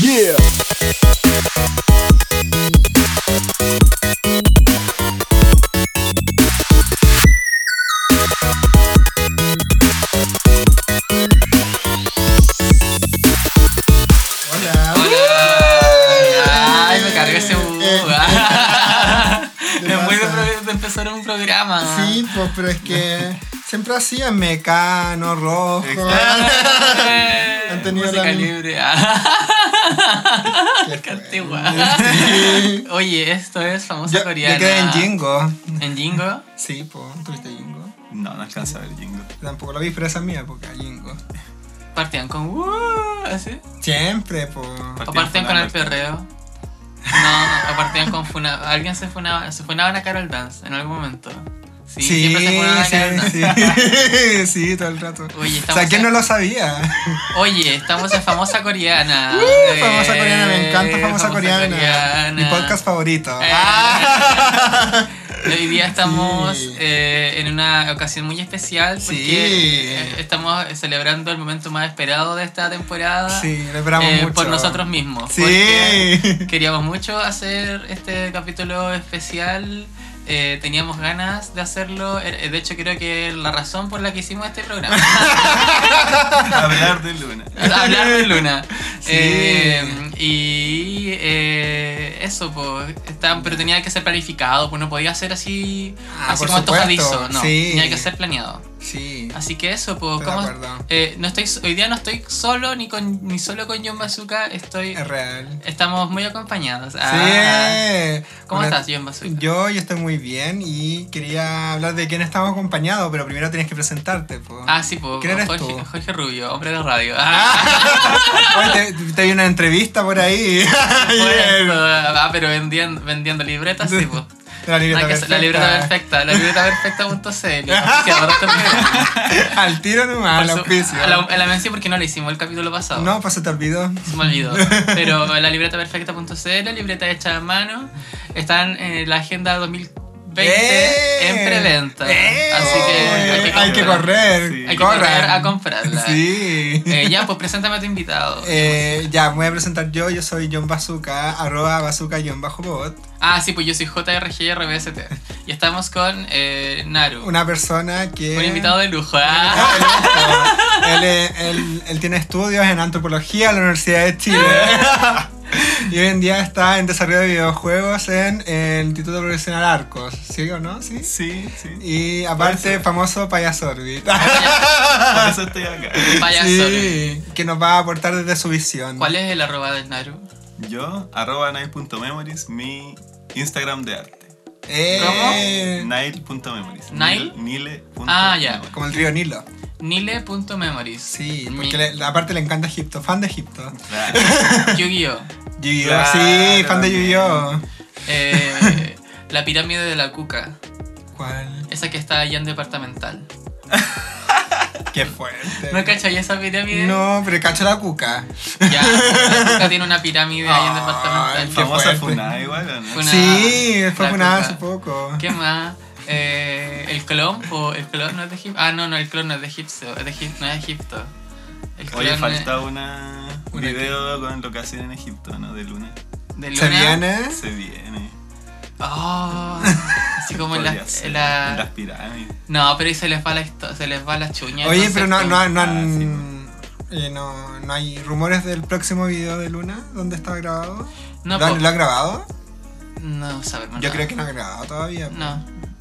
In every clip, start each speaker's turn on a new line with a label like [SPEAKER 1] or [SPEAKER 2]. [SPEAKER 1] Yeah.
[SPEAKER 2] Hola.
[SPEAKER 3] Ay, me cargué ese bug.
[SPEAKER 2] Eh, ¿Qué
[SPEAKER 3] es muy de,
[SPEAKER 2] pasa?
[SPEAKER 3] pro- de empezar un programa.
[SPEAKER 2] Sí, pues, pero es que siempre hacían mecano, rojo.
[SPEAKER 3] Eh,
[SPEAKER 2] Han tenido
[SPEAKER 3] música
[SPEAKER 2] la-
[SPEAKER 3] libre. Ah,
[SPEAKER 2] Qué
[SPEAKER 3] Qué
[SPEAKER 2] fue.
[SPEAKER 3] antigua.
[SPEAKER 2] pues. Eh, Sí.
[SPEAKER 3] Oye, esto es famosa
[SPEAKER 2] Yo, yo
[SPEAKER 3] coreana.
[SPEAKER 2] quedé en Jingo.
[SPEAKER 3] ¿En Jingo?
[SPEAKER 2] Sí, pues, tuviste Jingo.
[SPEAKER 4] No, no alcanza a ver Jingo.
[SPEAKER 2] Tampoco la vi, pero esa es mía, porque Jingo.
[SPEAKER 3] Partían con. "Woo", así.
[SPEAKER 2] Siempre, pues.
[SPEAKER 3] O
[SPEAKER 4] Partían
[SPEAKER 3] partían con el
[SPEAKER 4] funando al
[SPEAKER 3] perreo. No, o partían con funa. Alguien se funaba, se funaban a Carol Dance en algún momento. Sí,
[SPEAKER 2] Sí,
[SPEAKER 3] siempre se funaban a Carol Dance.
[SPEAKER 2] sí, sí, sí, todo el rato. o
[SPEAKER 3] Oye,
[SPEAKER 2] sea,
[SPEAKER 3] estamos
[SPEAKER 2] ¿quién
[SPEAKER 3] en-
[SPEAKER 2] no lo sabía?
[SPEAKER 3] Oye, estamos en famosa coreana. Eh,
[SPEAKER 2] Uh, famosa coreana, me encanta famosa, coreana. Mi podcast favorito.
[SPEAKER 3] Eh.
[SPEAKER 2] Ah.
[SPEAKER 3] Hoy día estamos
[SPEAKER 2] Sí.
[SPEAKER 3] eh, en una ocasión muy especial porque
[SPEAKER 2] Sí.
[SPEAKER 3] eh, estamos celebrando el momento más esperado de esta temporada.
[SPEAKER 2] Sí, lo esperamos
[SPEAKER 3] eh,
[SPEAKER 2] mucho.
[SPEAKER 3] Por nosotros mismos. porque
[SPEAKER 2] Sí.
[SPEAKER 3] Queríamos mucho hacer este capítulo especial. eh, teníamos ganas de hacerlo. Eh, De hecho, creo que la razón por la que hicimos este programa
[SPEAKER 4] parque. Hablar de Luna.
[SPEAKER 3] es hablar de Luna.
[SPEAKER 2] Sí.
[SPEAKER 3] Eh, y eh, eso, pues. está- Pero tenía que ser planificado, pues no podía ser así,
[SPEAKER 2] Ah,
[SPEAKER 3] así
[SPEAKER 2] por
[SPEAKER 3] como antojadizo.
[SPEAKER 2] supuesto,
[SPEAKER 3] No,
[SPEAKER 2] sí.
[SPEAKER 3] tenía que ser planeado.
[SPEAKER 2] Sí.
[SPEAKER 3] Así que eso, pues.
[SPEAKER 2] Estoy de
[SPEAKER 3] ¿cómo-
[SPEAKER 2] acuerdo.
[SPEAKER 3] eh, no estoy, hoy día no estoy solo ni, con, ni solo con John Bazooka, estoy.
[SPEAKER 2] Es real.
[SPEAKER 3] Estamos muy acompañados. Ah.
[SPEAKER 2] Sí.
[SPEAKER 3] ¿Cómo
[SPEAKER 2] Bueno,
[SPEAKER 3] estás, John Bazooka?
[SPEAKER 2] Yo, yo estoy muy bien y quería hablar de quién estamos acompañados, pero primero tienes que presentarte. po.
[SPEAKER 3] Ah, sí, pues.
[SPEAKER 2] ¿Quién eres
[SPEAKER 3] Jorge,
[SPEAKER 2] tú? Ah,
[SPEAKER 3] Jorge Rubio, hombre de radio.
[SPEAKER 2] Oye, te, te vi una entrevista por ahí.
[SPEAKER 3] Por
[SPEAKER 2] Ayer.
[SPEAKER 3] eso, ah, pero vendiendo, vendiendo libretas, sí, pues.
[SPEAKER 2] La libreta
[SPEAKER 3] Ah, que es La libreta perfecta, la libreta perfecta.cl. auspiciador de este
[SPEAKER 2] Ah,
[SPEAKER 3] programa.
[SPEAKER 2] Al tiro nomás,
[SPEAKER 3] Por
[SPEAKER 2] al
[SPEAKER 3] su-
[SPEAKER 2] auspicio.
[SPEAKER 3] a La, a la mención porque no la hicimos el capítulo pasado.
[SPEAKER 2] No, pues se te olvidó.
[SPEAKER 3] Se me olvidó. Pero la libreta perfecta.cl, libreta hecha a mano, están en la agenda 2020
[SPEAKER 2] ¡Eh!
[SPEAKER 3] en preventa.
[SPEAKER 2] ¡Eh!
[SPEAKER 3] Así que
[SPEAKER 2] hay que
[SPEAKER 3] comprar.
[SPEAKER 2] correr.
[SPEAKER 4] Sí.
[SPEAKER 3] Hay que
[SPEAKER 2] corran.
[SPEAKER 3] correr a comprarla.
[SPEAKER 2] Sí.
[SPEAKER 3] Eh, ya, pues preséntame a tu invitado.
[SPEAKER 2] Eh, ya, me voy a presentar yo. Yo soy John Bazooka, arroba bazooka-bot.
[SPEAKER 3] Ah, sí, pues yo soy JRGRBST. Y estamos con eh, Naru.
[SPEAKER 2] Una Eh. persona que.
[SPEAKER 3] Un invitado de lujo. Ah,
[SPEAKER 2] Él, eh, él- él tiene estudios en antropología en la Universidad de Chile. Y hoy en día está en desarrollo de videojuegos en el Instituto Profesional Arcos. ¿Sí o no? Sí.
[SPEAKER 4] Sí, sí.
[SPEAKER 2] Y aparte, famoso payaso Orbit.
[SPEAKER 4] Ah, Por eso estoy acá.
[SPEAKER 3] Payaso.
[SPEAKER 2] Sí, que nos va a aportar desde su visión.
[SPEAKER 3] ¿Cuál es el arroba del Naru?
[SPEAKER 4] Yo, arroba nail.memories, mi Instagram de arte.
[SPEAKER 2] Eh,
[SPEAKER 4] Nail.memories.
[SPEAKER 3] ¿Nail?
[SPEAKER 4] Nile.
[SPEAKER 3] Ah, ya.
[SPEAKER 2] Como el río Nilo.
[SPEAKER 3] Nile.memories.
[SPEAKER 2] Sí,
[SPEAKER 3] Mi-
[SPEAKER 2] porque le- aparte le encanta Egipto, fan de Egipto.
[SPEAKER 4] Claro.
[SPEAKER 3] Yu-Gi-Oh!
[SPEAKER 2] Yu-Gi-Oh!
[SPEAKER 4] Claro,
[SPEAKER 2] sí, fan de
[SPEAKER 4] también.
[SPEAKER 2] Yu-Gi-Oh!
[SPEAKER 3] Eh, la pirámide de la cuca.
[SPEAKER 2] ¿Cuál?
[SPEAKER 3] Esa que está allá en departamental.
[SPEAKER 2] Qué fuerte.
[SPEAKER 3] ¿No cachai esa pirámide?
[SPEAKER 2] Eh, No, pero cacho la cuca.
[SPEAKER 3] Ya, la cuca tiene una pirámide ahí en
[SPEAKER 2] Ay,
[SPEAKER 3] departamental.
[SPEAKER 2] qué
[SPEAKER 4] Famosa
[SPEAKER 2] fuerte.
[SPEAKER 4] Funada igual, ¿o ¿no?
[SPEAKER 3] Funa-
[SPEAKER 2] sí, fue
[SPEAKER 3] la
[SPEAKER 2] funada
[SPEAKER 3] cuca.
[SPEAKER 2] hace poco.
[SPEAKER 3] ¿Qué más? Eh, el clon, o el clon no es de Egipto. Ah, no, no, el clon no es de Egipto. Es de Egip- no es de Egipto. El
[SPEAKER 4] Oye,
[SPEAKER 3] clon
[SPEAKER 4] falta una, un
[SPEAKER 3] Una
[SPEAKER 4] video con lo que hacen en Egipto, ¿no? De Luna.
[SPEAKER 3] de
[SPEAKER 2] ¿Se
[SPEAKER 3] Luna.
[SPEAKER 2] viene?
[SPEAKER 4] Se viene.
[SPEAKER 3] Oh, así como en
[SPEAKER 4] Podría
[SPEAKER 3] la-
[SPEAKER 4] ser,
[SPEAKER 3] en la-
[SPEAKER 4] en las pirámides.
[SPEAKER 3] No, pero ahí se les va la, histo- se les va la chuña.
[SPEAKER 2] Oye,
[SPEAKER 3] entonces
[SPEAKER 2] pero no,
[SPEAKER 3] como-
[SPEAKER 2] no, no
[SPEAKER 4] Ah, sí,
[SPEAKER 2] han. eh, no, no hay rumores del próximo video de Luna, ¿dónde está grabado?
[SPEAKER 3] No,
[SPEAKER 2] ¿Lo,
[SPEAKER 3] po-
[SPEAKER 2] han- lo ha grabado?
[SPEAKER 3] No sabemos.
[SPEAKER 2] Yo
[SPEAKER 3] nada.
[SPEAKER 2] creo que no ha grabado todavía.
[SPEAKER 3] No.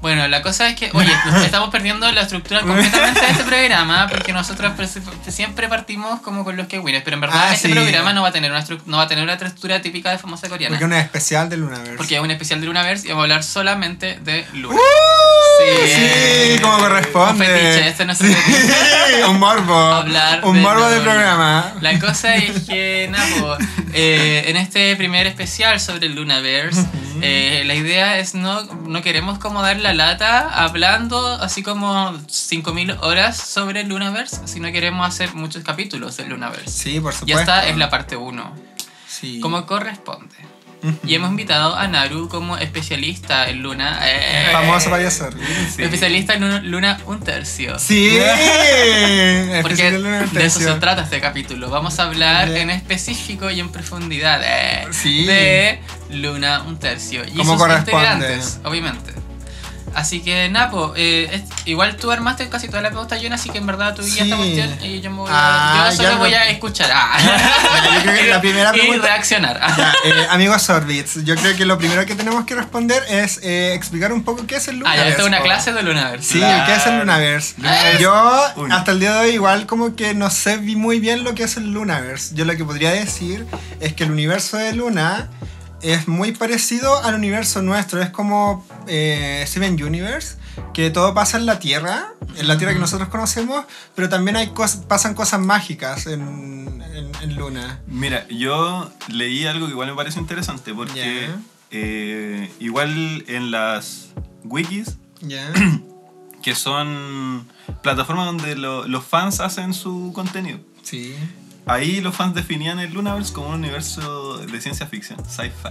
[SPEAKER 3] Bueno, la cosa es que, oye, nos estamos perdiendo la estructura completamente de este programa porque nosotros pre- siempre partimos como con los que winners, pero en verdad
[SPEAKER 2] Ah,
[SPEAKER 3] este
[SPEAKER 2] sí.
[SPEAKER 3] programa no va a tener una estru- no va a tener una estructura típica de famosa coreana,
[SPEAKER 2] Porque
[SPEAKER 3] porque,
[SPEAKER 2] una especial de Luna
[SPEAKER 3] es un especial de Lunaverse y vamos a hablar solamente de Luna.
[SPEAKER 2] ¡Uh! Sí, como corresponde.
[SPEAKER 3] eh, Un fetiche, este no es un
[SPEAKER 2] Sí,
[SPEAKER 3] fetiche.
[SPEAKER 2] un morbo.
[SPEAKER 3] Hablar
[SPEAKER 2] un
[SPEAKER 3] de
[SPEAKER 2] morbo de
[SPEAKER 3] Luna.
[SPEAKER 2] programa.
[SPEAKER 3] La cosa es que, nada, po, eh, en este primer especial sobre el Lunaverse, eh, la idea es no, no queremos como dar la lata hablando así como 5.000 horas sobre el Lunaverse, sino queremos hacer muchos capítulos del Lunaverse.
[SPEAKER 2] Sí, por
[SPEAKER 3] Y
[SPEAKER 2] supuesto.
[SPEAKER 3] esta es la parte 1,
[SPEAKER 2] Sí.
[SPEAKER 3] como corresponde. y hemos invitado a Naru como especialista en Luna. eh,
[SPEAKER 2] Famoso para ser.
[SPEAKER 4] Sí.
[SPEAKER 3] Especialista en un- Luna un tercio.
[SPEAKER 2] Sí.
[SPEAKER 3] Porque
[SPEAKER 2] Especial en
[SPEAKER 3] de eso se
[SPEAKER 2] atención.
[SPEAKER 3] trata este capítulo. Vamos a hablar
[SPEAKER 2] De-
[SPEAKER 3] en específico y en profundidad eh,
[SPEAKER 2] Sí.
[SPEAKER 3] de Luna un tercio y
[SPEAKER 2] Como
[SPEAKER 3] sus
[SPEAKER 2] corresponde.
[SPEAKER 3] integrantes, obviamente. Así que Napo, eh, es- igual tú armaste casi toda la pauta John, así que en verdad tú ya
[SPEAKER 2] Sí.
[SPEAKER 3] esta cuestión y yo, me voy a-
[SPEAKER 2] Ah,
[SPEAKER 3] yo
[SPEAKER 2] ya
[SPEAKER 3] solo
[SPEAKER 2] lo-
[SPEAKER 3] voy a escuchar ah,
[SPEAKER 2] Yo creo que la primera
[SPEAKER 3] y
[SPEAKER 2] pregunta.
[SPEAKER 3] reaccionar. Ah,
[SPEAKER 2] Ya, eh, amigos Sorbits, yo creo que lo primero que tenemos que responder es eh, explicar un poco qué es el
[SPEAKER 3] Ah, ya,
[SPEAKER 2] Lunaverse.
[SPEAKER 3] esto es una
[SPEAKER 2] po.
[SPEAKER 3] clase de Luna
[SPEAKER 2] Sí,
[SPEAKER 4] Claro.
[SPEAKER 2] ¿qué es el Lunaverse? Eh,
[SPEAKER 4] Lunaverse
[SPEAKER 2] Yo
[SPEAKER 4] uno.
[SPEAKER 2] hasta el día de hoy igual como que no sé vi muy bien lo que es el Lunaverse. Yo lo que podría decir es que el universo de Luna es muy parecido al universo nuestro. Es como eh, Steven Universe, que todo pasa en la Tierra, en la Tierra que nosotros conocemos, pero también hay cos- pasan cosas mágicas en, en- en Luna.
[SPEAKER 4] Mira, yo leí algo que igual me parece interesante porque
[SPEAKER 2] Ya.
[SPEAKER 4] eh, igual en las wikis,
[SPEAKER 2] ¿Ya?
[SPEAKER 4] que son plataformas donde lo- los fans hacen su contenido,
[SPEAKER 2] Sí.
[SPEAKER 4] ahí los fans definían el Lunaverse como un universo de ciencia ficción, sci-fi.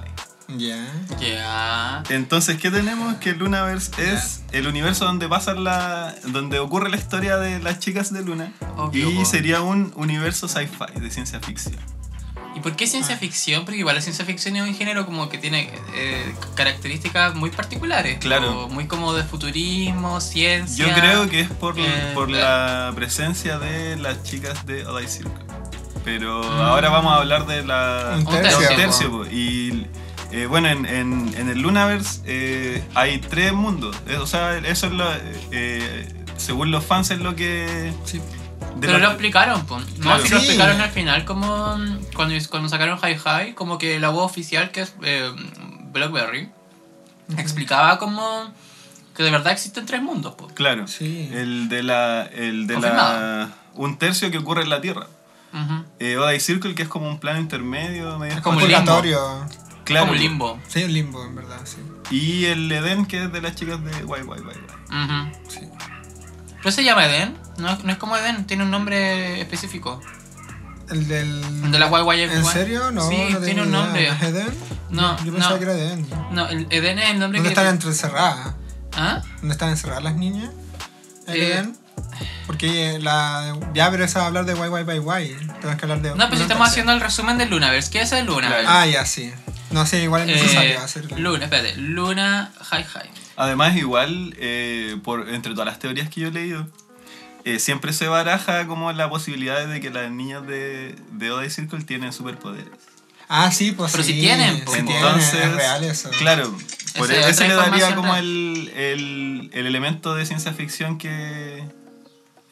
[SPEAKER 2] Ya.
[SPEAKER 3] Ya.
[SPEAKER 4] Entonces, ¿qué tenemos? Que el Lunaverse es el universo donde pasa la. donde ocurre la historia de las chicas de Luna.
[SPEAKER 3] Obvio,
[SPEAKER 4] y
[SPEAKER 3] po.
[SPEAKER 4] sería un universo sci-fi de ciencia ficción.
[SPEAKER 3] ¿Y por qué ciencia ficción? Porque igual la ciencia ficción es un género como que tiene eh, características muy particulares.
[SPEAKER 4] Claro.
[SPEAKER 3] como Muy como de futurismo, ciencia.
[SPEAKER 4] Yo creo que es por,
[SPEAKER 3] Eh,
[SPEAKER 4] por la presencia de las chicas de Odai Circle. Pero
[SPEAKER 3] Mm.
[SPEAKER 4] ahora vamos a hablar de la.
[SPEAKER 2] Un
[SPEAKER 4] de
[SPEAKER 2] tercio.
[SPEAKER 4] un tercio, po. Y. eh, bueno, en, en- en el Lunaverse eh, hay tres mundos. Eh, O sea, eso es lo. eh, según los fans es lo que.
[SPEAKER 2] Sí.
[SPEAKER 4] de
[SPEAKER 3] Pero
[SPEAKER 4] lo-
[SPEAKER 3] lo explicaron, po. No,
[SPEAKER 4] Claro.
[SPEAKER 3] si lo
[SPEAKER 2] Sí.
[SPEAKER 3] explicaron al final, como mm, cuando, cuando sacaron Hi Hi, como que la voz oficial, que es eh, Blackberry, explicaba como que de verdad existen tres mundos, po.
[SPEAKER 4] Claro.
[SPEAKER 2] Sí.
[SPEAKER 4] El de la. El de
[SPEAKER 3] Confirmado.
[SPEAKER 4] la. Un tercio que ocurre en la Tierra.
[SPEAKER 3] Ujú.
[SPEAKER 4] Eh, Odai Circle, que es como un plano intermedio, medio
[SPEAKER 3] Es como un limbo.
[SPEAKER 2] Purgatorio.
[SPEAKER 4] Claro.
[SPEAKER 3] Como un limbo.
[SPEAKER 2] Sí, un limbo, en verdad, sí.
[SPEAKER 4] Y el Edén, que es de las chicas de Guay Guay Guay Guay.
[SPEAKER 3] Ujú. ¿Pero se llama Eden? No, no es como Eden, tiene un nombre específico.
[SPEAKER 2] El del...
[SPEAKER 3] De la YYY.
[SPEAKER 2] ¿En serio? No,
[SPEAKER 3] Sí,
[SPEAKER 2] no tengo
[SPEAKER 3] tiene un
[SPEAKER 2] idea.
[SPEAKER 3] nombre.
[SPEAKER 2] ¿Es Eden?
[SPEAKER 3] No,
[SPEAKER 2] Yo pensaba
[SPEAKER 3] no.
[SPEAKER 2] que era Eden.
[SPEAKER 3] No, el Eden es el nombre
[SPEAKER 2] ¿Dónde
[SPEAKER 3] que.
[SPEAKER 2] están encerradas?
[SPEAKER 3] ¿Ah?
[SPEAKER 2] ¿Dónde están encerradas las niñas? ¿El
[SPEAKER 3] Eh.
[SPEAKER 2] Eden? Porque eh, la... Ya, pero eso va a hablar de guay, guay, guay, guay. Tenemos que hablar de...
[SPEAKER 3] No, pero si estamos haciendo el resumen del Lunaverse. ¿Qué es el Lunaverse?
[SPEAKER 2] Ah, ya, sí. No, sí, igual es necesario
[SPEAKER 3] Eh,
[SPEAKER 2] hacerlo.
[SPEAKER 3] Luna, espérate. Luna High High.
[SPEAKER 4] Además, igual, eh, por, entre todas las teorías que yo he leído, eh, siempre se baraja como la posibilidad de que las niñas de, de Odai Circle tienen superpoderes.
[SPEAKER 2] Ah, sí, pues
[SPEAKER 3] Pero
[SPEAKER 2] sí.
[SPEAKER 3] si tienen,
[SPEAKER 2] sí
[SPEAKER 3] pues.
[SPEAKER 2] tienen,
[SPEAKER 4] Entonces,
[SPEAKER 2] es real eso.
[SPEAKER 4] claro, por
[SPEAKER 3] Esa es
[SPEAKER 4] eso
[SPEAKER 3] otra
[SPEAKER 4] le daría
[SPEAKER 3] información
[SPEAKER 4] como
[SPEAKER 3] real.
[SPEAKER 4] el, el- el elemento de ciencia ficción que,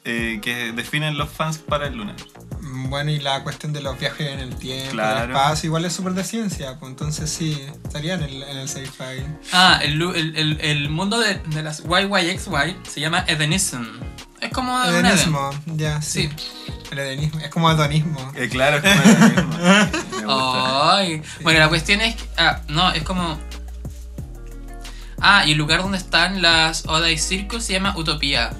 [SPEAKER 4] eh, que definen los fans para el Luna.
[SPEAKER 2] Mm, Bueno, y la cuestión de los viajes en el tiempo,
[SPEAKER 4] Claro.
[SPEAKER 2] el espacio, igual es súper de ciencia, pues entonces sí, estaría en el, en el sci-fi.
[SPEAKER 3] Ah, el, lu- el, el, el mundo de, de las YYXY se llama Edenism. Es como Ah, un Eden.
[SPEAKER 2] Edenismo, ya, sí.
[SPEAKER 3] Sí.
[SPEAKER 2] El edenismo, es como hedonismo.
[SPEAKER 4] Eh, claro, es como la misma. Me gusta.
[SPEAKER 3] Ay. Bueno, la cuestión es. que- Ah, no, es como. Ah, y el lugar donde están las Oda y Circus se llama Utopía.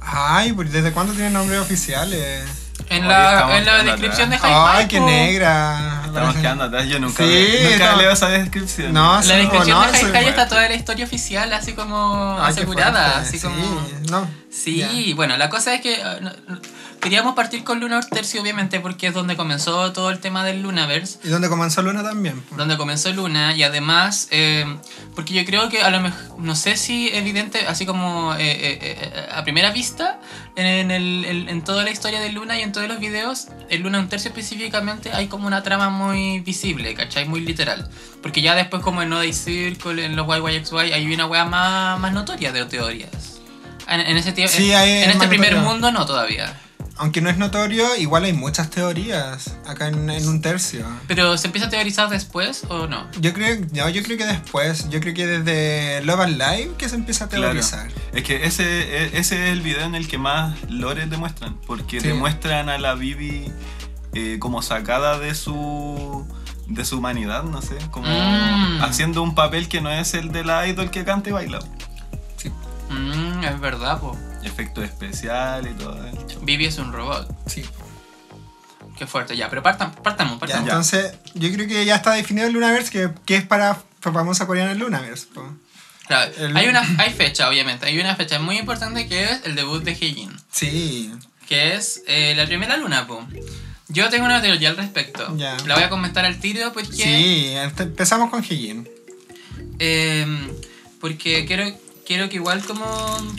[SPEAKER 2] Ay, pues ¿desde cuándo tiene nombres oficiales?
[SPEAKER 3] En
[SPEAKER 4] Oye,
[SPEAKER 3] la,
[SPEAKER 4] estamos
[SPEAKER 3] en la
[SPEAKER 4] quedando
[SPEAKER 3] descripción de High High.
[SPEAKER 2] Ay, qué negra.
[SPEAKER 4] Estamos
[SPEAKER 2] Parece-
[SPEAKER 4] quedando atrás, yo nunca,
[SPEAKER 2] Sí,
[SPEAKER 4] le- nunca
[SPEAKER 2] estamos-
[SPEAKER 4] leo esa descripción.
[SPEAKER 2] No, sí,
[SPEAKER 3] La descripción
[SPEAKER 2] no,
[SPEAKER 3] de
[SPEAKER 2] soy
[SPEAKER 3] High High
[SPEAKER 2] fuerte.
[SPEAKER 3] está toda la historia oficial, así como
[SPEAKER 2] Ay, qué
[SPEAKER 3] asegurada.
[SPEAKER 2] fuerte,
[SPEAKER 3] Así
[SPEAKER 2] sí,
[SPEAKER 3] como.
[SPEAKER 2] No.
[SPEAKER 3] Sí,
[SPEAKER 2] ya.
[SPEAKER 3] bueno, la cosa es que ah, no- no- queríamos partir con Lunar Tercio, obviamente, porque es donde comenzó todo el tema del Lunaverse,
[SPEAKER 2] ¿Y dónde comenzó Luna también? pues?
[SPEAKER 3] donde comenzó Luna, y además, eh, porque yo creo que a lo mejor, no sé si evidente, así como eh, eh, eh, a primera vista, en, el- en- en toda la historia de Luna y en todos los videos, en Luna un Tercio específicamente hay como una trama muy visible, ¿cachai? Muy literal. Porque ya después, como en No Day Circle, en los YYXY, hay una wea más, más notoria de teorías. En, en ese tiempo,
[SPEAKER 2] Sí, ahí es
[SPEAKER 3] en este
[SPEAKER 2] más
[SPEAKER 3] primer
[SPEAKER 2] notorio.
[SPEAKER 3] mundo no todavía.
[SPEAKER 2] Aunque no es notorio, igual hay muchas teorías acá en, en un tercio.
[SPEAKER 3] Pero se empieza a teorizar después o no?
[SPEAKER 2] Yo creo, no, yo creo que después, yo creo que desde Love and Live que se empieza a
[SPEAKER 4] Claro.
[SPEAKER 2] teorizar.
[SPEAKER 4] Es que ese, e- ese es el video en el que más lores demuestran, porque
[SPEAKER 2] Sí.
[SPEAKER 4] demuestran a la Bibi eh, como sacada de su de su humanidad, no sé, como
[SPEAKER 3] Mm.
[SPEAKER 4] haciendo un papel que no es el de la idol que canta y baila.
[SPEAKER 3] Mm, es verdad, po.
[SPEAKER 4] Efectos especiales y todo el show.
[SPEAKER 3] Vivi es un robot.
[SPEAKER 2] Sí.
[SPEAKER 3] Qué fuerte, ya, pero partamos, partamos.
[SPEAKER 2] Ya,
[SPEAKER 3] partamos.
[SPEAKER 2] entonces, yo creo que ya está definido el Lunaverse, que, que es para la famosa coreana el Lunaverse. po.
[SPEAKER 3] Claro,
[SPEAKER 2] El-
[SPEAKER 3] hay, una, hay fecha, obviamente, hay una fecha muy importante que es el debut de Heijin,
[SPEAKER 2] Sí.
[SPEAKER 3] que es eh, la primera luna, po. Yo tengo una teoría al respecto.
[SPEAKER 2] Ya.
[SPEAKER 3] La voy a comentar al tiro porque,
[SPEAKER 2] Sí, este- empezamos con Higin.
[SPEAKER 3] eh, porque quiero, quiero que igual como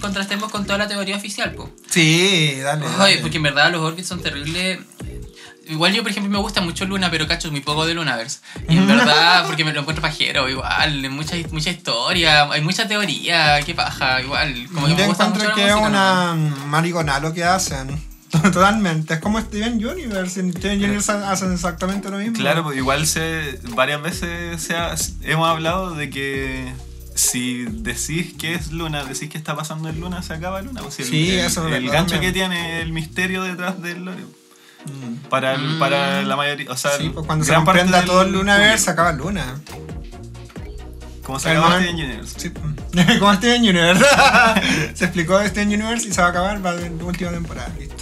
[SPEAKER 3] contrastemos con toda la teoría oficial, po.
[SPEAKER 2] Sí, dale.
[SPEAKER 3] Ay,
[SPEAKER 2] dale.
[SPEAKER 3] porque en verdad los orbits son terribles. Igual yo, por ejemplo, me gusta mucho Luna, pero cacho muy poco de Lunaverse. Y
[SPEAKER 2] Mm.
[SPEAKER 3] en verdad, porque me lo encuentro pajero, igual. hay Mucha, mucha historia, hay mucha teoría, qué paja, igual. Como que
[SPEAKER 2] yo
[SPEAKER 3] me gusta
[SPEAKER 2] encuentro
[SPEAKER 3] mucho la
[SPEAKER 2] que es
[SPEAKER 3] música, ¿no?
[SPEAKER 2] una maricona lo que hacen. Totalmente. Es como Steven Universe. En Steven Universe hacen exactamente lo mismo.
[SPEAKER 4] Claro, pues igual se, varias veces se ha- hemos hablado de que si decís que es Luna, decís que está pasando en Luna, se acaba Luna. Pues si el-
[SPEAKER 2] Sí,
[SPEAKER 4] el,
[SPEAKER 2] eso lo
[SPEAKER 4] el
[SPEAKER 2] recuerdo
[SPEAKER 4] gancho
[SPEAKER 2] también.
[SPEAKER 4] que tiene el misterio detrás del lore.
[SPEAKER 2] Mm.
[SPEAKER 4] Para, el-
[SPEAKER 3] Mm.
[SPEAKER 4] para la mayoría, o sea,
[SPEAKER 2] Sí, pues cuando se
[SPEAKER 4] gran parte
[SPEAKER 2] comprenda
[SPEAKER 4] del
[SPEAKER 2] todo el Lunaverse,
[SPEAKER 4] público.
[SPEAKER 2] acaba Luna.
[SPEAKER 4] Como se
[SPEAKER 2] el
[SPEAKER 4] acaba
[SPEAKER 2] momento-
[SPEAKER 4] Steven Universe.
[SPEAKER 2] Sí, pues. como Steven Universe. se explicó de Steven Universe y se va a acabar, va a la última temporada. Listo.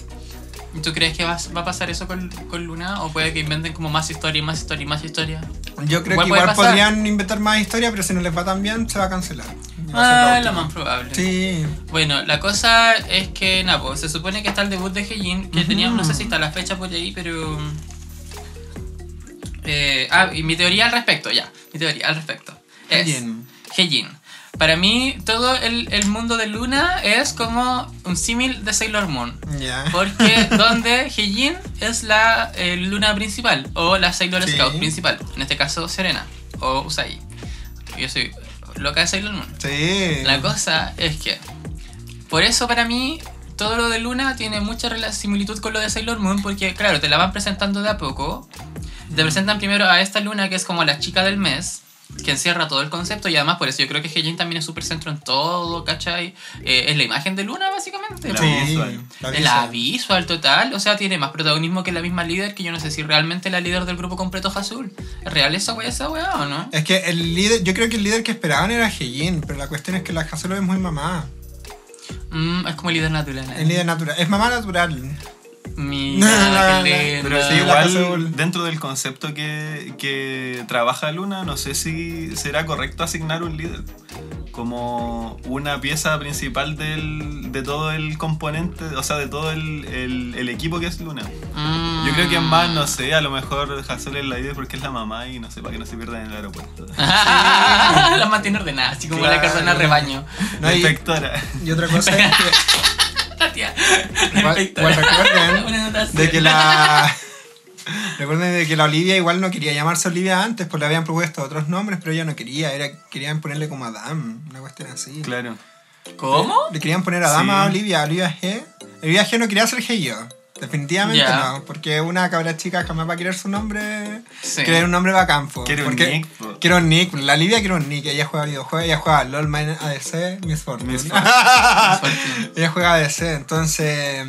[SPEAKER 3] ¿Y ¿Tú crees que vas- va, a pasar eso con, con Luna? ¿O puede que inventen como más historia, y más historia, y más historia?
[SPEAKER 2] Yo creo que
[SPEAKER 3] Igual puede
[SPEAKER 2] igual
[SPEAKER 3] pasar.
[SPEAKER 2] podrían inventar más historia, pero si no les va tan bien, se va a cancelar. Va a ser la
[SPEAKER 3] Ah, lo
[SPEAKER 2] última.
[SPEAKER 3] más probable.
[SPEAKER 2] Sí.
[SPEAKER 3] Bueno, la cosa es que, nada, pues, se supone que está el debut de Heijin, que
[SPEAKER 2] Ujú.
[SPEAKER 3] teníamos, no sé si está la fecha por ahí, pero... mm, Eh, ah, y mi teoría al respecto, ya, mi teoría al respecto. Es
[SPEAKER 2] Bien.
[SPEAKER 3] Heijin. Para mí, todo el, el mundo de Luna es como un símil de Sailor Moon.
[SPEAKER 2] Ya.
[SPEAKER 3] Porque donde Heijin es la eh, luna principal, o la Sailor
[SPEAKER 2] Sí.
[SPEAKER 3] Scout principal, en este caso Serena, o Usagi. Yo soy loca de Sailor Moon.
[SPEAKER 2] Sí.
[SPEAKER 3] La cosa es que, por eso para mí, todo lo de Luna tiene mucha rela- similitud con lo de Sailor Moon, porque claro, te la van presentando de a poco. Te presentan primero a esta Luna, que es como la chica del mes, que encierra todo el concepto, y además por eso yo creo que Heijin también es súper centro en todo, ¿cachai? Eh, es la imagen de Luna, básicamente.
[SPEAKER 4] La
[SPEAKER 3] po.
[SPEAKER 4] vi- visual.
[SPEAKER 2] La
[SPEAKER 3] El
[SPEAKER 2] visual.
[SPEAKER 3] aviso al total, o sea, tiene más protagonismo que la misma líder, que yo no sé si realmente la líder del grupo completo es azul. ¿Es real esa wea, esa wea o no?
[SPEAKER 2] Es que el líder, yo creo que el líder que esperaban era Heijin, pero la cuestión es que la Hazulo es muy mamá.
[SPEAKER 3] Mm, es como líder natural. ¿eh?
[SPEAKER 2] Es líder natural. Es mamá natural.
[SPEAKER 3] Mira,
[SPEAKER 2] No,
[SPEAKER 3] qué
[SPEAKER 2] no,
[SPEAKER 4] Pero
[SPEAKER 3] lindo.
[SPEAKER 4] sí,
[SPEAKER 2] la casa
[SPEAKER 4] igual
[SPEAKER 2] azul.
[SPEAKER 4] dentro del concepto que, que trabaja Luna, no sé si será correcto asignar un líder como una pieza principal del, de todo el componente, o sea, de todo el, el- el equipo que es Luna.
[SPEAKER 3] Mm.
[SPEAKER 4] Yo creo que más, no sé, a lo mejor Hazel es la líder porque es la mamá y no sé, para que no se pierdan en el aeropuerto.
[SPEAKER 3] la mantiene ordenada, así como la
[SPEAKER 2] Claro.
[SPEAKER 3] cartona rebaño.
[SPEAKER 2] No,
[SPEAKER 4] La
[SPEAKER 2] y,
[SPEAKER 4] inspectora.
[SPEAKER 2] y otra cosa es que,
[SPEAKER 3] La tía.
[SPEAKER 2] igual- igual recuerden
[SPEAKER 3] Una nota
[SPEAKER 2] de
[SPEAKER 3] cero.
[SPEAKER 2] que la. Recuerden de que la Olivia igual no quería llamarse Olivia antes, pues le habían propuesto otros nombres, pero ella no quería, era, querían ponerle como Adam, una cuestión así.
[SPEAKER 4] Claro.
[SPEAKER 3] ¿Cómo?
[SPEAKER 2] Le querían poner Adam
[SPEAKER 4] Sí.
[SPEAKER 2] a Olivia, Olivia G. Olivia G no quería ser G Definitivamente
[SPEAKER 3] Ya.
[SPEAKER 2] no, porque una cabra chica jamás va a querer su nombre
[SPEAKER 3] Sí.
[SPEAKER 2] Quiero un nombre bacán, po.
[SPEAKER 4] Quiero un
[SPEAKER 2] Porque-
[SPEAKER 4] nick, po.
[SPEAKER 2] Quiero un nick. La Livia quiere un nick. Ella juega videojuegos. Ella juega LOL, Mine, ADC, Miss Fortune.
[SPEAKER 4] Miss
[SPEAKER 3] Fortune.
[SPEAKER 2] ella juega ADC. Entonces,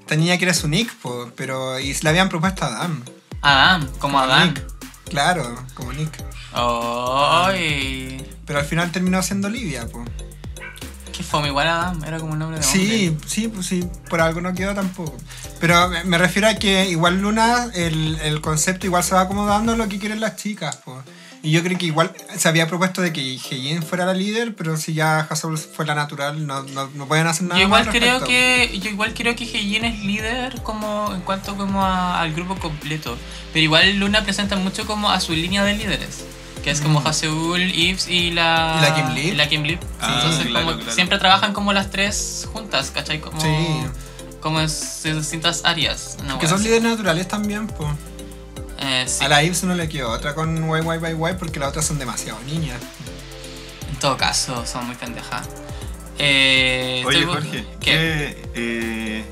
[SPEAKER 2] esta niña quiere su nick, po. Pero, y le habían propuesto a Adam.
[SPEAKER 3] Adam, como Adam.
[SPEAKER 2] Nick. Claro, como nick.
[SPEAKER 3] Ay.
[SPEAKER 2] Pero al final terminó siendo Livia, po.
[SPEAKER 3] Qué fome, igual Adam, era como un nombre de hombre.
[SPEAKER 2] Sí, sí, pues sí, por algo no quedó tampoco. Pero me- me refiero a que igual Luna, el, el concepto igual se va acomodando a lo que quieren las chicas, po. Y yo creo que igual se había propuesto de que Heijin fuera la líder, pero si ya Hazel fue la natural, no, no, no pueden hacer nada.
[SPEAKER 3] Yo igual,
[SPEAKER 2] más al
[SPEAKER 3] creo
[SPEAKER 2] respecto.
[SPEAKER 3] que, yo igual creo que Heijin es líder como en cuanto como a- al grupo completo. Pero igual Luna presenta mucho como a su línea de líderes. Que es como Haseul, Yves y
[SPEAKER 2] Mm.
[SPEAKER 3] la...
[SPEAKER 2] ¿Y la Kim Lee?
[SPEAKER 3] y la Kim Lee.
[SPEAKER 4] Ah,
[SPEAKER 3] Entonces
[SPEAKER 4] claro,
[SPEAKER 3] como
[SPEAKER 4] claro.
[SPEAKER 3] siempre trabajan como las tres juntas, ¿cachai? Como,
[SPEAKER 2] Sí.
[SPEAKER 3] como en sus distintas áreas. una
[SPEAKER 2] Que
[SPEAKER 3] wea
[SPEAKER 2] son
[SPEAKER 3] así.
[SPEAKER 2] líderes naturales también, po.
[SPEAKER 3] Eh, sí,
[SPEAKER 2] A la Ives no le quedó otra con Why Why Why Why porque las otras son demasiado niñas.
[SPEAKER 3] en todo caso, son muy pendejas. Eh,
[SPEAKER 4] Oye,
[SPEAKER 3] estoy-
[SPEAKER 4] Jorge,
[SPEAKER 3] ¿qué?
[SPEAKER 4] ¿qué, eh,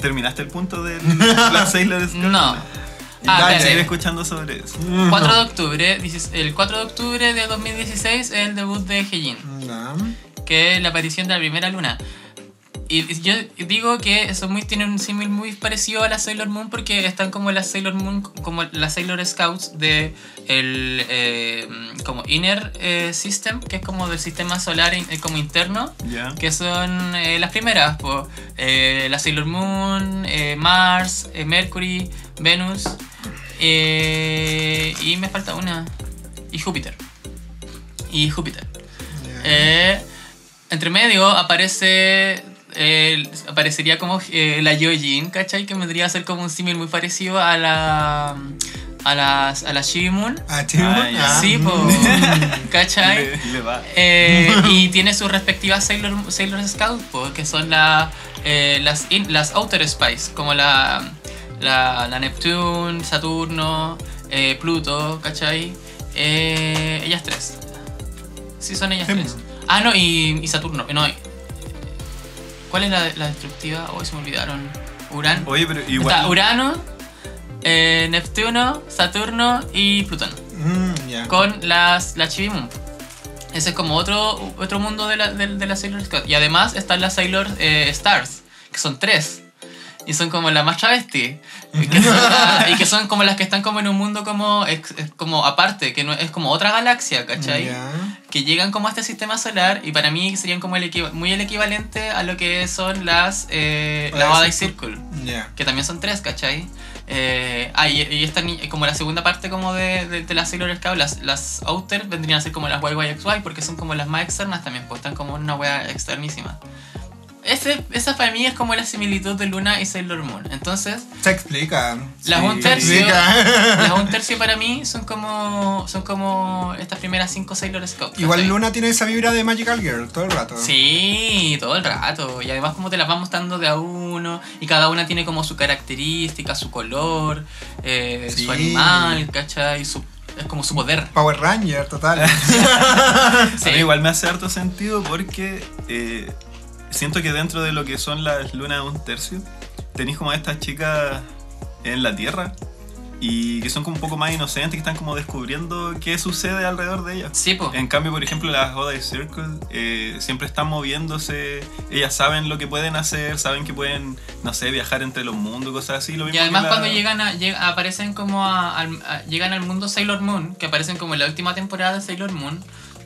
[SPEAKER 4] ¿terminaste el punto de la Sailor Scout?
[SPEAKER 3] No. Ah,
[SPEAKER 4] Y dale,
[SPEAKER 3] espérate.
[SPEAKER 4] seguir escuchando sobre eso.
[SPEAKER 3] 4 de octubre, dices- el 4 de octubre de 2016 es el debut de Heijin.
[SPEAKER 2] Ya.
[SPEAKER 3] que es la aparición de la primera luna. Y yo digo que eso muy, tiene un símil muy parecido a la Sailor Moon porque están como las Sailor Moon, como las Sailor Scouts de el eh, como Inner eh, System, que es como del sistema solar in- eh, como interno,
[SPEAKER 4] Ya.
[SPEAKER 3] que son eh, las primeras, po. Eh, la Sailor Moon, eh, Mars, eh, Mercury, Venus eh, y me falta una. Y Júpiter. Y Júpiter. Eh, entre medio aparece. eh, aparecería como eh, la Yojin, ¿cachai? Que vendría a ser como un símil muy parecido a la. a las a la Shimon.
[SPEAKER 2] Ah, Timon.
[SPEAKER 4] Ah, ya.
[SPEAKER 2] Ah,
[SPEAKER 3] Sí,
[SPEAKER 2] mm.
[SPEAKER 3] po. ¿cachai?
[SPEAKER 4] Le, le va.
[SPEAKER 3] Eh, y tiene sus respectivas Sailor, Sailor Scout, po, que son la, eh, las, in- las Outer Spice, como la, la, la Neptune, Saturno, eh, Pluto, ¿cachai? Eh, ellas tres. Sí, son ellas
[SPEAKER 2] Sí,
[SPEAKER 3] tres. Ah, no, y, y Saturno. No, eh, ¿Cuál es la, la destructiva? Hoy se me olvidaron. Urano.
[SPEAKER 4] Oye, pero igual.
[SPEAKER 3] Está Urano, eh, Neptuno, Saturno y Plutón
[SPEAKER 2] Mm, ya.
[SPEAKER 3] con las, la Chibimun. Ese es como otro, otro mundo de la, de, de la Sailor Scout. Y además están las Sailor eh, Stars, que son tres. Y son como las más travesti. Y que, son, la- y que son como las que están como en un mundo como, ex- ex- como aparte, que no, es como otra galaxia, ¿cachai?
[SPEAKER 2] Ya.
[SPEAKER 3] Que llegan como a este sistema solar y para mí serían como el equiva- muy el equivalente a lo que son las, eh, las
[SPEAKER 2] Odyssey
[SPEAKER 3] Odyssey Circle
[SPEAKER 2] Ya.
[SPEAKER 3] que también son tres, ¿cachai? Eh, ah, y, y esta ni- como la segunda parte como de, de, de las Sailor Scout, las, las Outer vendrían a ser como las YYXY porque son como las más externas también, pues están como en una wea externísima. Ese, esa para mí es como la similitud de Luna y Sailor Moon. Entonces,
[SPEAKER 2] Se explica.
[SPEAKER 3] las
[SPEAKER 4] Sí,
[SPEAKER 3] un
[SPEAKER 2] Se
[SPEAKER 3] tercio,
[SPEAKER 2] explica.
[SPEAKER 3] las un tercio para mí son como, son como estas primeras cinco Sailor Scout.
[SPEAKER 2] Igual
[SPEAKER 3] ¿cachai?
[SPEAKER 2] Luna tiene esa vibra de Magical Girl todo el rato.
[SPEAKER 3] Sí, todo el rato. Y además como te las van mostrando de a uno. Y cada una tiene como su característica, su color, eh,
[SPEAKER 2] Sí.
[SPEAKER 3] su animal, ¿cachai? Su, es como su poder.
[SPEAKER 2] Power Ranger, total.
[SPEAKER 3] Sí.
[SPEAKER 4] A mí igual me hace harto sentido porque eh, siento que dentro de lo que son las lunas de un tercio, tenéis como a estas chicas en la Tierra y que son como un poco más inocentes, que están como descubriendo qué sucede alrededor de ellas.
[SPEAKER 3] Sí, po.
[SPEAKER 4] En cambio, por ejemplo, las Oda y Circle eh, siempre están moviéndose, ellas saben lo que pueden hacer, saben que pueden, no sé, viajar entre los mundos, cosas así. Lo mismo
[SPEAKER 3] Y
[SPEAKER 4] que
[SPEAKER 3] además
[SPEAKER 4] la-
[SPEAKER 3] cuando llegan a, lleg- aparecen como a- al- a- llegan al mundo Sailor Moon, que aparecen como en la última temporada de Sailor Moon,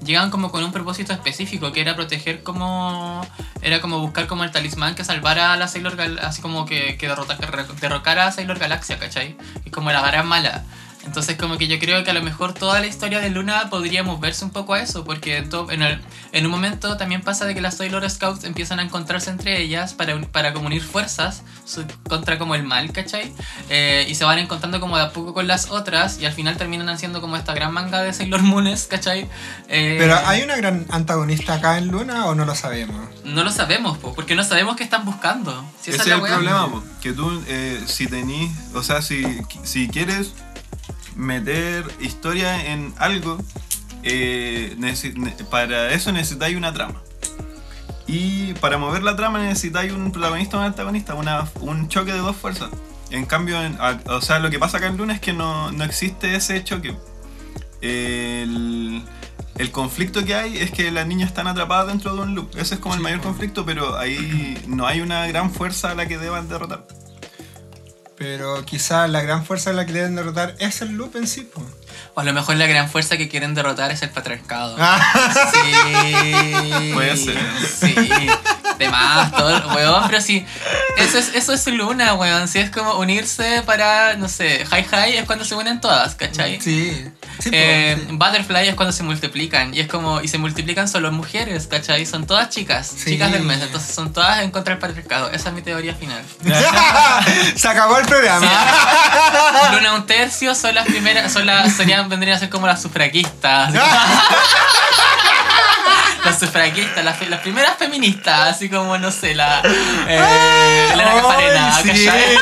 [SPEAKER 3] llegan como con un propósito específico, que era proteger como era como buscar como el talismán que salvara a la Sailor Gal así como que, que derrota- que re- derrocara a Sailor Galaxia, ¿cachai? Es como la gran mala. Entonces como que yo creo que a lo mejor toda la historia de Luna podríamos verse un poco a eso, porque en, to- en, el- en un momento también pasa de que las Sailor Scouts empiezan a encontrarse entre ellas para, un- para como unir fuerzas su- contra como el mal, ¿cachai? Eh, y se van encontrando como de a poco con las otras y al final terminan haciendo como esta gran manga de Sailor Moones, ¿cachai? Eh,
[SPEAKER 2] Pero ¿hay una gran antagonista acá en Luna o no lo sabemos?
[SPEAKER 3] No lo sabemos, po, porque no sabemos qué están buscando. Si esa
[SPEAKER 4] Ese
[SPEAKER 3] la
[SPEAKER 4] es el
[SPEAKER 3] wea.
[SPEAKER 4] problema, po, que tú, eh, si tenís, o sea, si, si quieres meter historia en algo, eh, necesi- ne- para eso necesitáis una trama. Y para mover la trama necesitáis un protagonista o un antagonista, una- un choque de dos fuerzas. En cambio, en- a- o sea, lo que pasa acá en Luna es que no, no existe ese choque. El, el conflicto que hay es que las niñas están atrapadas dentro de un loop. Ese es como el mayor conflicto, pero ahí no hay una gran fuerza a la que deban derrotar.
[SPEAKER 2] Pero quizá la gran fuerza de la que deben derrotar es el loop en sí. po.
[SPEAKER 3] O a lo mejor la gran fuerza que quieren derrotar es el patriarcado.
[SPEAKER 2] Ah,
[SPEAKER 3] Sí.
[SPEAKER 4] Puede ser.
[SPEAKER 3] Sí. De más, todo, weón, pero sí. Eso es, eso es Luna, weón. Sí, es como unirse para, no sé, Hi Hi es cuando se unen todas, ¿cachai?
[SPEAKER 2] sí. Sí, po,
[SPEAKER 3] Eh,
[SPEAKER 2] sí.
[SPEAKER 3] Butterfly es cuando se multiplican y es como y se multiplican solo mujeres, ¿cachai? Son todas chicas,
[SPEAKER 2] Sí.
[SPEAKER 3] chicas del mes, entonces son todas en contra del patriarcado. Esa es mi teoría final.
[SPEAKER 2] Se acabó el programa.
[SPEAKER 3] Luna un tercio son las primeras, son las, serían, vendrían a ser como las sufragistas. Las sufragistas, las, fe- las primeras feministas, así como, no sé, la. Eh, Elena
[SPEAKER 2] Ay,
[SPEAKER 3] Cafarena,
[SPEAKER 2] sí.
[SPEAKER 3] ¿cachai?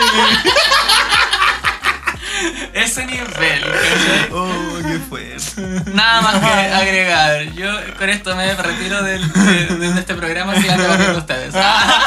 [SPEAKER 3] Ese nivel, ¿cachai?
[SPEAKER 4] Oh, qué fuerte.
[SPEAKER 3] Nada más que agregar. Yo con esto me retiro del- de, de este programa sigan trabajando ustedes. Ah,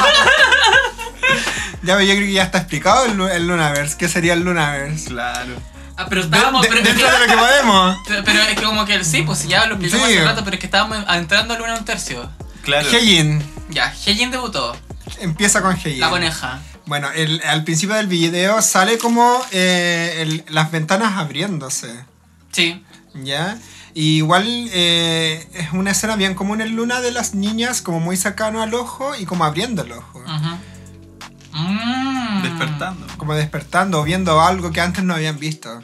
[SPEAKER 2] Ya, pero yo creo que ya está explicado el, lu- el Lunaverse. ¿Qué sería el Lunaverse?
[SPEAKER 4] Claro.
[SPEAKER 3] Ah, pero estábamos.
[SPEAKER 2] De-
[SPEAKER 3] pero,
[SPEAKER 2] dentro de lo que podemos.
[SPEAKER 3] pero es que como que sí, pues ya lo explicamos
[SPEAKER 2] Sí.
[SPEAKER 3] hace rato, pero es que estábamos entrando a Luna un tercio.
[SPEAKER 4] Claro.
[SPEAKER 2] Heijin.
[SPEAKER 3] Ya, Heijin debutó,
[SPEAKER 2] Empieza con Heijin.
[SPEAKER 3] la coneja.
[SPEAKER 2] Bueno, el- al principio del video sale como eh, el- las ventanas abriéndose.
[SPEAKER 3] Sí.
[SPEAKER 2] ¿Ya? Y igual eh, es una escena bien común en Luna de
[SPEAKER 3] Mm.
[SPEAKER 2] las niñas como muy cercano al ojo y como abriendo el ojo.
[SPEAKER 3] Ujú. Mm.
[SPEAKER 4] despertando.
[SPEAKER 2] Como despertando o viendo algo que antes no habían visto.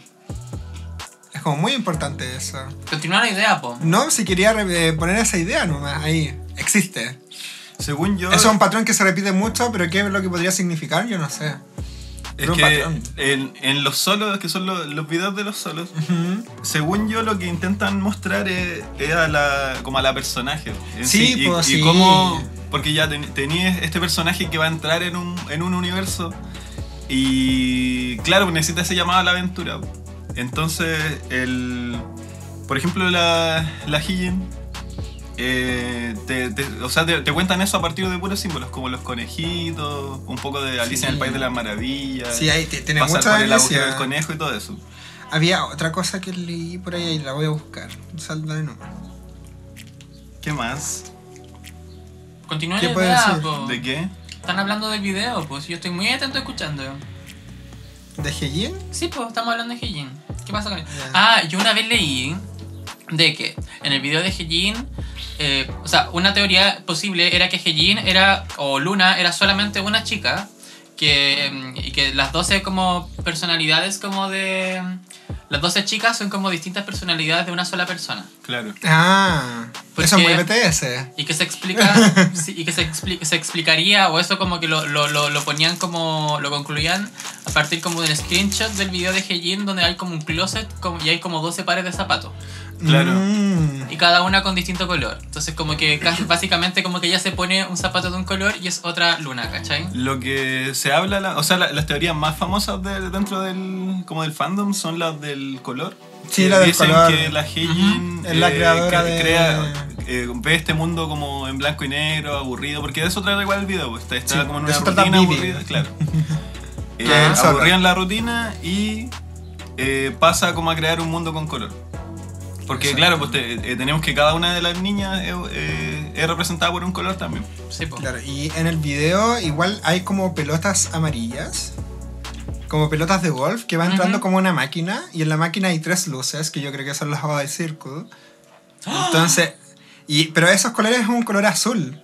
[SPEAKER 2] Es como muy importante eso.
[SPEAKER 3] Continúa la idea, po.
[SPEAKER 2] No, si quería re- eh, poner esa idea nomás ahí. Existe.
[SPEAKER 4] Según yo,
[SPEAKER 2] Eso es un patrón que se repite mucho, pero ¿qué es lo que podría significar? Yo no sé.
[SPEAKER 4] es
[SPEAKER 2] un
[SPEAKER 4] que
[SPEAKER 2] patrón.
[SPEAKER 4] en, en los solos, que son los, los videos de los solos, según yo lo que intentan mostrar es, es a la, como a la personaje. en
[SPEAKER 2] Sí,
[SPEAKER 4] y,
[SPEAKER 2] pues,
[SPEAKER 4] y
[SPEAKER 2] sí.
[SPEAKER 4] cómo- porque ya ten- tenías este personaje que va a entrar en un, en un universo y claro, necesita ese llamado a la aventura. Entonces, el, por ejemplo, la, la Hijin, eh, te, te- o sea, te, te cuentan eso a partir de puros símbolos, como los conejitos, un poco de Alicia en el
[SPEAKER 2] Sí.
[SPEAKER 4] País de las Maravillas,
[SPEAKER 2] Sí, ahí te- tiene
[SPEAKER 4] pasar
[SPEAKER 2] mucha
[SPEAKER 4] por el agujero
[SPEAKER 2] delicia.
[SPEAKER 4] del conejo y todo eso.
[SPEAKER 2] Había otra cosa que leí por ahí y la voy a buscar. Salta de número.
[SPEAKER 4] ¿Qué más?
[SPEAKER 3] Continúa
[SPEAKER 2] ¿Qué
[SPEAKER 3] la
[SPEAKER 2] puede
[SPEAKER 3] idea,
[SPEAKER 2] ser?
[SPEAKER 3] po.
[SPEAKER 4] ¿De qué?
[SPEAKER 3] Están hablando del video, pues. Yo estoy muy atento escuchando.
[SPEAKER 2] ¿De Heijin?
[SPEAKER 3] Sí, pues, estamos hablando de Heijin. ¿Qué pasa con él?
[SPEAKER 2] Ya.
[SPEAKER 3] Ah, yo una vez leí de que en el video de Heijin, eh, o sea, una teoría posible era que Heijin era, o Luna, era solamente una chica, que, mm, y que las 12 como personalidades como de... Las 12 chicas son como distintas personalidades de una sola persona.
[SPEAKER 4] Claro.
[SPEAKER 2] Ah,
[SPEAKER 4] Pues
[SPEAKER 3] ¿Por
[SPEAKER 2] eso es muy
[SPEAKER 3] qué?
[SPEAKER 2] BTS.
[SPEAKER 3] Y que se explica, sí, y que se, expli- se explicaría, o eso como que lo, lo, lo, lo ponían como, lo concluían a partir como del screenshot del video de Heijin donde hay como un closet como- y hay como 12 pares de zapatos.
[SPEAKER 4] Claro.
[SPEAKER 2] Mm.
[SPEAKER 3] Y cada una con distinto color. Entonces como que casi, básicamente como que ella se pone un zapato de un color y es otra luna, ¿cachai?
[SPEAKER 4] Lo que se habla, la- o sea, la- las teorías más famosas de- dentro del, como del fandom son las del color.
[SPEAKER 2] Sí,
[SPEAKER 4] Que
[SPEAKER 2] la del
[SPEAKER 4] Dicen
[SPEAKER 2] color.
[SPEAKER 4] que la Heijin
[SPEAKER 2] Es la creadora de-
[SPEAKER 4] crea- eh, ve este mundo como en blanco y negro, aburrido, porque de eso trata igual el video, pues, está, está
[SPEAKER 2] Sí,
[SPEAKER 4] como en
[SPEAKER 2] de
[SPEAKER 4] una
[SPEAKER 2] eso trata
[SPEAKER 4] rutina
[SPEAKER 2] Vivi.
[SPEAKER 4] aburrida, claro. Eh,
[SPEAKER 2] Que es
[SPEAKER 4] aburrida en la rutina y eh, pasa como a crear un mundo con color. Porque
[SPEAKER 2] Exacto.
[SPEAKER 4] claro, pues te- eh, tenemos que cada una de las niñas eh, eh, es representada por un color también.
[SPEAKER 3] Sí, po.
[SPEAKER 2] Claro, y en el video igual hay como pelotas amarillas, como pelotas de golf, que va entrando
[SPEAKER 3] Ujú.
[SPEAKER 2] como una máquina, y en la máquina hay tres luces, que yo creo que son las hojas del círculo.
[SPEAKER 3] ¡Ah!
[SPEAKER 2] Entonces, y, pero esos colores es un color azul.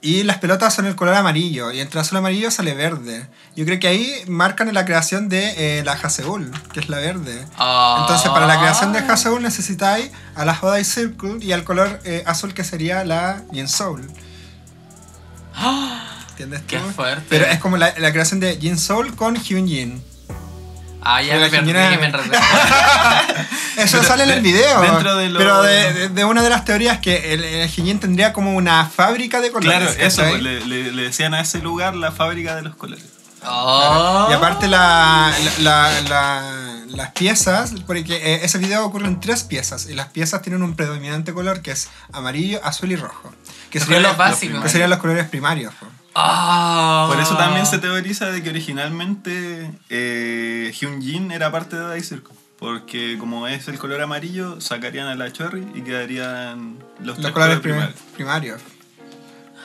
[SPEAKER 2] Y las pelotas son el color amarillo, y entre azul y amarillo sale verde. Yo creo que ahí marcan la creación de eh, la Haseul, que es la verde.
[SPEAKER 3] Ah.
[SPEAKER 2] Entonces, para la creación
[SPEAKER 4] Ah.
[SPEAKER 2] de Haseul necesitáis a la Hodai Circle y al color eh, azul que sería la Yin Soul.
[SPEAKER 3] Ah,
[SPEAKER 2] ¿Entiendes tú?
[SPEAKER 3] Qué fuerte.
[SPEAKER 2] Pero es como la, la creación de Jin Soul con Hyun Jin.
[SPEAKER 3] Ah, ya
[SPEAKER 2] Pero
[SPEAKER 3] me
[SPEAKER 2] la
[SPEAKER 3] perdí,
[SPEAKER 2] señora-
[SPEAKER 3] me enredé.
[SPEAKER 2] Eso
[SPEAKER 4] Pero
[SPEAKER 2] sale en
[SPEAKER 4] de-
[SPEAKER 2] el video.
[SPEAKER 4] dentro de lo-
[SPEAKER 2] Pero de, de- de una de las teorías que el, el Hyun Jin tendría como una fábrica de colores.
[SPEAKER 4] Claro, eso,
[SPEAKER 2] ¿cachai?
[SPEAKER 4] pues, le, le- le decían a ese lugar la fábrica de los colores.
[SPEAKER 3] Oh.
[SPEAKER 2] Y aparte la, la- la- la- las piezas, porque eh, ese video ocurre en tres piezas y las piezas tienen un predominante color que es amarillo, azul y rojo. Que,
[SPEAKER 3] Los
[SPEAKER 2] serían
[SPEAKER 3] colores
[SPEAKER 2] los, los-
[SPEAKER 3] básicos.
[SPEAKER 2] que serían los colores primarios. po.
[SPEAKER 3] Ah.
[SPEAKER 4] Por eso también se teoriza de que originalmente eh, Hyun Jin era parte de Dai Circle. Porque como es el color amarillo, sacarían a la Cherry y quedarían los,
[SPEAKER 2] Los
[SPEAKER 4] tres
[SPEAKER 2] colores
[SPEAKER 4] colores
[SPEAKER 2] prim-
[SPEAKER 4] primarios.
[SPEAKER 2] primarios.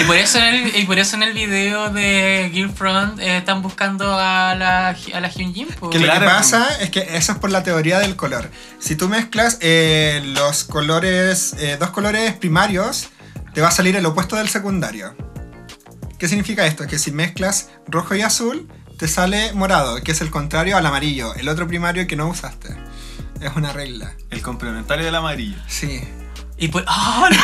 [SPEAKER 3] Y por eso en el, y por eso en el video de Girlfriend eh, están buscando a la, a la Hyunjin. po.
[SPEAKER 2] Que lo
[SPEAKER 4] Claro.
[SPEAKER 2] que pasa es que eso es por la teoría del color. Si tú mezclas eh, los colores, eh, dos colores primarios, te va a salir el opuesto del secundario. ¿Qué significa esto? Que si mezclas rojo y azul, te sale morado, que es el contrario al amarillo, el otro primario que no usaste. Es una regla.
[SPEAKER 4] El complementario del amarillo.
[SPEAKER 2] Sí.
[SPEAKER 3] Y por. ¡Ah, no!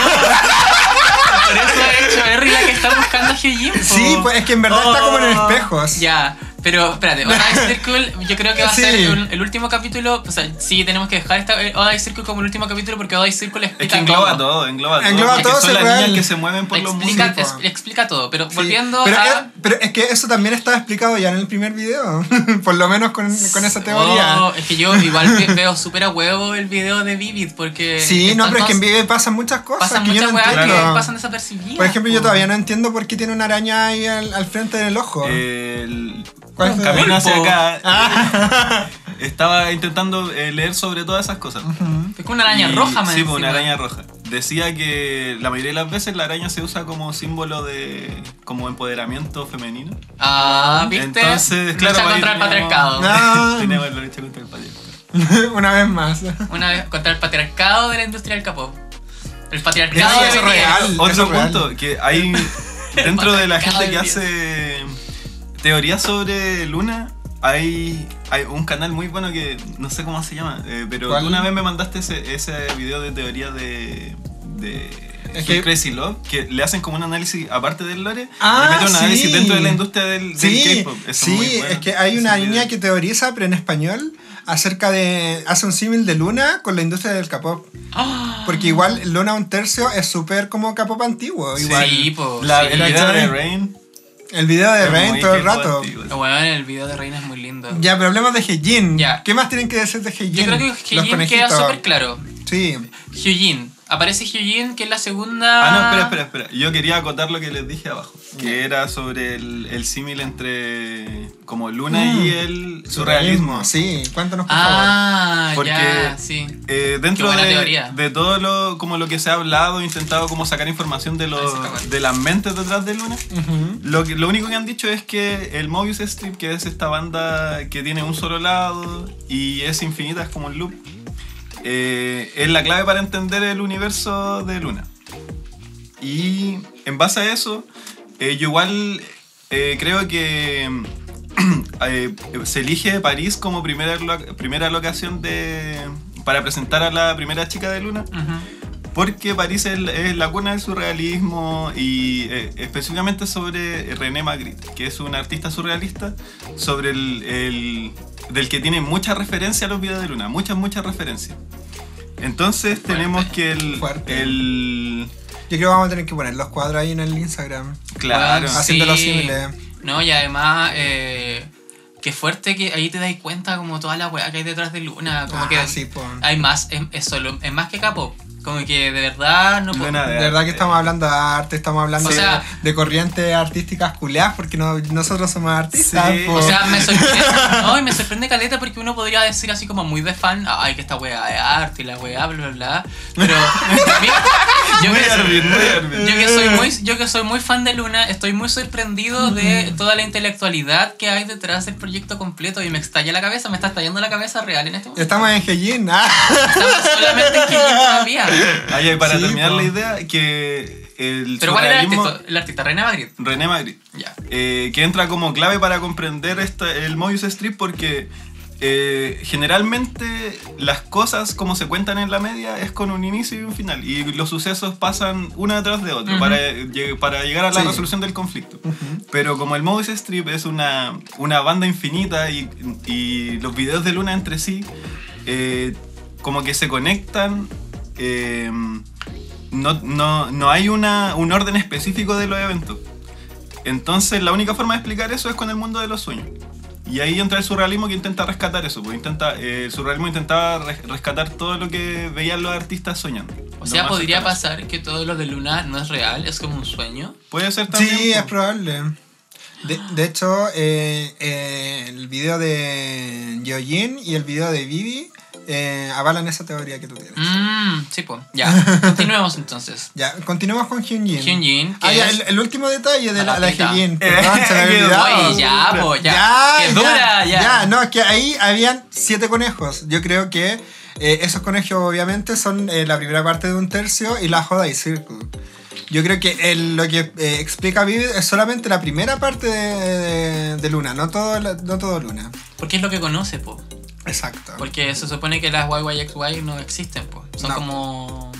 [SPEAKER 3] Por eso de hecho es la que está buscando a Hyunjin. po.
[SPEAKER 2] Sí, pues es que en verdad está como en
[SPEAKER 3] Oh.
[SPEAKER 2] espejos.
[SPEAKER 3] Ya, pero espérate, Odd Eye Circle, yo creo que va a
[SPEAKER 2] Sí.
[SPEAKER 3] ser un- el último capítulo. O sea, sí, tenemos que dejar esta, Odd Eye Circle como el último capítulo porque Odd Eye Circle
[SPEAKER 4] Es
[SPEAKER 3] explica
[SPEAKER 4] que engloba
[SPEAKER 3] todo.
[SPEAKER 4] todo, engloba todo.
[SPEAKER 2] Engloba
[SPEAKER 4] porque
[SPEAKER 2] todo,
[SPEAKER 4] son
[SPEAKER 2] sí,
[SPEAKER 4] las
[SPEAKER 2] real.
[SPEAKER 4] niñas que se mueven por los
[SPEAKER 3] Explica,
[SPEAKER 4] mundos.
[SPEAKER 2] mundos,
[SPEAKER 3] es-
[SPEAKER 2] po.
[SPEAKER 3] explica todo, pero
[SPEAKER 2] Sí.
[SPEAKER 3] volviendo
[SPEAKER 2] pero,
[SPEAKER 3] a.
[SPEAKER 2] es, pero es que eso también estaba explicado ya en el primer video, por lo menos con, con esa teoría.
[SPEAKER 3] Oh, es que yo igual ve- veo súper a huevo el video de Vivid porque.
[SPEAKER 2] Sí, no,
[SPEAKER 3] están
[SPEAKER 2] pero es que en
[SPEAKER 3] todas-
[SPEAKER 2] Vive pasan muchas cosas.
[SPEAKER 3] Pasan
[SPEAKER 2] que yo
[SPEAKER 3] muchas
[SPEAKER 2] no
[SPEAKER 3] weas que
[SPEAKER 2] entiendo.
[SPEAKER 3] pasan desapercibidas.
[SPEAKER 2] Por ejemplo, yo
[SPEAKER 3] po.
[SPEAKER 2] todavía no entiendo por qué tiene una araña ahí al, al frente del ojo.
[SPEAKER 4] Eh, El-
[SPEAKER 2] ¿Cuál fue?
[SPEAKER 4] camino hacia
[SPEAKER 3] Pulpo.
[SPEAKER 4] acá.
[SPEAKER 2] Ah.
[SPEAKER 4] Estaba intentando eh, leer sobre todas esas cosas.
[SPEAKER 3] Es como una araña
[SPEAKER 4] Y-
[SPEAKER 3] roja, man.
[SPEAKER 4] Sí, pues,
[SPEAKER 3] encima.
[SPEAKER 4] una araña roja. Decía que la mayoría de las veces la araña se usa como símbolo de como empoderamiento femenino.
[SPEAKER 3] Ah, ¿viste?
[SPEAKER 4] Entonces, claro,
[SPEAKER 3] Lucha
[SPEAKER 4] ahí
[SPEAKER 3] contra el
[SPEAKER 4] teníamos-
[SPEAKER 3] patriarcado.
[SPEAKER 2] Ah.
[SPEAKER 4] Tenemos la lucha contra el patriarcado.
[SPEAKER 2] una vez más.
[SPEAKER 3] Una vez contra el patriarcado de la industria del capó. El
[SPEAKER 2] Eso
[SPEAKER 3] patriarcado de
[SPEAKER 2] es
[SPEAKER 3] BTS.
[SPEAKER 2] real. Eso
[SPEAKER 4] Otro
[SPEAKER 2] es real.
[SPEAKER 4] punto, que hay Dentro de la
[SPEAKER 3] Cada
[SPEAKER 4] gente que
[SPEAKER 3] día.
[SPEAKER 4] hace teorías sobre Luna, hay, hay un canal muy bueno que no sé cómo se llama, eh, pero
[SPEAKER 2] ¿Cuál?
[SPEAKER 4] tú una vez me mandaste ese, ese video de teoría de. de
[SPEAKER 2] Es
[SPEAKER 4] Sweet
[SPEAKER 2] que-
[SPEAKER 4] Crazy Love, que le hacen como un análisis aparte del lore,
[SPEAKER 2] Ah,
[SPEAKER 4] le meten un análisis
[SPEAKER 2] sí.
[SPEAKER 4] dentro de la industria del, del
[SPEAKER 2] Sí,
[SPEAKER 4] K-pop. Eso es
[SPEAKER 2] sí,
[SPEAKER 4] muy bueno,
[SPEAKER 2] es que hay una
[SPEAKER 4] ese
[SPEAKER 2] niña
[SPEAKER 4] video.
[SPEAKER 2] que teoriza, pero en español, acerca de. hace un símil de Luna con la industria del K-pop.
[SPEAKER 3] Ah.
[SPEAKER 2] Porque igual Luna un tercio es súper como K-pop antiguo. Igual.
[SPEAKER 3] Sí, po.
[SPEAKER 4] La,
[SPEAKER 3] sí.
[SPEAKER 4] el
[SPEAKER 2] ¿cachai?
[SPEAKER 4] video de Rain.
[SPEAKER 2] El video de
[SPEAKER 4] es
[SPEAKER 2] Rain
[SPEAKER 4] muy
[SPEAKER 2] todo el
[SPEAKER 4] K-pop
[SPEAKER 2] rato.
[SPEAKER 4] antiguo, así.
[SPEAKER 3] Bueno, el video de Reina es muy lindo.
[SPEAKER 2] Ya, pero hablemos de Heijin.
[SPEAKER 3] Ya.
[SPEAKER 2] ¿Qué más tienen que decir de Heijin?
[SPEAKER 3] Yo creo que
[SPEAKER 2] Los
[SPEAKER 3] Hyojin queda
[SPEAKER 2] conejitos.
[SPEAKER 3] súper claro.
[SPEAKER 2] Sí.
[SPEAKER 3] Hyojin. Aparece Hyojin, que es la segunda.
[SPEAKER 4] Ah, no, espera, espera, espera. Yo quería acotar lo que les dije abajo. Que era sobre el, el símil entre como Luna
[SPEAKER 2] Mm.
[SPEAKER 4] y el surrealismo.
[SPEAKER 2] Sí, cuéntanos por favor.
[SPEAKER 3] Ah,
[SPEAKER 4] Porque-
[SPEAKER 3] ya, sí.
[SPEAKER 4] Eh, dentro
[SPEAKER 3] Qué buena
[SPEAKER 4] de,
[SPEAKER 3] teoría.
[SPEAKER 4] de todo lo, como lo que se ha hablado, intentado como sacar información de, los,
[SPEAKER 3] Ah, esa está
[SPEAKER 4] de las mentes detrás de Luna,
[SPEAKER 2] Ujú.
[SPEAKER 4] lo, que- lo único que han dicho es que el Mobius Strip, que es esta banda que tiene un solo lado y es infinita, es como un loop, eh, es la clave para entender el universo de Luna. Y en base a eso, eh, yo igual eh, creo que eh, se elige París como primera, lo- primera locación de, para presentar a la primera chica de Luna.
[SPEAKER 3] Ujú.
[SPEAKER 4] Porque París es, la- es la cuna del surrealismo y eh, específicamente sobre René Magritte, que es un artista surrealista sobre el, el- del que tiene mucha referencia a los videos de Luna, muchas, muchas referencias. Entonces tenemos que el,
[SPEAKER 2] Fuerte.
[SPEAKER 4] el-
[SPEAKER 2] Yo creo que vamos a tener que poner los cuadros ahí en el Instagram.
[SPEAKER 4] claro,
[SPEAKER 3] Bueno,
[SPEAKER 2] Haciendo los
[SPEAKER 3] Sí.
[SPEAKER 2] símiles.
[SPEAKER 3] No, y además, eh, qué fuerte que ahí te das cuenta como toda la weá que hay detrás de Luna. Como
[SPEAKER 2] Ah,
[SPEAKER 3] que
[SPEAKER 2] sí, po.
[SPEAKER 3] hay más, es, es solo, es más que capo. Como que de verdad no puedo.
[SPEAKER 4] Luna
[SPEAKER 2] De verdad que
[SPEAKER 4] arte.
[SPEAKER 2] estamos hablando de arte, estamos hablando
[SPEAKER 3] O sea-
[SPEAKER 2] de, de corrientes artísticas culeadas porque no- nosotros somos artistas.
[SPEAKER 4] Sí.
[SPEAKER 2] po.
[SPEAKER 3] O sea, me sorprende, no, y me sorprende caleta porque uno podría decir así como muy de fan, ay, que esta weá de arte y la weá, bla, bla, bla. Pero a mí- yo,
[SPEAKER 4] Muy
[SPEAKER 3] que,
[SPEAKER 4] árbitro, muy árbitro.
[SPEAKER 3] yo que soy muy, yo que soy muy fan de Luna, estoy muy sorprendido de toda la intelectualidad que hay detrás del proyecto completo y me estalla la cabeza, me está estallando la cabeza real en este momento.
[SPEAKER 2] Estamos en Heijin. ah.
[SPEAKER 3] Estamos solamente en que yo todavía.
[SPEAKER 4] Ah, ya, y para
[SPEAKER 2] Sí,
[SPEAKER 4] terminar
[SPEAKER 2] po.
[SPEAKER 4] la idea, que el
[SPEAKER 3] Pero ¿cuál era este el
[SPEAKER 4] surrealismo-
[SPEAKER 3] artista? El artista, Reina Madrid.
[SPEAKER 4] René Magritte.
[SPEAKER 3] Ya.
[SPEAKER 4] eh, que entra como clave para comprender esta- el Mobius Strip porque eh, generalmente las cosas como se cuentan en la media es con un inicio y un final y los sucesos pasan una detrás de otra
[SPEAKER 3] Ujú.
[SPEAKER 4] para, lleg- para llegar a la
[SPEAKER 2] Sí.
[SPEAKER 4] resolución del conflicto. Pero como el Mobius Strip es una, una banda infinita y, y los videos de Luna entre sí eh, como que se conectan. eh, no, no- no hay una, un orden específico de los eventos. Entonces la única forma de explicar eso es con el mundo de los sueños. Y ahí entra el surrealismo que intenta rescatar eso, porque intenta, eh, el surrealismo intentaba res- rescatar todo lo que veían los artistas soñando.
[SPEAKER 3] O sea,
[SPEAKER 4] Lo más
[SPEAKER 3] podría
[SPEAKER 4] cercano.
[SPEAKER 3] pasar que todo lo de Luna no es real, es como un sueño.
[SPEAKER 4] Puede ser también. pues.
[SPEAKER 2] Sí,
[SPEAKER 4] po.
[SPEAKER 2] es probable. De, de hecho, eh, eh, el video de Yojin y el video de Vivi eh, avalan esa teoría que tú tienes.
[SPEAKER 3] Mmm, sí, pues. Ya, continuemos entonces.
[SPEAKER 2] Ya, continuamos con Hyunjin.
[SPEAKER 3] Hyunjin, que
[SPEAKER 2] Ah, ya,
[SPEAKER 3] es-
[SPEAKER 2] el, el último detalle de la, la
[SPEAKER 3] Mamacita.
[SPEAKER 2] Hyunjin. Perdón, se me
[SPEAKER 4] Qué
[SPEAKER 2] había
[SPEAKER 4] guay,
[SPEAKER 2] olvidado.
[SPEAKER 3] Oye, ya, pues, ya. que
[SPEAKER 2] ya,
[SPEAKER 3] dura, ya.
[SPEAKER 2] Ya, no, es que ahí habían siete conejos. Yo creo que eh, esos conejos, obviamente, son eh, la primera parte de un tercio y la joda y circle. Yo creo que el- lo que eh, explica Vivid es solamente la primera parte de, de- de Luna, no todo, la- no todo Luna.
[SPEAKER 3] Porque es lo que conoce, po.
[SPEAKER 2] Exacto.
[SPEAKER 3] Porque se supone que las YYXY no existen, po. Son
[SPEAKER 2] No.
[SPEAKER 3] como.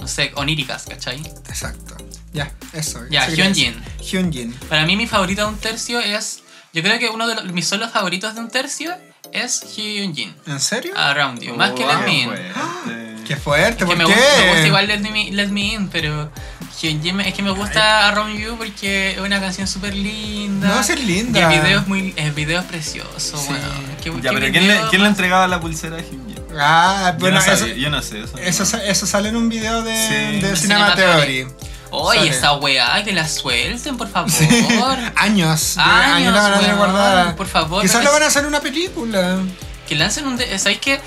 [SPEAKER 3] No sé, oníricas, ¿cachai?
[SPEAKER 2] Exacto. Ya, eso.
[SPEAKER 3] Ya,
[SPEAKER 2] eso quería decir.
[SPEAKER 3] Hyunjin.
[SPEAKER 2] Hyunjin.
[SPEAKER 3] Para mí, mi favorita de un tercio es. Yo creo que uno de los- mis solos favoritos de un tercio es Hyunjin.
[SPEAKER 2] ¿En serio?
[SPEAKER 3] Around You. Más que
[SPEAKER 4] Oh,
[SPEAKER 3] Let
[SPEAKER 4] qué
[SPEAKER 3] Me In.
[SPEAKER 2] pues,
[SPEAKER 4] fuerte.
[SPEAKER 2] Qué fuerte,
[SPEAKER 3] Es Ah, que
[SPEAKER 2] ¿por
[SPEAKER 3] me
[SPEAKER 2] qué?
[SPEAKER 3] gusta, me gusta igual Let Me, Let Me In, pero Hyunjin me- es que me gusta Around You porque es una canción súper linda.
[SPEAKER 2] No, sí es linda.
[SPEAKER 3] Y el video es, muy, el video es precioso,
[SPEAKER 2] Sí.
[SPEAKER 3] weón. Qué- qué
[SPEAKER 4] Ya, pero ¿quién le,
[SPEAKER 3] video
[SPEAKER 4] quién le
[SPEAKER 3] más-
[SPEAKER 4] entregaba la pulsera a Hyunjin? Yo,
[SPEAKER 2] Ah, bueno,
[SPEAKER 4] no
[SPEAKER 2] eso,
[SPEAKER 4] sabía- yo no sé eso.
[SPEAKER 2] eso, sa- eso sale en un video de,
[SPEAKER 4] Sí.
[SPEAKER 2] de
[SPEAKER 4] De
[SPEAKER 2] Cinema
[SPEAKER 3] Cinema
[SPEAKER 2] Theory.
[SPEAKER 3] Oye,
[SPEAKER 2] Sorry.
[SPEAKER 3] esa weá, que la suelten, por favor.
[SPEAKER 2] Sí. Años. de-
[SPEAKER 3] Años,
[SPEAKER 2] la van a tener
[SPEAKER 3] weón,
[SPEAKER 2] guardada.
[SPEAKER 3] por favor,
[SPEAKER 2] Quizás
[SPEAKER 3] me
[SPEAKER 2] lo
[SPEAKER 3] parece-
[SPEAKER 2] van a hacer en una película.
[SPEAKER 3] Que lancen un... de- ¿Sabéis qué?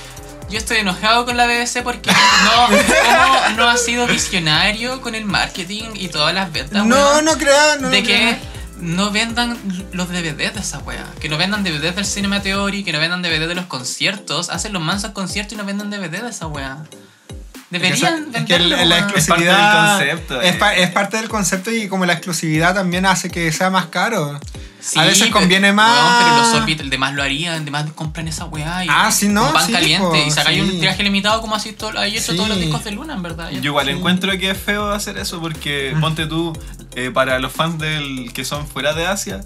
[SPEAKER 3] Yo estoy enojado con la BBC porque no, cómo no ha sido visionario con el marketing y todas las ventas.
[SPEAKER 2] No,
[SPEAKER 3] weón.
[SPEAKER 2] no crean. No,
[SPEAKER 3] de
[SPEAKER 2] no
[SPEAKER 3] que
[SPEAKER 2] crean.
[SPEAKER 3] no vendan los DVDs de esa wea. Que no vendan DVDs del Cinema Theory, que no vendan DVDs de los conciertos. Hacen los mansos conciertos y no vendan DVDs de esa wea. Deberían
[SPEAKER 2] Es que el-
[SPEAKER 3] venderlo,
[SPEAKER 2] la
[SPEAKER 3] weón.
[SPEAKER 2] exclusividad
[SPEAKER 4] Es parte del concepto,
[SPEAKER 2] es, pa-
[SPEAKER 4] eh.
[SPEAKER 2] es parte del concepto y como la exclusividad también hace que sea más caro.
[SPEAKER 3] Sí,
[SPEAKER 2] a veces
[SPEAKER 3] pero-
[SPEAKER 2] conviene
[SPEAKER 3] weón,
[SPEAKER 2] más.
[SPEAKER 3] pero los zombies demás lo harían, demás compran esa weá y
[SPEAKER 2] Ah, sí, no,
[SPEAKER 3] con pan
[SPEAKER 2] sí,
[SPEAKER 3] caliente
[SPEAKER 2] po,
[SPEAKER 3] y sacáis
[SPEAKER 2] sí.
[SPEAKER 3] un traje limitado como así todo, hay hecho
[SPEAKER 2] Sí.
[SPEAKER 3] todos los discos de Luna, en verdad.
[SPEAKER 4] Yo igual encuentro que es feo hacer eso porque
[SPEAKER 2] Mm.
[SPEAKER 4] ponte tú, eh, para los fans del que son fuera de Asia,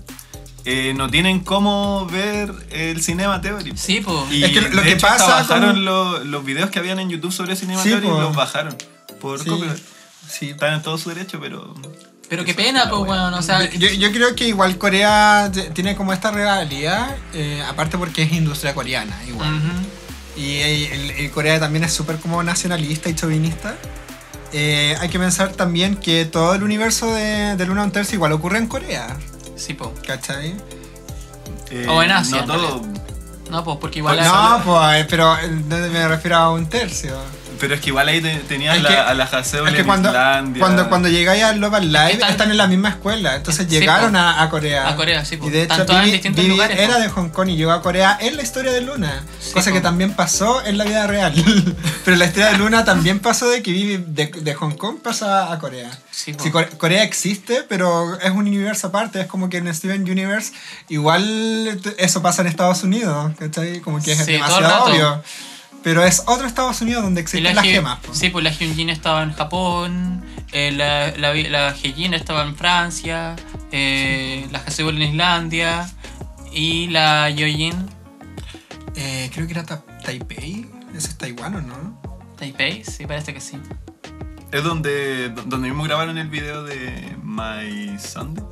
[SPEAKER 4] eh, no tienen cómo ver el Cinema Theory.
[SPEAKER 3] Sí, po.
[SPEAKER 4] Y
[SPEAKER 2] Es que lo
[SPEAKER 4] de
[SPEAKER 2] que
[SPEAKER 4] hecho, hasta
[SPEAKER 2] pasa
[SPEAKER 4] bajaron
[SPEAKER 2] con-
[SPEAKER 4] los, los videos que habían en YouTube sobre Cinema
[SPEAKER 2] Sí,
[SPEAKER 4] Theory,
[SPEAKER 2] po.
[SPEAKER 4] los bajaron por
[SPEAKER 2] Sí.
[SPEAKER 4] copyright.
[SPEAKER 2] Sí.
[SPEAKER 4] Están en todo su derecho, pero...
[SPEAKER 3] pero qué
[SPEAKER 4] eso es
[SPEAKER 3] pena,
[SPEAKER 4] una
[SPEAKER 3] po,
[SPEAKER 4] weá.
[SPEAKER 3] weón. O sea,
[SPEAKER 2] Yo, yo creo que igual Corea t- tiene como esta realidad, eh, aparte porque es industria coreana igual.
[SPEAKER 3] ujú.
[SPEAKER 2] Y el, el Corea también es súper como nacionalista y chauvinista. Eh, hay que pensar también que todo el universo de, de Luna un tercio igual ocurre en Corea,
[SPEAKER 3] sí, po.
[SPEAKER 2] ¿cachai?
[SPEAKER 4] eh,
[SPEAKER 3] O en Asia,
[SPEAKER 4] No
[SPEAKER 3] en
[SPEAKER 4] todo.
[SPEAKER 3] No, po, porque igual.
[SPEAKER 4] Pues
[SPEAKER 3] hay-
[SPEAKER 2] no, pues, pero eh, me refiero a un tercio.
[SPEAKER 4] Pero es que igual ahí te- tenías
[SPEAKER 2] Es
[SPEAKER 4] la-
[SPEAKER 2] que-
[SPEAKER 4] a la Haseo
[SPEAKER 2] Es que
[SPEAKER 4] en
[SPEAKER 2] cuando,
[SPEAKER 4] Islandia.
[SPEAKER 2] cuando, cuando llegáis a Global Live
[SPEAKER 3] están-
[SPEAKER 2] están en la misma escuela, entonces
[SPEAKER 3] Sí,
[SPEAKER 2] llegaron
[SPEAKER 3] po.
[SPEAKER 2] a, a Corea.
[SPEAKER 3] A Corea, sí, po.
[SPEAKER 2] Y de hecho,
[SPEAKER 3] Están todas en
[SPEAKER 2] Vivi-
[SPEAKER 3] distintos
[SPEAKER 2] Vivi
[SPEAKER 3] lugares, po.
[SPEAKER 2] era de Hong Kong y llegó a Corea en la historia de Luna,
[SPEAKER 3] Sí,
[SPEAKER 2] cosa
[SPEAKER 3] po.
[SPEAKER 2] que también pasó en la vida real. Pero en la historia de Luna también pasó de que Vivi de, de Hong Kong pasa a Corea.
[SPEAKER 3] Sí, po.
[SPEAKER 2] Sí, Core- Corea existe, pero es un universo aparte, es como que en Steven Universe igual t- eso pasa en Estados Unidos, ¿cachai? Como que es
[SPEAKER 3] Sí, todo el
[SPEAKER 2] demasiado
[SPEAKER 3] rato.
[SPEAKER 2] obvio. Pero es otro Estados Unidos donde
[SPEAKER 3] Y
[SPEAKER 2] existen
[SPEAKER 3] la
[SPEAKER 2] las
[SPEAKER 3] Ge-
[SPEAKER 2] gemas. po.
[SPEAKER 3] Sí, pues la Hyunjin estaba en Japón, eh, la, la, la Heijin estaba en Francia, eh, la Hasebo en Islandia y la Yojin,
[SPEAKER 2] Eh, creo que era Ta- Taipei. Ese es Taiwán, ¿o no?
[SPEAKER 3] Taipei, sí, parece que sí.
[SPEAKER 4] Es donde, donde mismo grabaron el video de My Sunday.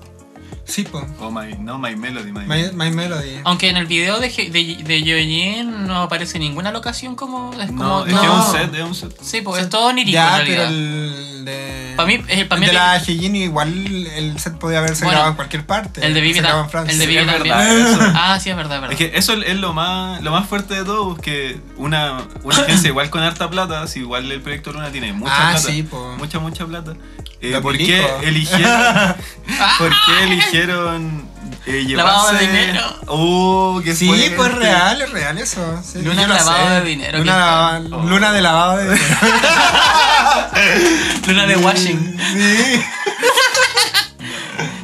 [SPEAKER 2] Sí, po.
[SPEAKER 4] O My... No, My Melody. My,
[SPEAKER 2] My, My Melody.
[SPEAKER 3] Aunque en el video de, Ge- de, de Yojin no aparece ninguna locación como. Es como
[SPEAKER 4] No, es que es
[SPEAKER 3] todo-
[SPEAKER 4] un
[SPEAKER 2] No.
[SPEAKER 4] set, es un set.
[SPEAKER 3] Sí, pues es todo onírico
[SPEAKER 2] ya,
[SPEAKER 3] en
[SPEAKER 2] pero
[SPEAKER 3] realidad.
[SPEAKER 2] el de...
[SPEAKER 3] Para mí, el, para mí
[SPEAKER 2] el de
[SPEAKER 3] el-
[SPEAKER 2] la Heijin igual el set podía haberse
[SPEAKER 3] Bueno,
[SPEAKER 2] grabado en cualquier parte.
[SPEAKER 3] el de Vivi
[SPEAKER 2] Se grabó en
[SPEAKER 3] tam-
[SPEAKER 2] Francia.
[SPEAKER 3] el de Vivi
[SPEAKER 4] es
[SPEAKER 3] también.
[SPEAKER 4] verdad, eso.
[SPEAKER 3] Ah, sí, es verdad, es verdad.
[SPEAKER 4] Es que eso es lo más, lo más fuerte de todo, que una, una agencia igual con harta plata, si igual el proyecto Luna tiene mucha
[SPEAKER 2] Ah,
[SPEAKER 4] plata,
[SPEAKER 2] sí, po.
[SPEAKER 4] mucha, mucha plata, eh,
[SPEAKER 2] Lo
[SPEAKER 4] ¿por, qué
[SPEAKER 2] publico.
[SPEAKER 4] eligieron, ¿por qué eligieron eh,
[SPEAKER 3] Lavado
[SPEAKER 4] llevarse...
[SPEAKER 3] de dinero.
[SPEAKER 4] ¡Oh, qué
[SPEAKER 2] Sí,
[SPEAKER 4] fuerte!
[SPEAKER 2] pues real, es real eso. sí.
[SPEAKER 3] Luna
[SPEAKER 2] Yo lo
[SPEAKER 3] lavado
[SPEAKER 2] sé.
[SPEAKER 3] de dinero,
[SPEAKER 2] Luna,
[SPEAKER 3] que
[SPEAKER 2] lava-
[SPEAKER 4] está.
[SPEAKER 2] luna de lavado de dinero.
[SPEAKER 3] Luna
[SPEAKER 2] Mm.
[SPEAKER 3] de Washington.
[SPEAKER 2] Sí.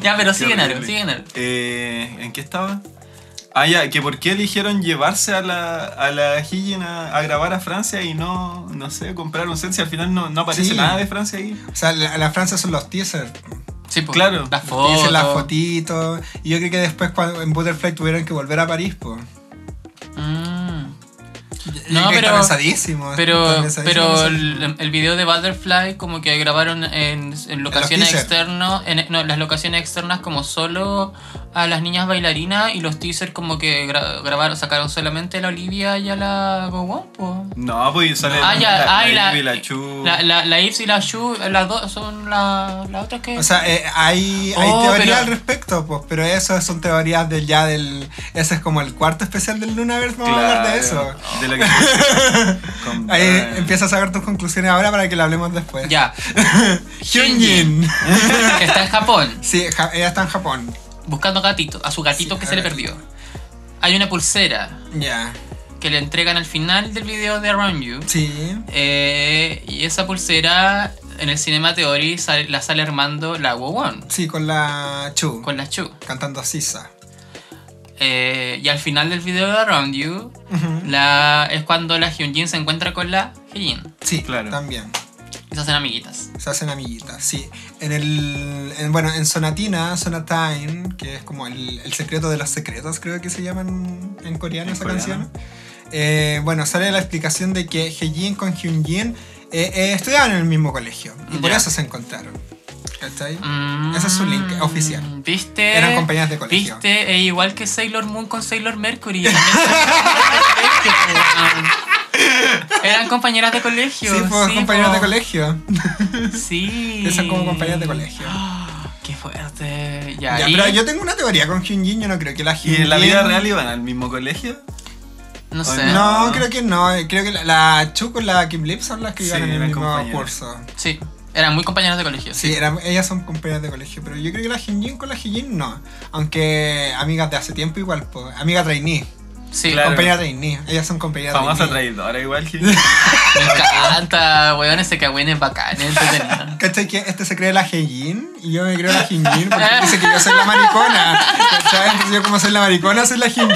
[SPEAKER 3] Ya, pero Ah, sigue
[SPEAKER 4] Qué
[SPEAKER 3] Naro,
[SPEAKER 4] horrible.
[SPEAKER 3] sigue Naro.
[SPEAKER 4] Eh, ¿En qué estaba? Ah, ya, que por qué eligieron llevarse a la, a la Higgin a, a grabar a Francia y no, no sé, comprar un set si al final no, no aparece
[SPEAKER 2] Sí.
[SPEAKER 4] nada de Francia ahí.
[SPEAKER 2] O sea, la, la Francia son los teasers.
[SPEAKER 3] Sí, pues.
[SPEAKER 4] Claro.
[SPEAKER 3] Las fotos.
[SPEAKER 2] Dicen las fotitos. Y yo creo que después cuando, en Butterfly tuvieron que volver a París, pues.
[SPEAKER 3] Mm.
[SPEAKER 2] No,
[SPEAKER 3] No,
[SPEAKER 2] pero,
[SPEAKER 3] pero-
[SPEAKER 2] pensadísimo. está
[SPEAKER 3] Pero,
[SPEAKER 2] pensadísimo
[SPEAKER 3] pero
[SPEAKER 2] eso.
[SPEAKER 3] el, el video de Butterfly como que grabaron en, en locaciones
[SPEAKER 2] teasers.
[SPEAKER 3] externas, en, no, las locaciones externas como solo a las niñas bailarinas y los teasers como que gra- grabaron, sacaron solamente a la Olivia y a la Go Won, po.
[SPEAKER 4] No, pues sale
[SPEAKER 3] Ah, ya,
[SPEAKER 4] la,
[SPEAKER 3] ah, y
[SPEAKER 4] la,
[SPEAKER 3] la,
[SPEAKER 4] Ivy, la Chu.
[SPEAKER 3] la, la- la Ibs y la Shu, las dos son la- las otras que...
[SPEAKER 2] O sea, eh, hay, hay
[SPEAKER 3] Oh,
[SPEAKER 2] teoría
[SPEAKER 3] pero-
[SPEAKER 2] al respecto, pues, pero eso son teorías del ya del. Ese es como el cuarto especial del Lunaverse, vamos a hablar de eso.
[SPEAKER 4] De lo que. con-
[SPEAKER 2] Ahí
[SPEAKER 4] eh,
[SPEAKER 2] empiezas a sacar tus conclusiones ahora para que la hablemos después.
[SPEAKER 3] ya,
[SPEAKER 2] Hyunjin.
[SPEAKER 3] que está en Japón,
[SPEAKER 2] Sí, ja- ella está en Japón.
[SPEAKER 3] buscando gatito, a su gatito
[SPEAKER 2] Sí,
[SPEAKER 3] que
[SPEAKER 2] a
[SPEAKER 3] se le
[SPEAKER 2] gatito.
[SPEAKER 3] perdió. Hay una pulsera
[SPEAKER 2] Ya.
[SPEAKER 3] que le entregan al final del video de Around You.
[SPEAKER 2] Sí.
[SPEAKER 3] Eh, y esa pulsera en el Cinema Theory sale- la sale armando la Wowon
[SPEAKER 2] Sí, con la Chu.
[SPEAKER 3] con la Chu.
[SPEAKER 2] Cantando Sisa.
[SPEAKER 3] Eh, y al final del video de Around You la, es cuando la Hyunjin se encuentra con la Heijin.
[SPEAKER 2] Sí,
[SPEAKER 4] Claro.
[SPEAKER 2] también.
[SPEAKER 3] Y se hacen amiguitas.
[SPEAKER 2] Se hacen amiguitas, sí. En el. en- bueno, en Sonatina, Sonatine, que es como el, el secreto de los secretos, creo que se llama en, en coreano
[SPEAKER 4] En
[SPEAKER 2] esa
[SPEAKER 4] coreano.
[SPEAKER 2] canción. Eh, bueno, sale la explicación de que Heijin con Hyunjin eh, eh, estudiaban en el mismo colegio. Y por
[SPEAKER 3] Ya.
[SPEAKER 2] eso se encontraron. ¿Cachai?
[SPEAKER 3] Mm,
[SPEAKER 2] Ese es su link oficial.
[SPEAKER 3] ¿Viste?
[SPEAKER 2] Eran compañeras de colegio.
[SPEAKER 3] ¿Viste? Es igual que Sailor Moon con Sailor Mercury. También son compañeras de colegio, po. Eran compañeras de
[SPEAKER 2] Sí,
[SPEAKER 3] colegio.
[SPEAKER 2] pues compañeros
[SPEAKER 3] po.
[SPEAKER 2] de colegio.
[SPEAKER 3] Sí.
[SPEAKER 2] Esas como compañeras de colegio.
[SPEAKER 3] Ah, Qué fuerte. Ya,
[SPEAKER 2] Ya,
[SPEAKER 3] y-
[SPEAKER 2] pero yo tengo una teoría con Hyunjin, yo no creo que la
[SPEAKER 4] ¿Y
[SPEAKER 2] Hyunjin.
[SPEAKER 4] en la vida real iban al mismo colegio?
[SPEAKER 3] No sé.
[SPEAKER 2] oh, No, creo que no. Creo que la, la Chu con la Kim Lip son las que
[SPEAKER 4] Sí,
[SPEAKER 2] iban en el
[SPEAKER 4] eran
[SPEAKER 2] mismo
[SPEAKER 4] compañeras.
[SPEAKER 2] curso.
[SPEAKER 3] Sí, eran muy compañeros de colegio.
[SPEAKER 2] Sí, eran- ellas son compañeras de colegio, pero yo creo que la Hyunjin con la Hyunjin no. Aunque amigas de hace tiempo igual, po. amiga trainee.
[SPEAKER 3] Sí,
[SPEAKER 4] Claro.
[SPEAKER 2] Compañía trainee. Ellas son compañía
[SPEAKER 4] Famosa
[SPEAKER 2] trainee.
[SPEAKER 4] traidora, igual que.
[SPEAKER 3] me encanta, weón, ese cagüen es bacán, es entretenido.
[SPEAKER 2] ¿Cachai que este se cree la Heijin? Y yo me creo la Heijin porque dice que yo soy la maricona. ¿Cachai? Entonces yo como soy la maricona, soy la Heijin.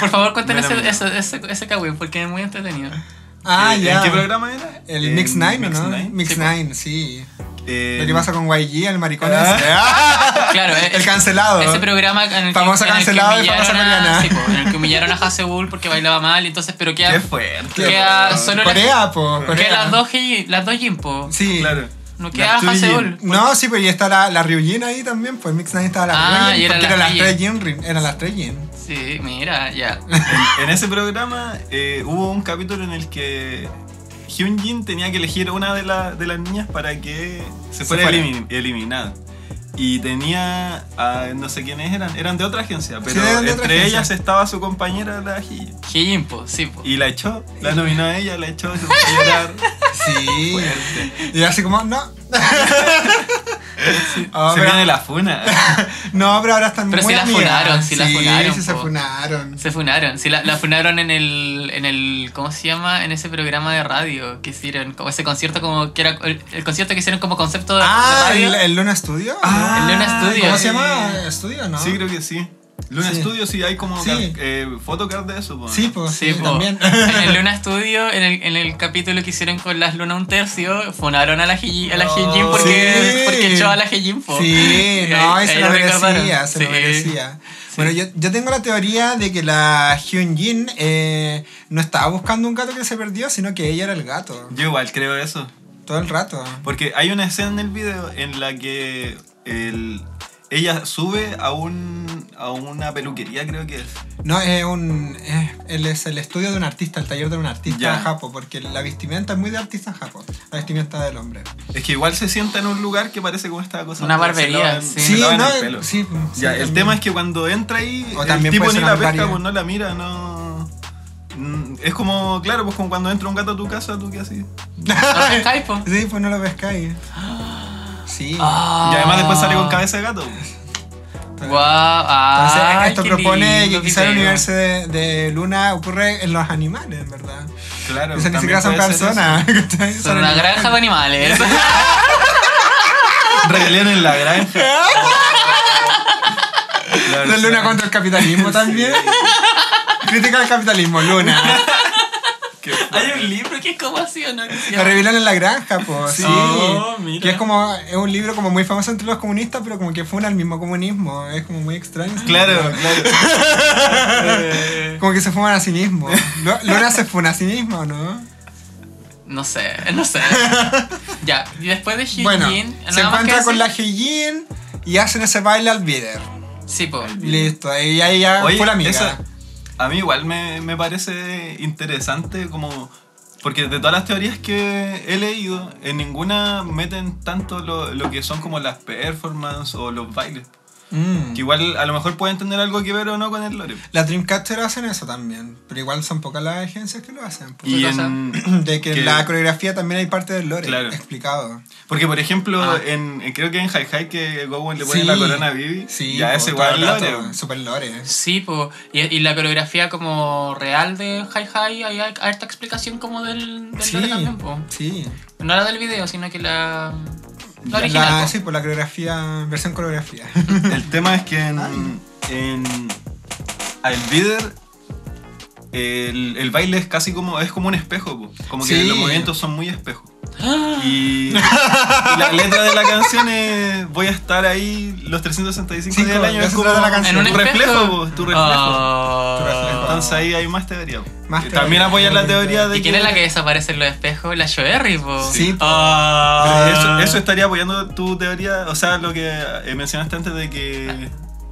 [SPEAKER 3] Por favor, cuenten
[SPEAKER 4] Mira,
[SPEAKER 3] ese,
[SPEAKER 4] mira.
[SPEAKER 3] ese, ese, ese cagüen porque es muy entretenido.
[SPEAKER 2] Ah,
[SPEAKER 4] Eh, ¿En
[SPEAKER 2] ya.
[SPEAKER 4] qué programa era?
[SPEAKER 2] El
[SPEAKER 4] En
[SPEAKER 2] Mix Nine, ¿o
[SPEAKER 4] Mix
[SPEAKER 2] ¿no?
[SPEAKER 4] Nine.
[SPEAKER 2] Mix
[SPEAKER 3] Sí, pues.
[SPEAKER 2] Nine, sí.
[SPEAKER 4] Eh,
[SPEAKER 2] Lo que pasa con YG, el maricón
[SPEAKER 4] Ah.
[SPEAKER 2] ese. ¡Ah!
[SPEAKER 3] Claro, eh,
[SPEAKER 2] El cancelado.
[SPEAKER 3] Ese programa en el que,
[SPEAKER 2] Famosa
[SPEAKER 3] en el que
[SPEAKER 2] cancelada y
[SPEAKER 3] humillaron
[SPEAKER 2] famosa
[SPEAKER 3] a-
[SPEAKER 2] coreana.
[SPEAKER 3] sí, po, en el que humillaron a Haseul porque bailaba mal, y entonces, pero
[SPEAKER 4] Qué
[SPEAKER 3] queda,
[SPEAKER 4] fuerte.
[SPEAKER 3] queda
[SPEAKER 4] weón.
[SPEAKER 3] solo
[SPEAKER 2] Corea, po.
[SPEAKER 3] la, queda
[SPEAKER 2] Corea.
[SPEAKER 3] las dos G- las dos Jin, po.
[SPEAKER 2] Sí.
[SPEAKER 4] Claro.
[SPEAKER 3] No queda
[SPEAKER 4] Las
[SPEAKER 3] Haseul.
[SPEAKER 2] No, sí, pero ya está la, la Ryujin ahí también, pues Mix Nine estaba la
[SPEAKER 3] Ah,
[SPEAKER 2] Ryujin,
[SPEAKER 3] y era
[SPEAKER 2] porque
[SPEAKER 3] la
[SPEAKER 2] eran las
[SPEAKER 3] Hyejin.
[SPEAKER 2] tres Jin, Rin- eran las tres Jin.
[SPEAKER 3] Sí, mira, ya.
[SPEAKER 4] En, en ese programa eh, hubo un capítulo en el que Hyunjin tenía que elegir una de, la- de las niñas para que se fuera,
[SPEAKER 2] fuera.
[SPEAKER 4] elimi- eliminada. Y tenía a no sé quiénes eran, eran de otra agencia, pero
[SPEAKER 2] eran de
[SPEAKER 4] entre
[SPEAKER 2] otra agencia.
[SPEAKER 4] ellas estaba su compañera la Ji.
[SPEAKER 3] G-Jin, po, sí, po.
[SPEAKER 4] Y la echó, la nominó a ella, la echó, se puso a llorar.
[SPEAKER 2] Sí.
[SPEAKER 4] Fuerte.
[SPEAKER 2] Y así como, no. Ah,
[SPEAKER 4] se
[SPEAKER 2] pero-
[SPEAKER 4] viene la funa.
[SPEAKER 2] No, pero ahora están
[SPEAKER 3] Pero
[SPEAKER 2] muy
[SPEAKER 3] sí la
[SPEAKER 2] amigas.
[SPEAKER 3] funaron, sí la funaron,
[SPEAKER 2] Sí, se
[SPEAKER 3] po.
[SPEAKER 2] funaron.
[SPEAKER 3] Se funaron, sí, la, la funaron en el, en el, ¿cómo se llama? En ese programa de radio que hicieron, como ese concierto como, que era el, el concierto que hicieron como concepto de, de
[SPEAKER 2] Ah,
[SPEAKER 3] radio.
[SPEAKER 2] ¿el, el Luna Studio?
[SPEAKER 4] Ah,
[SPEAKER 3] El Luna Studio.
[SPEAKER 2] ¿Cómo
[SPEAKER 3] sí.
[SPEAKER 2] se llama? ¿Estudio, no?
[SPEAKER 4] Sí, creo que sí. Luna
[SPEAKER 2] Sí.
[SPEAKER 4] Studio sí hay como
[SPEAKER 2] Sí.
[SPEAKER 4] car- eh, photocard de eso. po.
[SPEAKER 2] Sí, pues, sí,
[SPEAKER 3] Sí, po.
[SPEAKER 2] también.
[SPEAKER 3] En el Luna Studio, en el, en el capítulo que hicieron con las Luna un tercio, funaron a la Heijin a la
[SPEAKER 4] No.
[SPEAKER 3] Heijin porque,
[SPEAKER 2] Sí.
[SPEAKER 3] porque echó a la Heijin po.
[SPEAKER 2] Sí,
[SPEAKER 3] Y
[SPEAKER 2] no,
[SPEAKER 3] ahí-
[SPEAKER 2] y se
[SPEAKER 3] ahí
[SPEAKER 2] lo
[SPEAKER 3] recordaron.
[SPEAKER 2] merecía, se lo
[SPEAKER 3] Sí.
[SPEAKER 2] merecía. Bueno, yo, yo tengo la teoría de que la Hyunjin eh, no estaba buscando un gato que se perdió, sino que ella era el gato,
[SPEAKER 4] Yo igual creo eso.
[SPEAKER 2] todo el rato.
[SPEAKER 4] Porque hay una escena en el video en la que el- ella sube a, un, a una peluquería, creo que es.
[SPEAKER 2] No, es un. Es, él es el estudio de un artista, el taller de un artista
[SPEAKER 4] Ya.
[SPEAKER 2] japo, porque la vestimenta es muy de artista japo, la vestimenta del hombre.
[SPEAKER 4] Es que igual se sienta en un lugar que parece como esta cosa.
[SPEAKER 3] Una
[SPEAKER 4] donde se
[SPEAKER 3] barbería,
[SPEAKER 4] lavan-
[SPEAKER 3] sí.
[SPEAKER 4] se
[SPEAKER 2] Sí,
[SPEAKER 4] lavan
[SPEAKER 2] no, eh,
[SPEAKER 4] el pelo.
[SPEAKER 2] sí, mm, sí,
[SPEAKER 4] ya, el
[SPEAKER 2] también.
[SPEAKER 4] tema es que cuando entra ahí,
[SPEAKER 2] O
[SPEAKER 4] el
[SPEAKER 2] también
[SPEAKER 4] tipo
[SPEAKER 2] puede
[SPEAKER 4] ni
[SPEAKER 2] ser
[SPEAKER 4] la
[SPEAKER 2] una
[SPEAKER 4] pesca,
[SPEAKER 2] barbaridad.
[SPEAKER 4] pues no la mira, no. Mm, Es como, claro, pues como cuando entra un gato a tu casa, tú qué así.
[SPEAKER 3] No se cae, po.
[SPEAKER 2] Sí, pues no lo pescáis. Sí.
[SPEAKER 3] Ah.
[SPEAKER 4] Y además después sale con cabeza de gato. pues.
[SPEAKER 3] Guau,
[SPEAKER 2] Entonces,
[SPEAKER 4] Ah,
[SPEAKER 3] ay,
[SPEAKER 2] esto
[SPEAKER 3] qué
[SPEAKER 2] propone
[SPEAKER 3] lindo
[SPEAKER 2] que quizá el
[SPEAKER 3] video.
[SPEAKER 2] universo de, de Luna ocurre en los animales, en verdad.
[SPEAKER 4] Claro.
[SPEAKER 2] O sea, ni siquiera
[SPEAKER 4] también
[SPEAKER 2] este son
[SPEAKER 4] puede ser eso.
[SPEAKER 2] personas. ¿cachai?
[SPEAKER 3] Son una
[SPEAKER 2] animales.
[SPEAKER 3] granja de animales.
[SPEAKER 4] Rebelión en la granja. La
[SPEAKER 2] La Luna contra el capitalismo también. Crítica al capitalismo, Luna.
[SPEAKER 4] Qué
[SPEAKER 3] Hay un libro que es como así, ¿o no? Que se
[SPEAKER 2] La
[SPEAKER 3] llama-
[SPEAKER 2] revelan en la granja, pues. Sí.
[SPEAKER 4] Sí.
[SPEAKER 3] Oh, mira.
[SPEAKER 2] Que es como, es un libro como muy famoso entre los comunistas, pero como que fue al mismo comunismo. Es como muy extraño. ese
[SPEAKER 4] Claro,
[SPEAKER 2] libro.
[SPEAKER 4] claro. Eh,
[SPEAKER 2] Como que se fuman a sí mismo. Lu- Luna se fuma a sí mismo, ¿no?
[SPEAKER 3] No sé, no sé. ya, y después de Hyunjin,
[SPEAKER 2] Bueno,
[SPEAKER 3] nada
[SPEAKER 2] se
[SPEAKER 3] más que
[SPEAKER 2] encuentra con
[SPEAKER 3] decir-
[SPEAKER 2] la Heijin y hacen ese baile al bider.
[SPEAKER 3] Sí, po.
[SPEAKER 2] Listo, ahí ahí ya
[SPEAKER 4] Oye,
[SPEAKER 2] fue la amiga.
[SPEAKER 4] esa- a mí igual me, me parece interesante como... Porque de todas las teorías que he leído, en ninguna meten tanto lo, lo que son como las performances o los bailes.
[SPEAKER 2] Mm.
[SPEAKER 4] Que igual a lo mejor pueden tener algo que ver o no con el lore.
[SPEAKER 2] Las Dreamcatcher hacen eso también, pero igual son pocas las agencias que lo hacen. pues.
[SPEAKER 4] Y
[SPEAKER 3] cosa?
[SPEAKER 4] en,
[SPEAKER 2] de que,
[SPEAKER 4] que-
[SPEAKER 2] en la coreografía también hay parte del lore
[SPEAKER 4] Claro.
[SPEAKER 2] explicado.
[SPEAKER 4] Porque, por ejemplo,
[SPEAKER 3] Ah.
[SPEAKER 4] en, en- creo que en Hi Hi que Gowen le pone
[SPEAKER 2] Sí.
[SPEAKER 4] la corona a Vivi,
[SPEAKER 2] Sí,
[SPEAKER 4] ya
[SPEAKER 2] po,
[SPEAKER 4] es
[SPEAKER 2] todo
[SPEAKER 4] igual
[SPEAKER 2] el rato,
[SPEAKER 4] lore.
[SPEAKER 2] Super lore.
[SPEAKER 3] Sí, po. Y, y la coreografía como real de Hi Hi, hay hay harta explicación como del, del
[SPEAKER 2] Sí,
[SPEAKER 3] lore también, po.
[SPEAKER 2] sí.
[SPEAKER 3] No la del video, sino que la. La
[SPEAKER 4] La-
[SPEAKER 3] original.
[SPEAKER 2] La-
[SPEAKER 3] po.
[SPEAKER 2] sí, por la coreografía, versión coreografía.
[SPEAKER 4] El tema es que
[SPEAKER 2] Ay.
[SPEAKER 4] en, en al Bider el, el baile es casi como es como un espejo, po. como que
[SPEAKER 2] Sí.
[SPEAKER 4] los movimientos son muy espejos.
[SPEAKER 3] ¡Ah!
[SPEAKER 4] Y, y la letra de la canción es voy a estar ahí los 365 días del
[SPEAKER 2] Cinco,
[SPEAKER 4] año,
[SPEAKER 2] ya
[SPEAKER 4] es
[SPEAKER 2] se
[SPEAKER 4] como
[SPEAKER 2] trata la canción.
[SPEAKER 3] En un
[SPEAKER 4] tu
[SPEAKER 3] espejo.
[SPEAKER 4] reflejo, po, tu reflejo.
[SPEAKER 3] Ah.
[SPEAKER 2] Tu reflejo.
[SPEAKER 4] Entonces ahí hay más teoría. po.
[SPEAKER 2] Más
[SPEAKER 4] Y
[SPEAKER 2] teoría.
[SPEAKER 4] También apoya la teoría de
[SPEAKER 3] ¿Y quién es la que desaparece en los espejos? La Shoerry, po.
[SPEAKER 2] Sí, po.
[SPEAKER 3] Ah.
[SPEAKER 4] Pero Eso, eso estaría apoyando tu teoría, o sea, lo que eh, mencionaste antes de que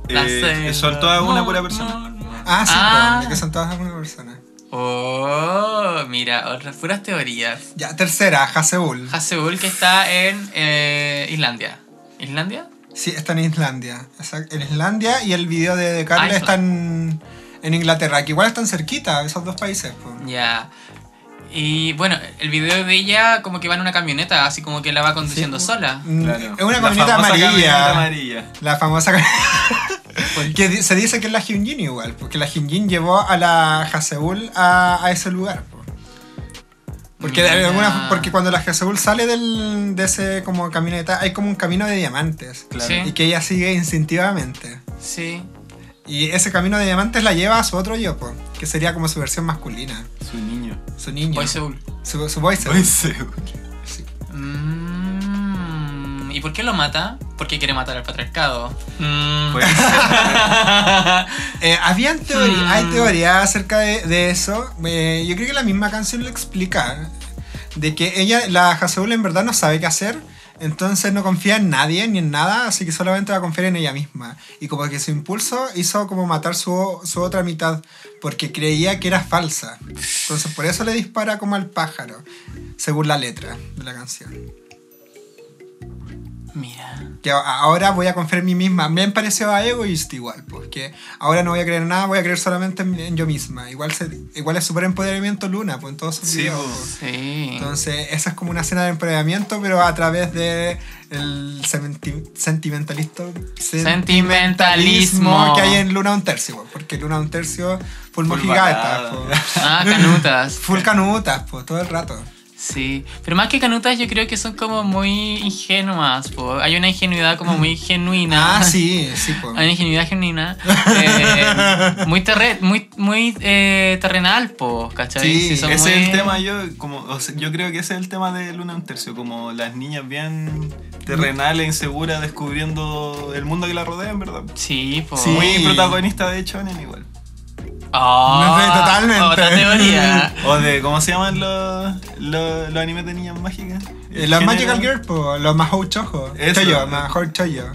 [SPEAKER 3] La
[SPEAKER 4] eh,
[SPEAKER 3] selva.
[SPEAKER 4] son todas una pura
[SPEAKER 3] No,
[SPEAKER 4] persona.
[SPEAKER 3] no, no.
[SPEAKER 2] Ah, sí,
[SPEAKER 3] Ah.
[SPEAKER 2] po, de que son todas algunas personas.
[SPEAKER 3] Oh, mira, otras puras teorías.
[SPEAKER 2] Ya, tercera, Haseul.
[SPEAKER 3] Haseul que está en eh, Islandia. ¿Islandia?
[SPEAKER 2] Sí, está en Islandia. Exact- En Islandia y el video de, de Carla
[SPEAKER 3] Island.
[SPEAKER 2] está en, en Inglaterra, que igual están cerquita esos dos países. po.
[SPEAKER 3] Ya. Y bueno, el video de ella como que va en una camioneta, así como que la va conduciendo sola.
[SPEAKER 2] Mm,
[SPEAKER 4] Claro.
[SPEAKER 2] Es una
[SPEAKER 4] La
[SPEAKER 2] camioneta
[SPEAKER 4] famosa
[SPEAKER 2] amarilla.
[SPEAKER 4] camioneta amarilla.
[SPEAKER 2] La famosa.
[SPEAKER 3] pues.
[SPEAKER 2] Que di- se dice que es la Hyunjin igual, porque la Hyunjin llevó a la Haseul a, a ese lugar. po. Porque, de
[SPEAKER 3] Mira.
[SPEAKER 2] alguna- porque cuando la Haseul sale del, de ese como camioneta, hay como un camino de diamantes.
[SPEAKER 4] Claro.
[SPEAKER 3] Sí.
[SPEAKER 2] Y que ella sigue instintivamente.
[SPEAKER 3] Sí.
[SPEAKER 2] Y ese camino de diamantes la lleva a su otro yo, po, que sería como su versión masculina,
[SPEAKER 4] Su niño.
[SPEAKER 2] su niño.
[SPEAKER 3] Boy Seul.
[SPEAKER 2] Su, su voice. Sí.
[SPEAKER 3] Mm, ¿Y por qué lo mata? Porque quiere matar al patriarcado. Mm.
[SPEAKER 4] Pues,
[SPEAKER 2] Eh, habían teoría,
[SPEAKER 3] Hmm.
[SPEAKER 2] hay teoría acerca de, de eso. Eh, yo creo que la misma canción lo explica. De que ella, la Haseul en verdad no sabe qué hacer. Entonces no confía en nadie ni en nada, así que solamente va a confiar en ella misma. Y como que su impulso hizo como matar su, su otra mitad, porque creía que era falsa. Entonces por eso le dispara como al pájaro, según la letra de la canción.
[SPEAKER 3] Mira.
[SPEAKER 2] Que a- ahora voy a confiar en mí misma. Me pareció a egoísta igual, porque ahora no voy a creer en nada, voy a creer solamente en, en yo misma. Igual, se, igual es súper empoderamiento Luna, pues en todos sus
[SPEAKER 4] Sí,
[SPEAKER 2] videos,
[SPEAKER 4] pues.
[SPEAKER 2] pues.
[SPEAKER 3] Sí.
[SPEAKER 2] Entonces, esa es como una escena de empoderamiento, pero a través de el sementi- sentimentalisto-
[SPEAKER 3] Sentimentalismo.
[SPEAKER 2] que hay en Luna un tercio, pues, porque Luna un tercio full mojigata,
[SPEAKER 4] balada.
[SPEAKER 2] pues.
[SPEAKER 3] Ah, canutas.
[SPEAKER 2] full canutas, pues, todo el rato.
[SPEAKER 3] Sí, pero más que canutas yo creo que son como muy ingenuas, po. hay una ingenuidad como muy genuina.
[SPEAKER 2] Ah, sí, sí, pues.
[SPEAKER 3] Hay una ingenuidad genuina. eh, muy terre- muy, muy eh, terrenal, po, ¿cachai?
[SPEAKER 2] Sí,
[SPEAKER 3] son
[SPEAKER 4] ese
[SPEAKER 3] muy-
[SPEAKER 4] es el tema, yo, como, o sea, yo creo que ese es el tema de Luna un tercio, como las niñas bien
[SPEAKER 3] Mm.
[SPEAKER 4] terrenales, inseguras, descubriendo el mundo que la rodea, en verdad.
[SPEAKER 3] Sí, po.
[SPEAKER 2] Sí.
[SPEAKER 4] Muy protagonista de Shonen igual.
[SPEAKER 3] Ah,
[SPEAKER 2] No sé, totalmente.
[SPEAKER 3] Otra teoría.
[SPEAKER 4] O de, ¿cómo se llaman los, los, los animes de niñas mágicas?
[SPEAKER 2] Eh,
[SPEAKER 4] El
[SPEAKER 2] Los
[SPEAKER 4] género-
[SPEAKER 2] Magical Girls, po, los Mahou Chojo.
[SPEAKER 4] Eso.
[SPEAKER 2] Choyo, Mahou Choyo.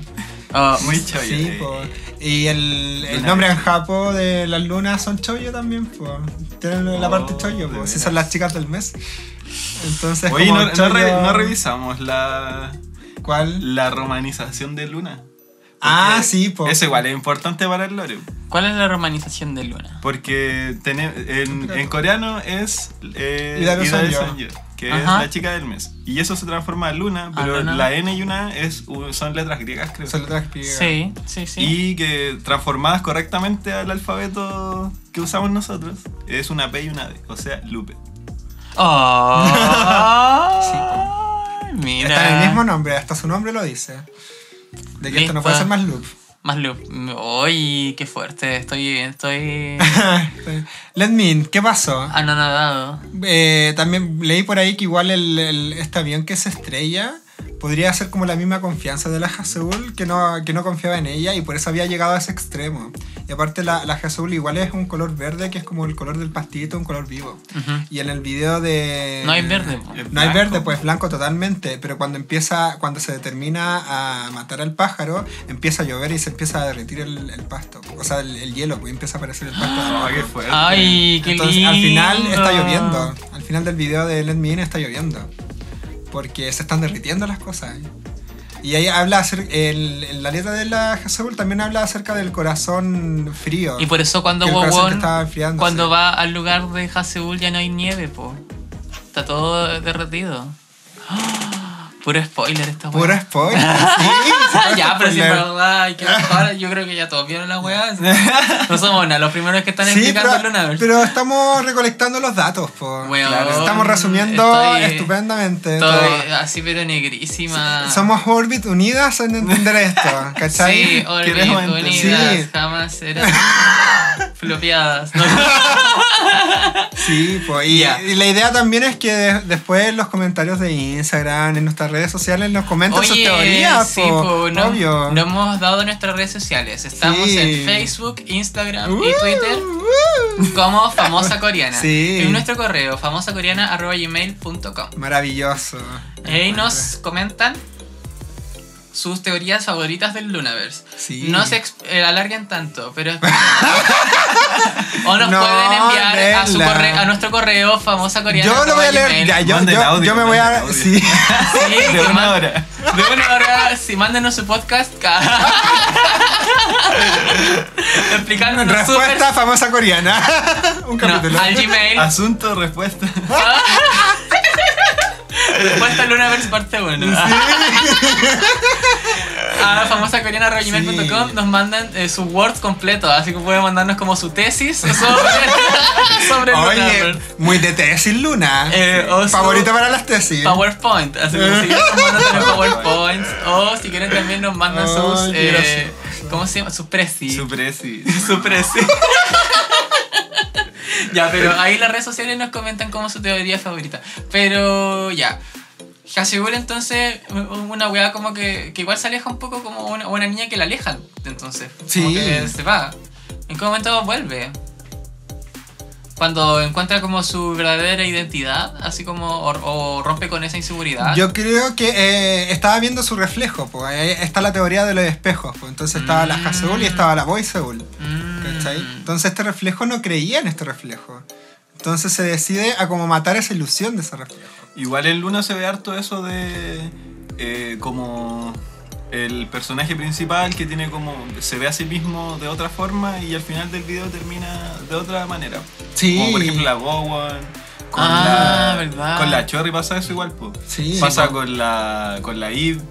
[SPEAKER 3] Oh,
[SPEAKER 4] Muy choyo.
[SPEAKER 2] Sí,
[SPEAKER 4] eh.
[SPEAKER 2] po. Y el, el
[SPEAKER 4] Luna
[SPEAKER 2] nombre en
[SPEAKER 4] verde.
[SPEAKER 2] Japo de las lunas son Choyo también, po. Tienen la
[SPEAKER 4] Oh,
[SPEAKER 2] parte Choyo,
[SPEAKER 4] de
[SPEAKER 2] po. Si
[SPEAKER 4] veras.
[SPEAKER 2] son las chicas del mes. Entonces,
[SPEAKER 4] Oye,
[SPEAKER 2] como
[SPEAKER 4] no, no
[SPEAKER 2] Choyo-
[SPEAKER 4] re- no revisamos la,
[SPEAKER 2] ¿Cuál?
[SPEAKER 4] la romanización de Luna. Porque
[SPEAKER 2] Ah, sí, po.
[SPEAKER 4] Eso igual es importante para el lore.
[SPEAKER 3] ¿Cuál es la romanización de Luna?
[SPEAKER 4] Porque tene- en, en coreano es eh,
[SPEAKER 2] Idaro Sonyo.
[SPEAKER 4] Sonyo, que
[SPEAKER 3] Ajá.
[SPEAKER 4] es la chica del mes. Y eso se transforma en Luna,
[SPEAKER 3] Ah,
[SPEAKER 4] pero
[SPEAKER 3] Luna.
[SPEAKER 4] la N y una es, u- son letras griegas, creo.
[SPEAKER 2] Son las pibas.
[SPEAKER 3] Sí, sí, sí.
[SPEAKER 4] Y que transformadas correctamente al alfabeto que usamos nosotros, es una P y una D, o sea, Lupe.
[SPEAKER 3] Oh,
[SPEAKER 2] Sí,
[SPEAKER 3] mira.
[SPEAKER 2] Está en el mismo nombre, hasta su nombre lo dice. De que esto no
[SPEAKER 3] Listo.
[SPEAKER 2] puede ser más loop.
[SPEAKER 3] Más loop. Uy, qué fuerte. Estoy. Estoy.
[SPEAKER 2] Let me in, ¿qué pasó?
[SPEAKER 3] anonadado.
[SPEAKER 2] Eh, también leí por ahí que igual el, el- este avión que se estrella podría ser como la misma confianza de la Haseul, que no, que no confiaba en ella y por eso había llegado a ese extremo. Y aparte la, la Haseul igual es un color verde, que es como el color del pastito, un color vivo.
[SPEAKER 3] Ujú.
[SPEAKER 2] Y en el video de...
[SPEAKER 3] No hay verde. po.
[SPEAKER 4] Es
[SPEAKER 2] No hay
[SPEAKER 4] blanco.
[SPEAKER 2] verde, pues blanco totalmente, pero cuando empieza, cuando se determina a matar al pájaro, empieza a llover y se empieza a derretir el, el pasto, o sea, el, el hielo, pues empieza a aparecer el pasto. de
[SPEAKER 4] Ah,
[SPEAKER 2] nuevo.
[SPEAKER 4] qué fuerte.
[SPEAKER 3] Ay, qué
[SPEAKER 2] Entonces,
[SPEAKER 3] lindo.
[SPEAKER 2] al final está lloviendo. Al final del video de Let Me In está lloviendo. Porque se están derritiendo las cosas. ¿eh? Y ahí habla acerca. el- el- la letra de la Haseul también habla acerca del corazón frío.
[SPEAKER 3] Y por eso cuando
[SPEAKER 2] Que el corazón que
[SPEAKER 3] Wowon,
[SPEAKER 2] estaba enfriándose.
[SPEAKER 3] cuando va al lugar de Haseul ya no hay nieve, po. Está todo derretido. ¡Ah! Puro spoiler esta
[SPEAKER 2] Puro
[SPEAKER 3] wea.
[SPEAKER 2] spoiler. sí, se puede
[SPEAKER 3] ya, pero si
[SPEAKER 2] spoiler.
[SPEAKER 3] verdad, ay, qué bajada. yo creo que ya todos vieron la wea. No somos nada, los primeros que están
[SPEAKER 2] Sí,
[SPEAKER 3] explicando
[SPEAKER 2] pero,
[SPEAKER 3] Luna.
[SPEAKER 2] pero estamos recolectando los datos, po.
[SPEAKER 3] Weón,
[SPEAKER 2] Claro, estamos resumiendo
[SPEAKER 3] estoy-
[SPEAKER 2] estupendamente.
[SPEAKER 3] Estoy así pero negrísima.
[SPEAKER 2] todo. Somos Orbit unidas en entender esto, ¿cachai?
[SPEAKER 3] Sí, Orbit,
[SPEAKER 4] Queremos entender.
[SPEAKER 3] unidas,
[SPEAKER 2] Sí.
[SPEAKER 3] jamás serán flopeadas. ¿no?
[SPEAKER 2] Sí, pues, y,
[SPEAKER 3] Ya.
[SPEAKER 2] y la idea también es que de- después en los comentarios de Instagram, en nuestras redes sociales, nos comenten sus teorías,
[SPEAKER 3] sí,
[SPEAKER 2] po,
[SPEAKER 3] po, no,
[SPEAKER 2] obvio.
[SPEAKER 3] no hemos dado nuestras redes sociales. Estamos
[SPEAKER 2] Sí.
[SPEAKER 3] en Facebook, Instagram
[SPEAKER 2] Uh,
[SPEAKER 3] y Twitter
[SPEAKER 2] uh.
[SPEAKER 3] como Famosa Coreana.
[SPEAKER 2] Sí.
[SPEAKER 3] En nuestro correo, famosacoreana.gmail.com.
[SPEAKER 2] Maravilloso.
[SPEAKER 3] Ahí nos comentan sus teorías favoritas del Lunaverse.
[SPEAKER 2] Sí.
[SPEAKER 3] No se ex- eh, alarguen tanto, pero... o nos
[SPEAKER 2] No,
[SPEAKER 3] pueden enviar a, su
[SPEAKER 2] denla.
[SPEAKER 3] corre- a nuestro correo famosa coreana.
[SPEAKER 2] Yo lo voy a leer. Ya, yo,
[SPEAKER 4] Manden
[SPEAKER 2] yo-
[SPEAKER 4] audio,
[SPEAKER 2] yo me voy
[SPEAKER 4] manden
[SPEAKER 2] a.
[SPEAKER 4] audio.
[SPEAKER 2] Sí.
[SPEAKER 4] De una hora.
[SPEAKER 3] De una hora, si mándenos su podcast, ca- explicándonos súper.
[SPEAKER 2] Respuesta famosa coreana. Un
[SPEAKER 3] No,
[SPEAKER 2] capítulo.
[SPEAKER 3] al Gmail,
[SPEAKER 4] Asunto, respuesta.
[SPEAKER 3] respuesta Lunaverse parte 1. a la famosa coreanaroymail.com
[SPEAKER 2] Sí.
[SPEAKER 3] nos mandan eh, su Word completo, así que pueden mandarnos como su tesis sobre, sobre Luna
[SPEAKER 2] Oye,
[SPEAKER 3] Lovers.
[SPEAKER 2] muy de tesis Luna.
[SPEAKER 3] Eh, o su-
[SPEAKER 2] Favorito para las tesis.
[SPEAKER 3] PowerPoint, así que si quieren nos mandan también PowerPoints o si quieren también nos mandan
[SPEAKER 2] Ay,
[SPEAKER 3] sus, eh,
[SPEAKER 2] gracioso.
[SPEAKER 3] ¿cómo se llama? Sus presi.
[SPEAKER 4] Su presi.
[SPEAKER 3] Su presi. ya, pero ahí en las redes sociales nos comentan como su teoría favorita. Pero ya. Hashibur entonces una weá como que, que igual se aleja un poco como una, una niña que la alejan entonces. Como
[SPEAKER 2] Sí.
[SPEAKER 3] que se va. ¿En qué momento vuelve? Cuando encuentra como su verdadera identidad, así como o, o rompe con esa inseguridad.
[SPEAKER 2] Yo creo que eh, estaba viendo su reflejo, pues ahí está la teoría de los espejos, pues entonces estaba la
[SPEAKER 3] Mm.
[SPEAKER 2] Haseul y estaba la Boy Seul,
[SPEAKER 3] Mm.
[SPEAKER 2] ¿cachai? Entonces este reflejo no creía en este reflejo. Entonces se decide a como matar esa ilusión de ese reflejo.
[SPEAKER 4] Igual en Luna se ve harto eso de. eh, como. El personaje principal que tiene como. Se ve a sí mismo de otra forma y al final del video termina de otra manera.
[SPEAKER 2] Sí.
[SPEAKER 4] Como por ejemplo la Bowen. Con,
[SPEAKER 3] Ah,
[SPEAKER 4] la,
[SPEAKER 3] verdad.
[SPEAKER 4] con la Chorri pasa eso igual, po.
[SPEAKER 2] Sí.
[SPEAKER 4] Pasa
[SPEAKER 3] po.
[SPEAKER 4] con la. con la Eve.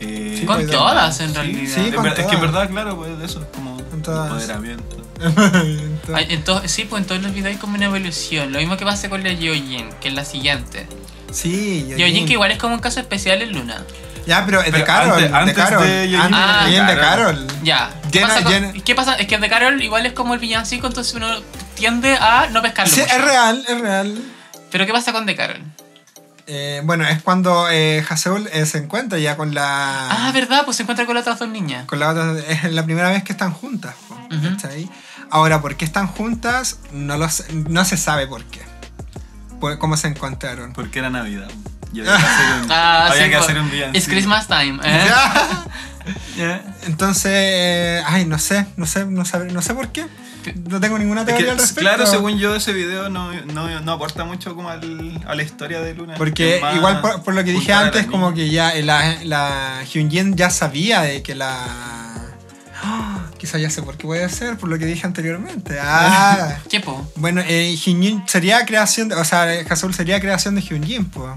[SPEAKER 4] eh,
[SPEAKER 2] Sí,
[SPEAKER 3] Con
[SPEAKER 2] pues,
[SPEAKER 3] todas en
[SPEAKER 4] sí,
[SPEAKER 3] realidad.
[SPEAKER 2] sí,
[SPEAKER 4] es,
[SPEAKER 2] con
[SPEAKER 4] ver- es que en
[SPEAKER 2] todas.
[SPEAKER 4] verdad, claro, pues de eso es como
[SPEAKER 2] Con todas.
[SPEAKER 4] empoderamiento.
[SPEAKER 2] Entonces-
[SPEAKER 3] Ay, entonces, sí, pues en todos los videos hay como una evolución. Lo mismo que pasa con la Yojin, que es la siguiente.
[SPEAKER 2] sí,
[SPEAKER 3] Yojin que igual es como un caso especial en Luna.
[SPEAKER 2] Ya, pero es de
[SPEAKER 4] Pero
[SPEAKER 2] Carol.
[SPEAKER 4] antes- antes
[SPEAKER 2] de Carol.
[SPEAKER 4] de Yoyin
[SPEAKER 2] Antes
[SPEAKER 3] era
[SPEAKER 2] de Yoyin,
[SPEAKER 4] de
[SPEAKER 2] de
[SPEAKER 4] Carol.
[SPEAKER 2] Carol.
[SPEAKER 3] Ah, Ya. ¿Qué
[SPEAKER 2] Llena-
[SPEAKER 3] pasa, con-
[SPEAKER 2] llena-
[SPEAKER 3] ¿Qué pasa? Es que de Carol igual es como el villancico, entonces uno tiende a no pescarlo.
[SPEAKER 2] Sí,
[SPEAKER 3] mucho.
[SPEAKER 2] es real, es real.
[SPEAKER 3] Pero ¿qué pasa con de Carol?
[SPEAKER 2] Eh, bueno, es cuando eh, Haseul eh, se encuentra ya con la.
[SPEAKER 3] Ah, verdad, pues se encuentra con las otras dos niñas.
[SPEAKER 2] con la otra, es la primera vez que están juntas. po,
[SPEAKER 3] Ujú.
[SPEAKER 2] ¿cachai? Ahora, ¿por qué están juntas? No, lo sé- no se sabe por qué. Por- ¿Cómo se encontraron?
[SPEAKER 4] Porque era Navidad. Y había que hacer
[SPEAKER 2] Mm.
[SPEAKER 4] un,
[SPEAKER 3] Ah,
[SPEAKER 4] había
[SPEAKER 3] sí,
[SPEAKER 4] que
[SPEAKER 3] pues,
[SPEAKER 4] hacer un día.
[SPEAKER 3] It's Christmas time. ¿eh?
[SPEAKER 2] Ya.
[SPEAKER 3] Ya.
[SPEAKER 2] Entonces, eh, ay, no sé, no sé, no, sabe- no sé por qué. No tengo ninguna
[SPEAKER 4] Es que,
[SPEAKER 2] teoría al respecto.
[SPEAKER 4] claro, según yo, ese video no, no, no aporta mucho como al- a la historia de Luna.
[SPEAKER 2] Porque
[SPEAKER 4] Es más
[SPEAKER 2] igual por, por lo que dije
[SPEAKER 4] juntar a la
[SPEAKER 2] antes,
[SPEAKER 4] niña.
[SPEAKER 2] como que ya eh, la, la Hyunjin ya sabía de que la... ¡Ah! quizá ya sé por qué puede ser, por lo que dije anteriormente. Ah.
[SPEAKER 3] ¿Qué po?
[SPEAKER 2] Bueno, eh, Hyunjin sería creación, de, o sea, eh, Haseul sería creación de Hyunjin, pues.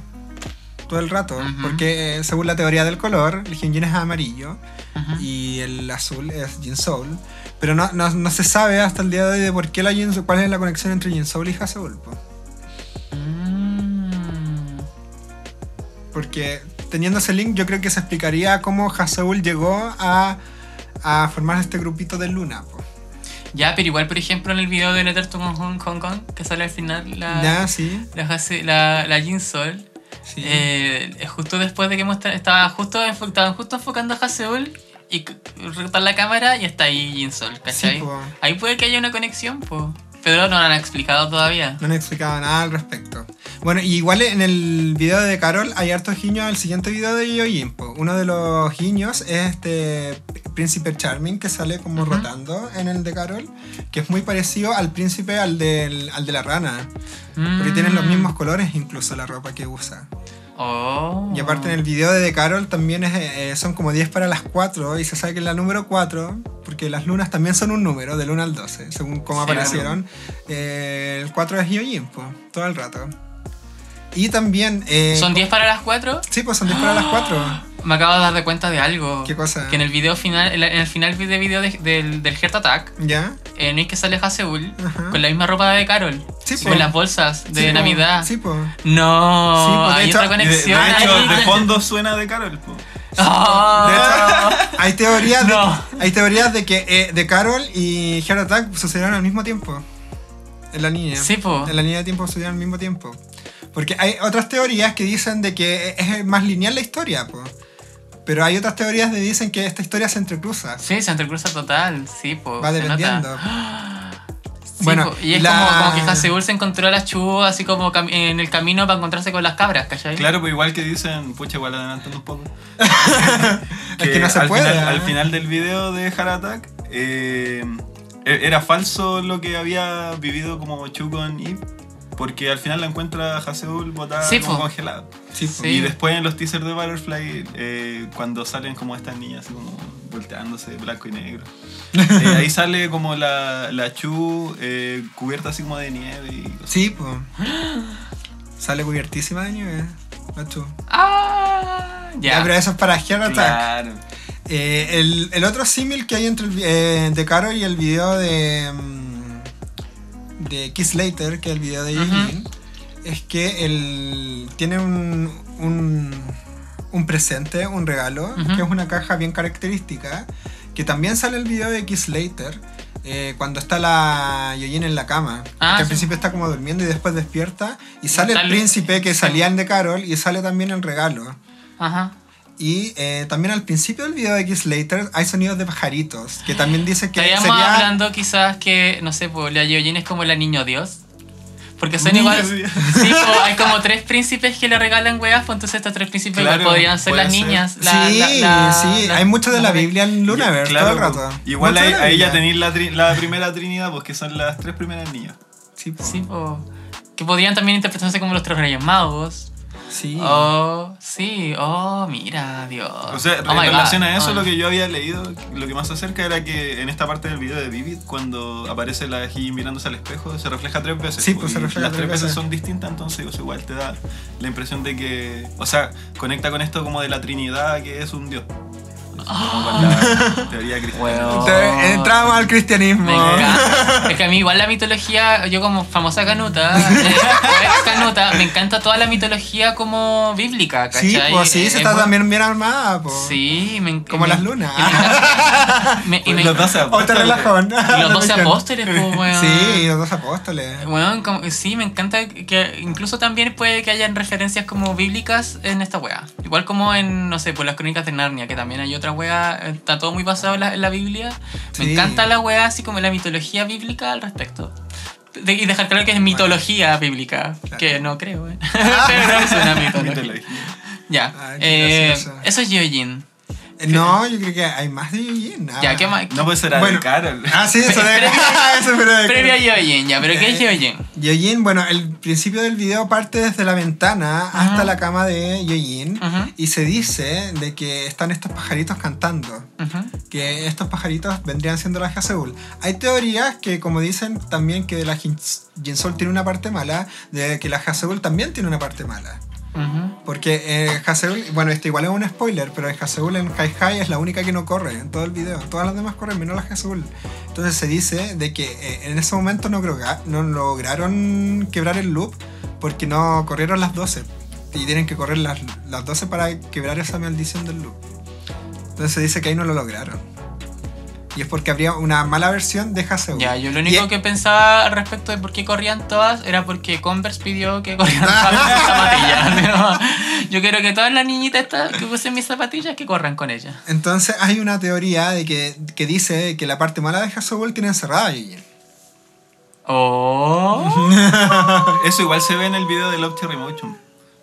[SPEAKER 2] Todo el rato,
[SPEAKER 3] Ujú.
[SPEAKER 2] porque eh, según la teoría del color, el Hyunjin es amarillo
[SPEAKER 3] Ujú.
[SPEAKER 2] y el azul es Jin Soul. Pero no, no- no se sabe hasta el día de hoy de por qué la Jin, cuál es la conexión entre Jin Soul y Haseul, po.
[SPEAKER 3] Mm.
[SPEAKER 2] Porque teniendo ese link, yo creo que se explicaría cómo Haseul llegó a, a formar este grupito de Luna, po.
[SPEAKER 3] Ya, pero igual, por ejemplo, en el video de Letter to Hong Kong, que sale al final la,
[SPEAKER 2] Ya, sí.
[SPEAKER 3] la, Hase- la, la Jin Sol.
[SPEAKER 2] sí.
[SPEAKER 3] Eh, justo después de que muestra, estaba justo, enfo- estaban justo enfocando a Haseul y c- rotan la cámara y está ahí Jin Sol, ¿cachai?
[SPEAKER 2] Sí, po.
[SPEAKER 3] ahí puede que haya una conexión, po. pero no la han explicado todavía.
[SPEAKER 2] No han explicado nada al respecto. Bueno, y igual en el video de Carol hay hartos guiños al siguiente video de Yoyin. po. Uno de los guiños es este príncipe Charming que sale como
[SPEAKER 3] Ujú.
[SPEAKER 2] rotando en el de Carol, que es muy parecido al príncipe al, del, al de la rana, porque
[SPEAKER 3] Mm.
[SPEAKER 2] tienen los mismos colores incluso la ropa que usa.
[SPEAKER 3] Oh.
[SPEAKER 2] Y aparte en el video de Carol también es, eh, son como 10 para las 4 y se sabe que en la número 4, porque las lunas también son un número, del 1 al 12, según cómo
[SPEAKER 3] Sí,
[SPEAKER 2] aparecieron, eh, el 4 es Hyojin, pues, todo el rato. Y también... eh,
[SPEAKER 3] ¿Son 10 para las 4?
[SPEAKER 2] Sí, pues son 10 para las 4.
[SPEAKER 3] Me acabo de dar de cuenta de algo.
[SPEAKER 2] ¿Qué cosa?
[SPEAKER 3] Que en el video final, en la- en el final de video de- del, del Heart Attack,
[SPEAKER 2] ¿Ya?
[SPEAKER 3] eh, no es que sale Haseul
[SPEAKER 2] Ajá.
[SPEAKER 3] con la misma ropa de Carol.
[SPEAKER 2] Sí, po.
[SPEAKER 3] con las bolsas de
[SPEAKER 2] Sí, po,
[SPEAKER 3] Navidad.
[SPEAKER 2] Sí, pues.
[SPEAKER 3] No,
[SPEAKER 2] Sí, po, de
[SPEAKER 3] hay
[SPEAKER 2] hecho-
[SPEAKER 3] otra
[SPEAKER 4] Y de, de
[SPEAKER 3] conexión
[SPEAKER 4] hecho,
[SPEAKER 3] ahí.
[SPEAKER 4] de fondo suena de Carol. po.
[SPEAKER 3] Oh.
[SPEAKER 2] De hecho, hay teorías de,
[SPEAKER 3] No.
[SPEAKER 2] hay teorías de que eh, de Carol y Heart Attack sucedieron al mismo tiempo. En la línea.
[SPEAKER 3] Sí, po.
[SPEAKER 2] En la línea de tiempo sucedieron al mismo tiempo. Porque hay otras teorías que dicen de que es más lineal la historia, po. Pero hay otras teorías que dicen que esta historia se entrecruza.
[SPEAKER 3] Sí, se entrecruza total, sí, po.
[SPEAKER 2] Va
[SPEAKER 3] se
[SPEAKER 2] dependiendo.
[SPEAKER 3] nota. Sí,
[SPEAKER 2] Bueno,
[SPEAKER 3] po, y es
[SPEAKER 2] la-
[SPEAKER 3] como, como que Haseul se encontró a las Chu así como cam- en el camino para encontrarse con las cabras, ¿cachai?
[SPEAKER 4] Claro, pues igual que dicen, pucha, igual adelantando un poco.
[SPEAKER 2] Es que no se
[SPEAKER 4] al
[SPEAKER 2] puede,
[SPEAKER 4] Final,
[SPEAKER 2] ¿eh?
[SPEAKER 4] Al final del video de Heart Attack, eh, e- era falso lo que había vivido como Chu con Eve. Porque al final la encuentra Haseul botada
[SPEAKER 3] Sí,
[SPEAKER 4] como
[SPEAKER 3] po.
[SPEAKER 4] congelada.
[SPEAKER 2] Sí, po.
[SPEAKER 3] Sí.
[SPEAKER 4] Y después en los teasers de Butterfly, eh, cuando salen como estas niñas así como volteándose blanco y negro. Eh, ahí sale como la, la Chu eh, cubierta así como de nieve y cosas.
[SPEAKER 2] Sí, po. Sale cubiertísima de nieve. macho.
[SPEAKER 3] Ah, ya.
[SPEAKER 2] Ya, pero eso es para Heart Attack.
[SPEAKER 4] Claro.
[SPEAKER 2] Eh, el, el otro símil que hay entre el, vi- eh, de Caro y el video de, mm, de Kiss Later, que es el video de Yailin, es que él tiene un, un, un presente, un regalo,
[SPEAKER 3] Ujú.
[SPEAKER 2] que es una caja bien característica, que también sale el video de Kiss Later. eh, cuando está la Yoyin en la cama,
[SPEAKER 3] Ah,
[SPEAKER 2] que al
[SPEAKER 3] sí.
[SPEAKER 2] principio está como durmiendo y después despierta, y sale el
[SPEAKER 3] Sale-
[SPEAKER 2] príncipe que
[SPEAKER 3] sí.
[SPEAKER 2] salían de Carol y sale también el regalo.
[SPEAKER 3] Ajá.
[SPEAKER 2] Y eh, también al principio del video de X Later hay sonidos de pajaritos, que también dice que
[SPEAKER 3] Estaríamos
[SPEAKER 2] sería...
[SPEAKER 3] hablando quizás que, no sé, pues, la Yoyin es como la niño Dios. Porque son
[SPEAKER 4] Niño
[SPEAKER 3] igual.
[SPEAKER 4] Dios.
[SPEAKER 3] Sí, pues, hay como tres príncipes que le regalan weas, pues entonces estos tres príncipes igual
[SPEAKER 4] Claro,
[SPEAKER 3] podrían ser
[SPEAKER 4] puede
[SPEAKER 3] las
[SPEAKER 4] ser.
[SPEAKER 3] niñas. la-
[SPEAKER 2] sí,
[SPEAKER 3] la- la-
[SPEAKER 2] sí,
[SPEAKER 3] la-
[SPEAKER 2] hay mucho de la Biblia en Lunaverse
[SPEAKER 4] Claro,
[SPEAKER 2] todo el rato.
[SPEAKER 4] pues. Igual
[SPEAKER 2] Mucho
[SPEAKER 4] ahí,
[SPEAKER 2] de la
[SPEAKER 4] ahí
[SPEAKER 2] Biblia.
[SPEAKER 4] ya tenéis la, tri- la primera trinidad, pues que son las tres primeras niñas.
[SPEAKER 2] Sí, po.
[SPEAKER 3] Sí, po. Que podrían también interpretarse como los tres reyes magos.
[SPEAKER 2] Sí.
[SPEAKER 3] Oh, sí, oh, mira, Dios.
[SPEAKER 4] O sea,
[SPEAKER 3] Oh
[SPEAKER 4] en
[SPEAKER 3] my
[SPEAKER 4] relación
[SPEAKER 3] God.
[SPEAKER 4] a eso,
[SPEAKER 3] Oh.
[SPEAKER 4] lo que yo había leído, lo que más se acerca era que en esta parte del video de Vivid, cuando aparece la G mirándose al espejo, se refleja tres veces.
[SPEAKER 2] Sí,
[SPEAKER 4] po,
[SPEAKER 2] pues, se
[SPEAKER 4] y
[SPEAKER 2] refleja
[SPEAKER 4] Las
[SPEAKER 2] tres
[SPEAKER 4] tres veces.
[SPEAKER 2] veces.
[SPEAKER 4] son distintas, entonces pues, igual te da la impresión de que. O sea, conecta con esto como de la Trinidad, que es un Dios. Como
[SPEAKER 3] Oh.
[SPEAKER 4] con la teoría cristiana.
[SPEAKER 3] Weón.
[SPEAKER 2] Entonces, entramos al cristianismo.
[SPEAKER 3] Me encanta. Es que a mí igual la mitología, yo como famosa canuta, eh, ex canuta, me encanta toda la mitología como bíblica, ¿cachai?
[SPEAKER 2] Sí, pues sí,
[SPEAKER 3] Eh,
[SPEAKER 2] se
[SPEAKER 3] es
[SPEAKER 2] está
[SPEAKER 3] muy-
[SPEAKER 2] también bien armada, po.
[SPEAKER 3] Sí, me en-
[SPEAKER 2] Como
[SPEAKER 3] me-
[SPEAKER 2] las lunas.
[SPEAKER 3] y me encanta- me- y me-
[SPEAKER 4] Pues los doce
[SPEAKER 2] O Oh, te
[SPEAKER 4] apóstoles.
[SPEAKER 2] relajón.
[SPEAKER 3] y los 12 apóstoles, pues, weón.
[SPEAKER 2] Sí, los dos apóstoles.
[SPEAKER 3] Weón, como- sí, me encanta que incluso también puede que hayan referencias como bíblicas en esta wea. Igual como en, no sé, por las crónicas de Narnia, que también hay otra wea, eh, está todo muy basado en la, en la Biblia. Me
[SPEAKER 2] Sí.
[SPEAKER 3] encanta la wea, así como la mitología bíblica al respecto. De- y dejar claro que es mitología bíblica, que no creo, eh. pero es una mitología.
[SPEAKER 4] Mitología.
[SPEAKER 3] ya,
[SPEAKER 2] Ah, qué
[SPEAKER 3] eh,
[SPEAKER 2] gracioso.
[SPEAKER 3] eso es Gyojin.
[SPEAKER 2] No, yo creo que hay más de Yoyin.
[SPEAKER 3] Eh, Ya, ¿qué más?
[SPEAKER 4] No puede ser a
[SPEAKER 2] Bueno.
[SPEAKER 4] de Carol.
[SPEAKER 2] Ah, sí, eso de... eso pero de...
[SPEAKER 3] Previo a Gyojin, ya, pero ¿qué es Gyojin?
[SPEAKER 2] Yoyin, bueno, el principio del video parte desde la ventana hasta la cama de Yoyin
[SPEAKER 3] Ajá.
[SPEAKER 2] y se dice de que están estos pajaritos cantando,
[SPEAKER 3] Ujú.
[SPEAKER 2] que estos pajaritos vendrían siendo las Haseul. Hay teorías que, como dicen también que la Jin- Jinsoul tiene una parte mala, de que la Haseul también tiene una parte mala.
[SPEAKER 3] Ujú.
[SPEAKER 2] Porque eh, Haseul, bueno, esto igual es un spoiler, pero Haseul en High High es la única que no corre en todo el video. Todas las demás corren, menos la Haseul. Entonces se dice de que eh, en ese momento no, croga- no lograron quebrar el loop porque no corrieron las 12. Y tienen que correr las, las 12 para quebrar esa maldición del loop. Entonces se dice que ahí no lo lograron. Y es porque habría una mala versión de Haseul.
[SPEAKER 3] Ya, yo lo único
[SPEAKER 2] Y-
[SPEAKER 3] que pensaba al respecto de por qué corrían todas era porque Converse pidió que corrieran todas mis zapatillas. pero yo quiero que todas las niñitas estas que usen mis zapatillas que corran con ellas.
[SPEAKER 2] Entonces hay una teoría de que, que dice que la parte mala de Haseul tiene encerrada a Yoyin.
[SPEAKER 3] Oh,
[SPEAKER 4] Eso igual se ve en el video de Love Cherry Motion.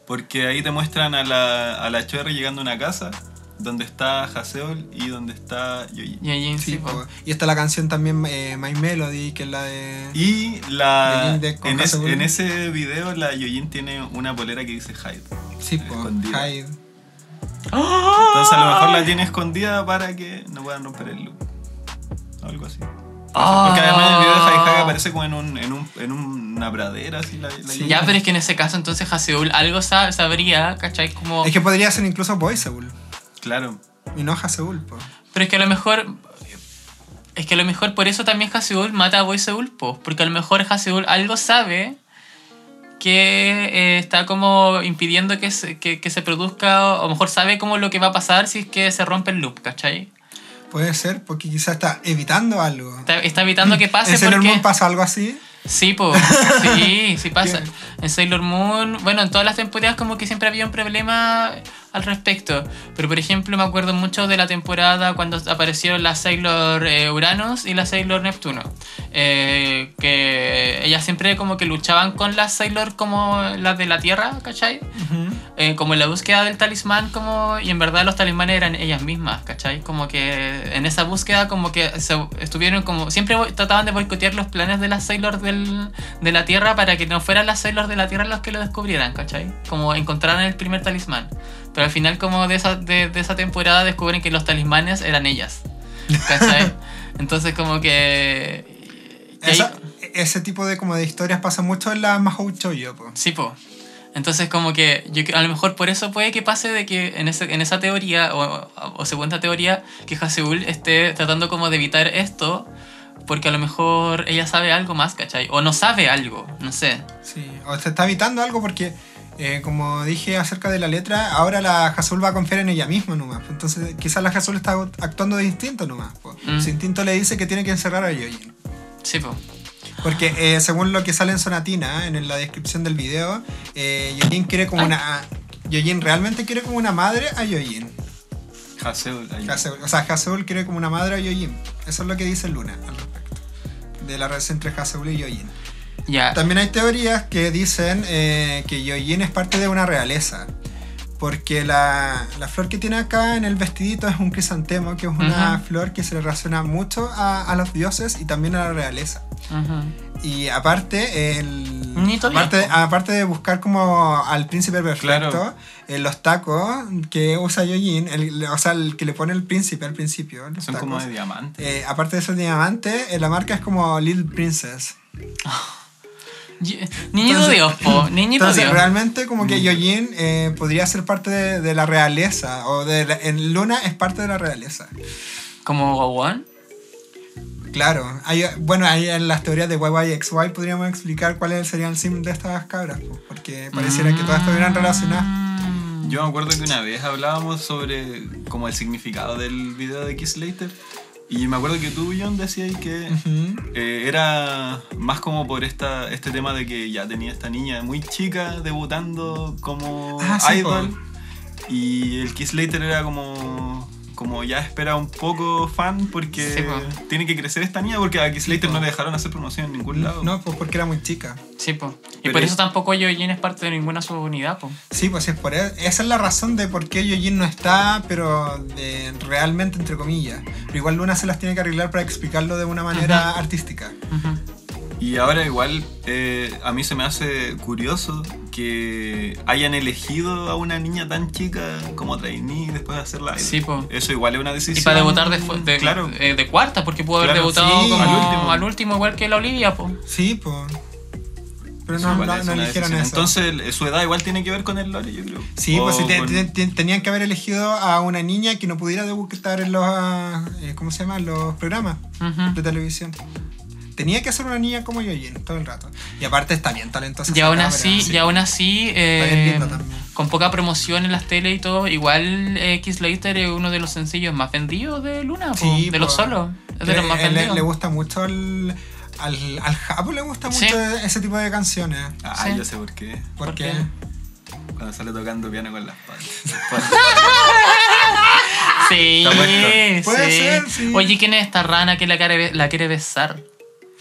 [SPEAKER 4] Porque ahí te muestran a la, a la Cherry llegando a una casa donde está Haseol y donde está Yoyi.
[SPEAKER 3] y allí
[SPEAKER 2] Sí,
[SPEAKER 3] sí, po.
[SPEAKER 2] po. Y está la canción también eh, My Melody, que es la de...
[SPEAKER 4] Y la,
[SPEAKER 2] El link de con
[SPEAKER 4] en, es-
[SPEAKER 2] Haseol.
[SPEAKER 4] en ese video la Yoyin tiene una polera que dice Hyde.
[SPEAKER 2] sí, po,
[SPEAKER 4] escondida.
[SPEAKER 2] Hide.
[SPEAKER 4] Entonces a lo mejor la tiene escondida para que no puedan romper el loop. Algo así.
[SPEAKER 2] Ah.
[SPEAKER 4] Porque además en el video de Hyde
[SPEAKER 3] Ah.
[SPEAKER 4] Hyde aparece como en, un, en, un- en una pradera así la, la Yoyin.
[SPEAKER 3] Ya, pero es que en ese caso entonces Haseul algo sa- sabría, ¿cachai? Como...
[SPEAKER 2] Es que podría ser incluso Boy Seul
[SPEAKER 4] Claro.
[SPEAKER 2] y no Haseul, po.
[SPEAKER 3] Pero es que a lo mejor... Es que a lo mejor por eso también Haseul mata a Boy Seul, po, porque a lo mejor Haseul algo sabe que eh, está como impidiendo que se, que, que se produzca, o a lo mejor sabe como lo que va a pasar si es que se rompe el loop, ¿cachai?
[SPEAKER 2] Puede ser, porque quizás está evitando algo.
[SPEAKER 3] Está, está evitando que pase
[SPEAKER 2] ¿En Sailor
[SPEAKER 3] porque...
[SPEAKER 2] Moon pasa algo así?
[SPEAKER 3] Sí, pues, sí, sí pasa. En Sailor Moon, bueno, en todas las temporadas como que siempre había un problema al respecto. Pero por ejemplo, me acuerdo mucho de la temporada cuando aparecieron las Sailor eh, Uranus y la Sailor Neptuno. Eh, que ellas siempre como que luchaban con las Sailor como las de la Tierra, ¿cachai? eh, como en la búsqueda del talismán como y en verdad los talismanes eran ellas mismas ¿cachai? como que en esa búsqueda como que se estuvieron como siempre boi- trataban de boicotear los planes de las Sailors del- de la Tierra para que no fueran las Sailors de la Tierra los que lo descubrieran ¿cachai? como encontraran el primer talismán pero al final como de esa, de, de esa temporada descubren que los talismanes eran ellas ¿cachai? entonces como que y ahí-
[SPEAKER 2] Esa- ese tipo de, como de historias pasa mucho en la Mahou Choyo, po.
[SPEAKER 3] Sí, po. Entonces, como que yo, cre- a lo mejor por eso puede que pase de que en, ese- en esa teoría, o, o según esta teoría, que Haseul esté tratando como de evitar esto, porque a lo mejor ella sabe algo más, ¿cachai? O no sabe algo, no sé.
[SPEAKER 2] Sí, o se está evitando algo porque, eh, como dije acerca de la letra, ahora la Hasul va a confiar en ella misma nomás. pues, Entonces, quizás la Hasul está actuando de instinto nomás. pues.
[SPEAKER 3] Mm.
[SPEAKER 2] Su instinto le dice que tiene que encerrar a Yoyin.
[SPEAKER 3] Sí, po.
[SPEAKER 2] Porque eh, según lo que sale en Sonatina, en la descripción del video, eh, Yoyin quiere como
[SPEAKER 3] Ay.
[SPEAKER 2] una. Yoyin realmente quiere como una madre a Yoyin.
[SPEAKER 4] Haseul, ahí.
[SPEAKER 2] Haseul- O sea, Haseul quiere como una madre a Yoyin. Eso es lo que dice Luna al respecto. De la relación entre Haseul y Yoyin.
[SPEAKER 3] Ya.
[SPEAKER 2] También hay teorías que dicen eh, que Yoyin es parte de una realeza. Porque la, la flor que tiene acá en el vestidito es un crisantemo, que es una
[SPEAKER 3] Ujú.
[SPEAKER 2] flor que se le relaciona mucho a, a los dioses y también a la realeza.
[SPEAKER 3] Ujú.
[SPEAKER 2] Y aparte, el,
[SPEAKER 3] Ni todavía,
[SPEAKER 2] aparte,
[SPEAKER 3] po.
[SPEAKER 2] aparte de buscar como al príncipe perfecto,
[SPEAKER 4] Claro.
[SPEAKER 2] eh, los tacos que usa Yojin, el- o sea, el que le pone el príncipe al principio, los
[SPEAKER 4] Son
[SPEAKER 2] tacos.
[SPEAKER 4] como de diamante.
[SPEAKER 2] Eh, aparte de esos diamantes, eh, la marca es como Little Princess.
[SPEAKER 3] Ye- Niñito
[SPEAKER 2] Entonces-
[SPEAKER 3] Dios, po. Niñito
[SPEAKER 2] Entonces,
[SPEAKER 3] Dios.
[SPEAKER 2] realmente como que Yojin eh, podría ser parte de, de la realeza, o de la- en Luna es parte de la realeza.
[SPEAKER 3] Como Gowon.
[SPEAKER 2] Claro, hay, bueno, ahí en las teorías de YYXY podríamos explicar cuáles serían el sim de estas cabras, po, porque pareciera que todas estuvieran relacionadas.
[SPEAKER 4] Yo me acuerdo que una vez hablábamos sobre como el significado del video de Kiss Later. Y me acuerdo que tú, John, decías que
[SPEAKER 2] Ujú.
[SPEAKER 4] eh, era más como por esta, este tema de que ya tenía esta niña muy chica debutando como
[SPEAKER 2] Ah, sí,
[SPEAKER 4] idol. Y el Kiss Later era como, como ya espera un poco fan porque
[SPEAKER 3] Sí, po.
[SPEAKER 4] tiene que crecer esta niña porque a Kiss Later no le dejaron hacer promoción en ningún lado.
[SPEAKER 2] No, pues porque era muy chica.
[SPEAKER 3] Sí, po. Y
[SPEAKER 4] Pero
[SPEAKER 3] por
[SPEAKER 4] es-
[SPEAKER 3] eso tampoco Yojin es parte de ninguna subunidad, po.
[SPEAKER 2] Sí, pues es por e- Esa es la razón de por qué Yojin no está, pero de- realmente entre comillas. Pero igual Luna se las tiene que arreglar para explicarlo de una manera artística.
[SPEAKER 3] Ujú.
[SPEAKER 4] Y ahora igual eh, a mí se me hace curioso que hayan elegido a una niña tan chica como trainee después de hacerla. idol.
[SPEAKER 3] Sí, po.
[SPEAKER 4] Eso igual es una decisión.
[SPEAKER 3] Y para debutar de, fu- de-
[SPEAKER 4] Claro.
[SPEAKER 3] eh, de cuarta, porque pudo haber
[SPEAKER 4] Claro,
[SPEAKER 3] debutado
[SPEAKER 2] sí,
[SPEAKER 3] como
[SPEAKER 4] al
[SPEAKER 3] al
[SPEAKER 4] último.
[SPEAKER 3] último. igual que la Olivia, po.
[SPEAKER 2] Sí, pues. Pero
[SPEAKER 4] Eso
[SPEAKER 2] no,
[SPEAKER 4] igual
[SPEAKER 2] no,
[SPEAKER 4] es
[SPEAKER 2] no
[SPEAKER 4] una
[SPEAKER 2] eligieron
[SPEAKER 4] decisión.
[SPEAKER 2] eso.
[SPEAKER 4] Entonces el- su edad igual tiene que ver con el lore, yo creo.
[SPEAKER 2] Sí,
[SPEAKER 4] O
[SPEAKER 2] pues sí, te-
[SPEAKER 4] con-
[SPEAKER 2] te- te- tenían que haber elegido a una niña que no pudiera debutar en los, ah, eh, ¿cómo se llama? Los programas de
[SPEAKER 3] Ujú.
[SPEAKER 2] televisión. Tenía que ser una niña como Yojin todo el rato. Y aparte está bien talentosa.
[SPEAKER 3] Y
[SPEAKER 2] esa
[SPEAKER 3] aún
[SPEAKER 2] cabra,
[SPEAKER 3] así,
[SPEAKER 2] sí.
[SPEAKER 3] y aún así
[SPEAKER 2] Está bien
[SPEAKER 3] eh,
[SPEAKER 2] linda también.
[SPEAKER 3] con poca promoción en las tele y todo, igual eh, Kiss Later es uno de los sencillos más vendidos de Luna, po,
[SPEAKER 2] Sí,
[SPEAKER 3] de
[SPEAKER 2] po.
[SPEAKER 3] los solos. Es de los
[SPEAKER 2] Le-
[SPEAKER 3] más
[SPEAKER 2] él le,
[SPEAKER 3] vendidos.
[SPEAKER 2] le gusta mucho el- al, al Japo le gusta
[SPEAKER 3] Sí.
[SPEAKER 2] mucho ese tipo de canciones.
[SPEAKER 4] Ah,
[SPEAKER 3] Sí.
[SPEAKER 4] yo sé por qué.
[SPEAKER 2] ¿Por,
[SPEAKER 3] ¿Por
[SPEAKER 2] qué?
[SPEAKER 3] qué?
[SPEAKER 4] Cuando sale tocando piano con las patas.
[SPEAKER 3] Sí,
[SPEAKER 4] Está puesto.
[SPEAKER 2] Puede
[SPEAKER 3] sí.
[SPEAKER 2] ser, sí.
[SPEAKER 3] Oye, ¿quién es esta rana que la quiere, la quiere besar?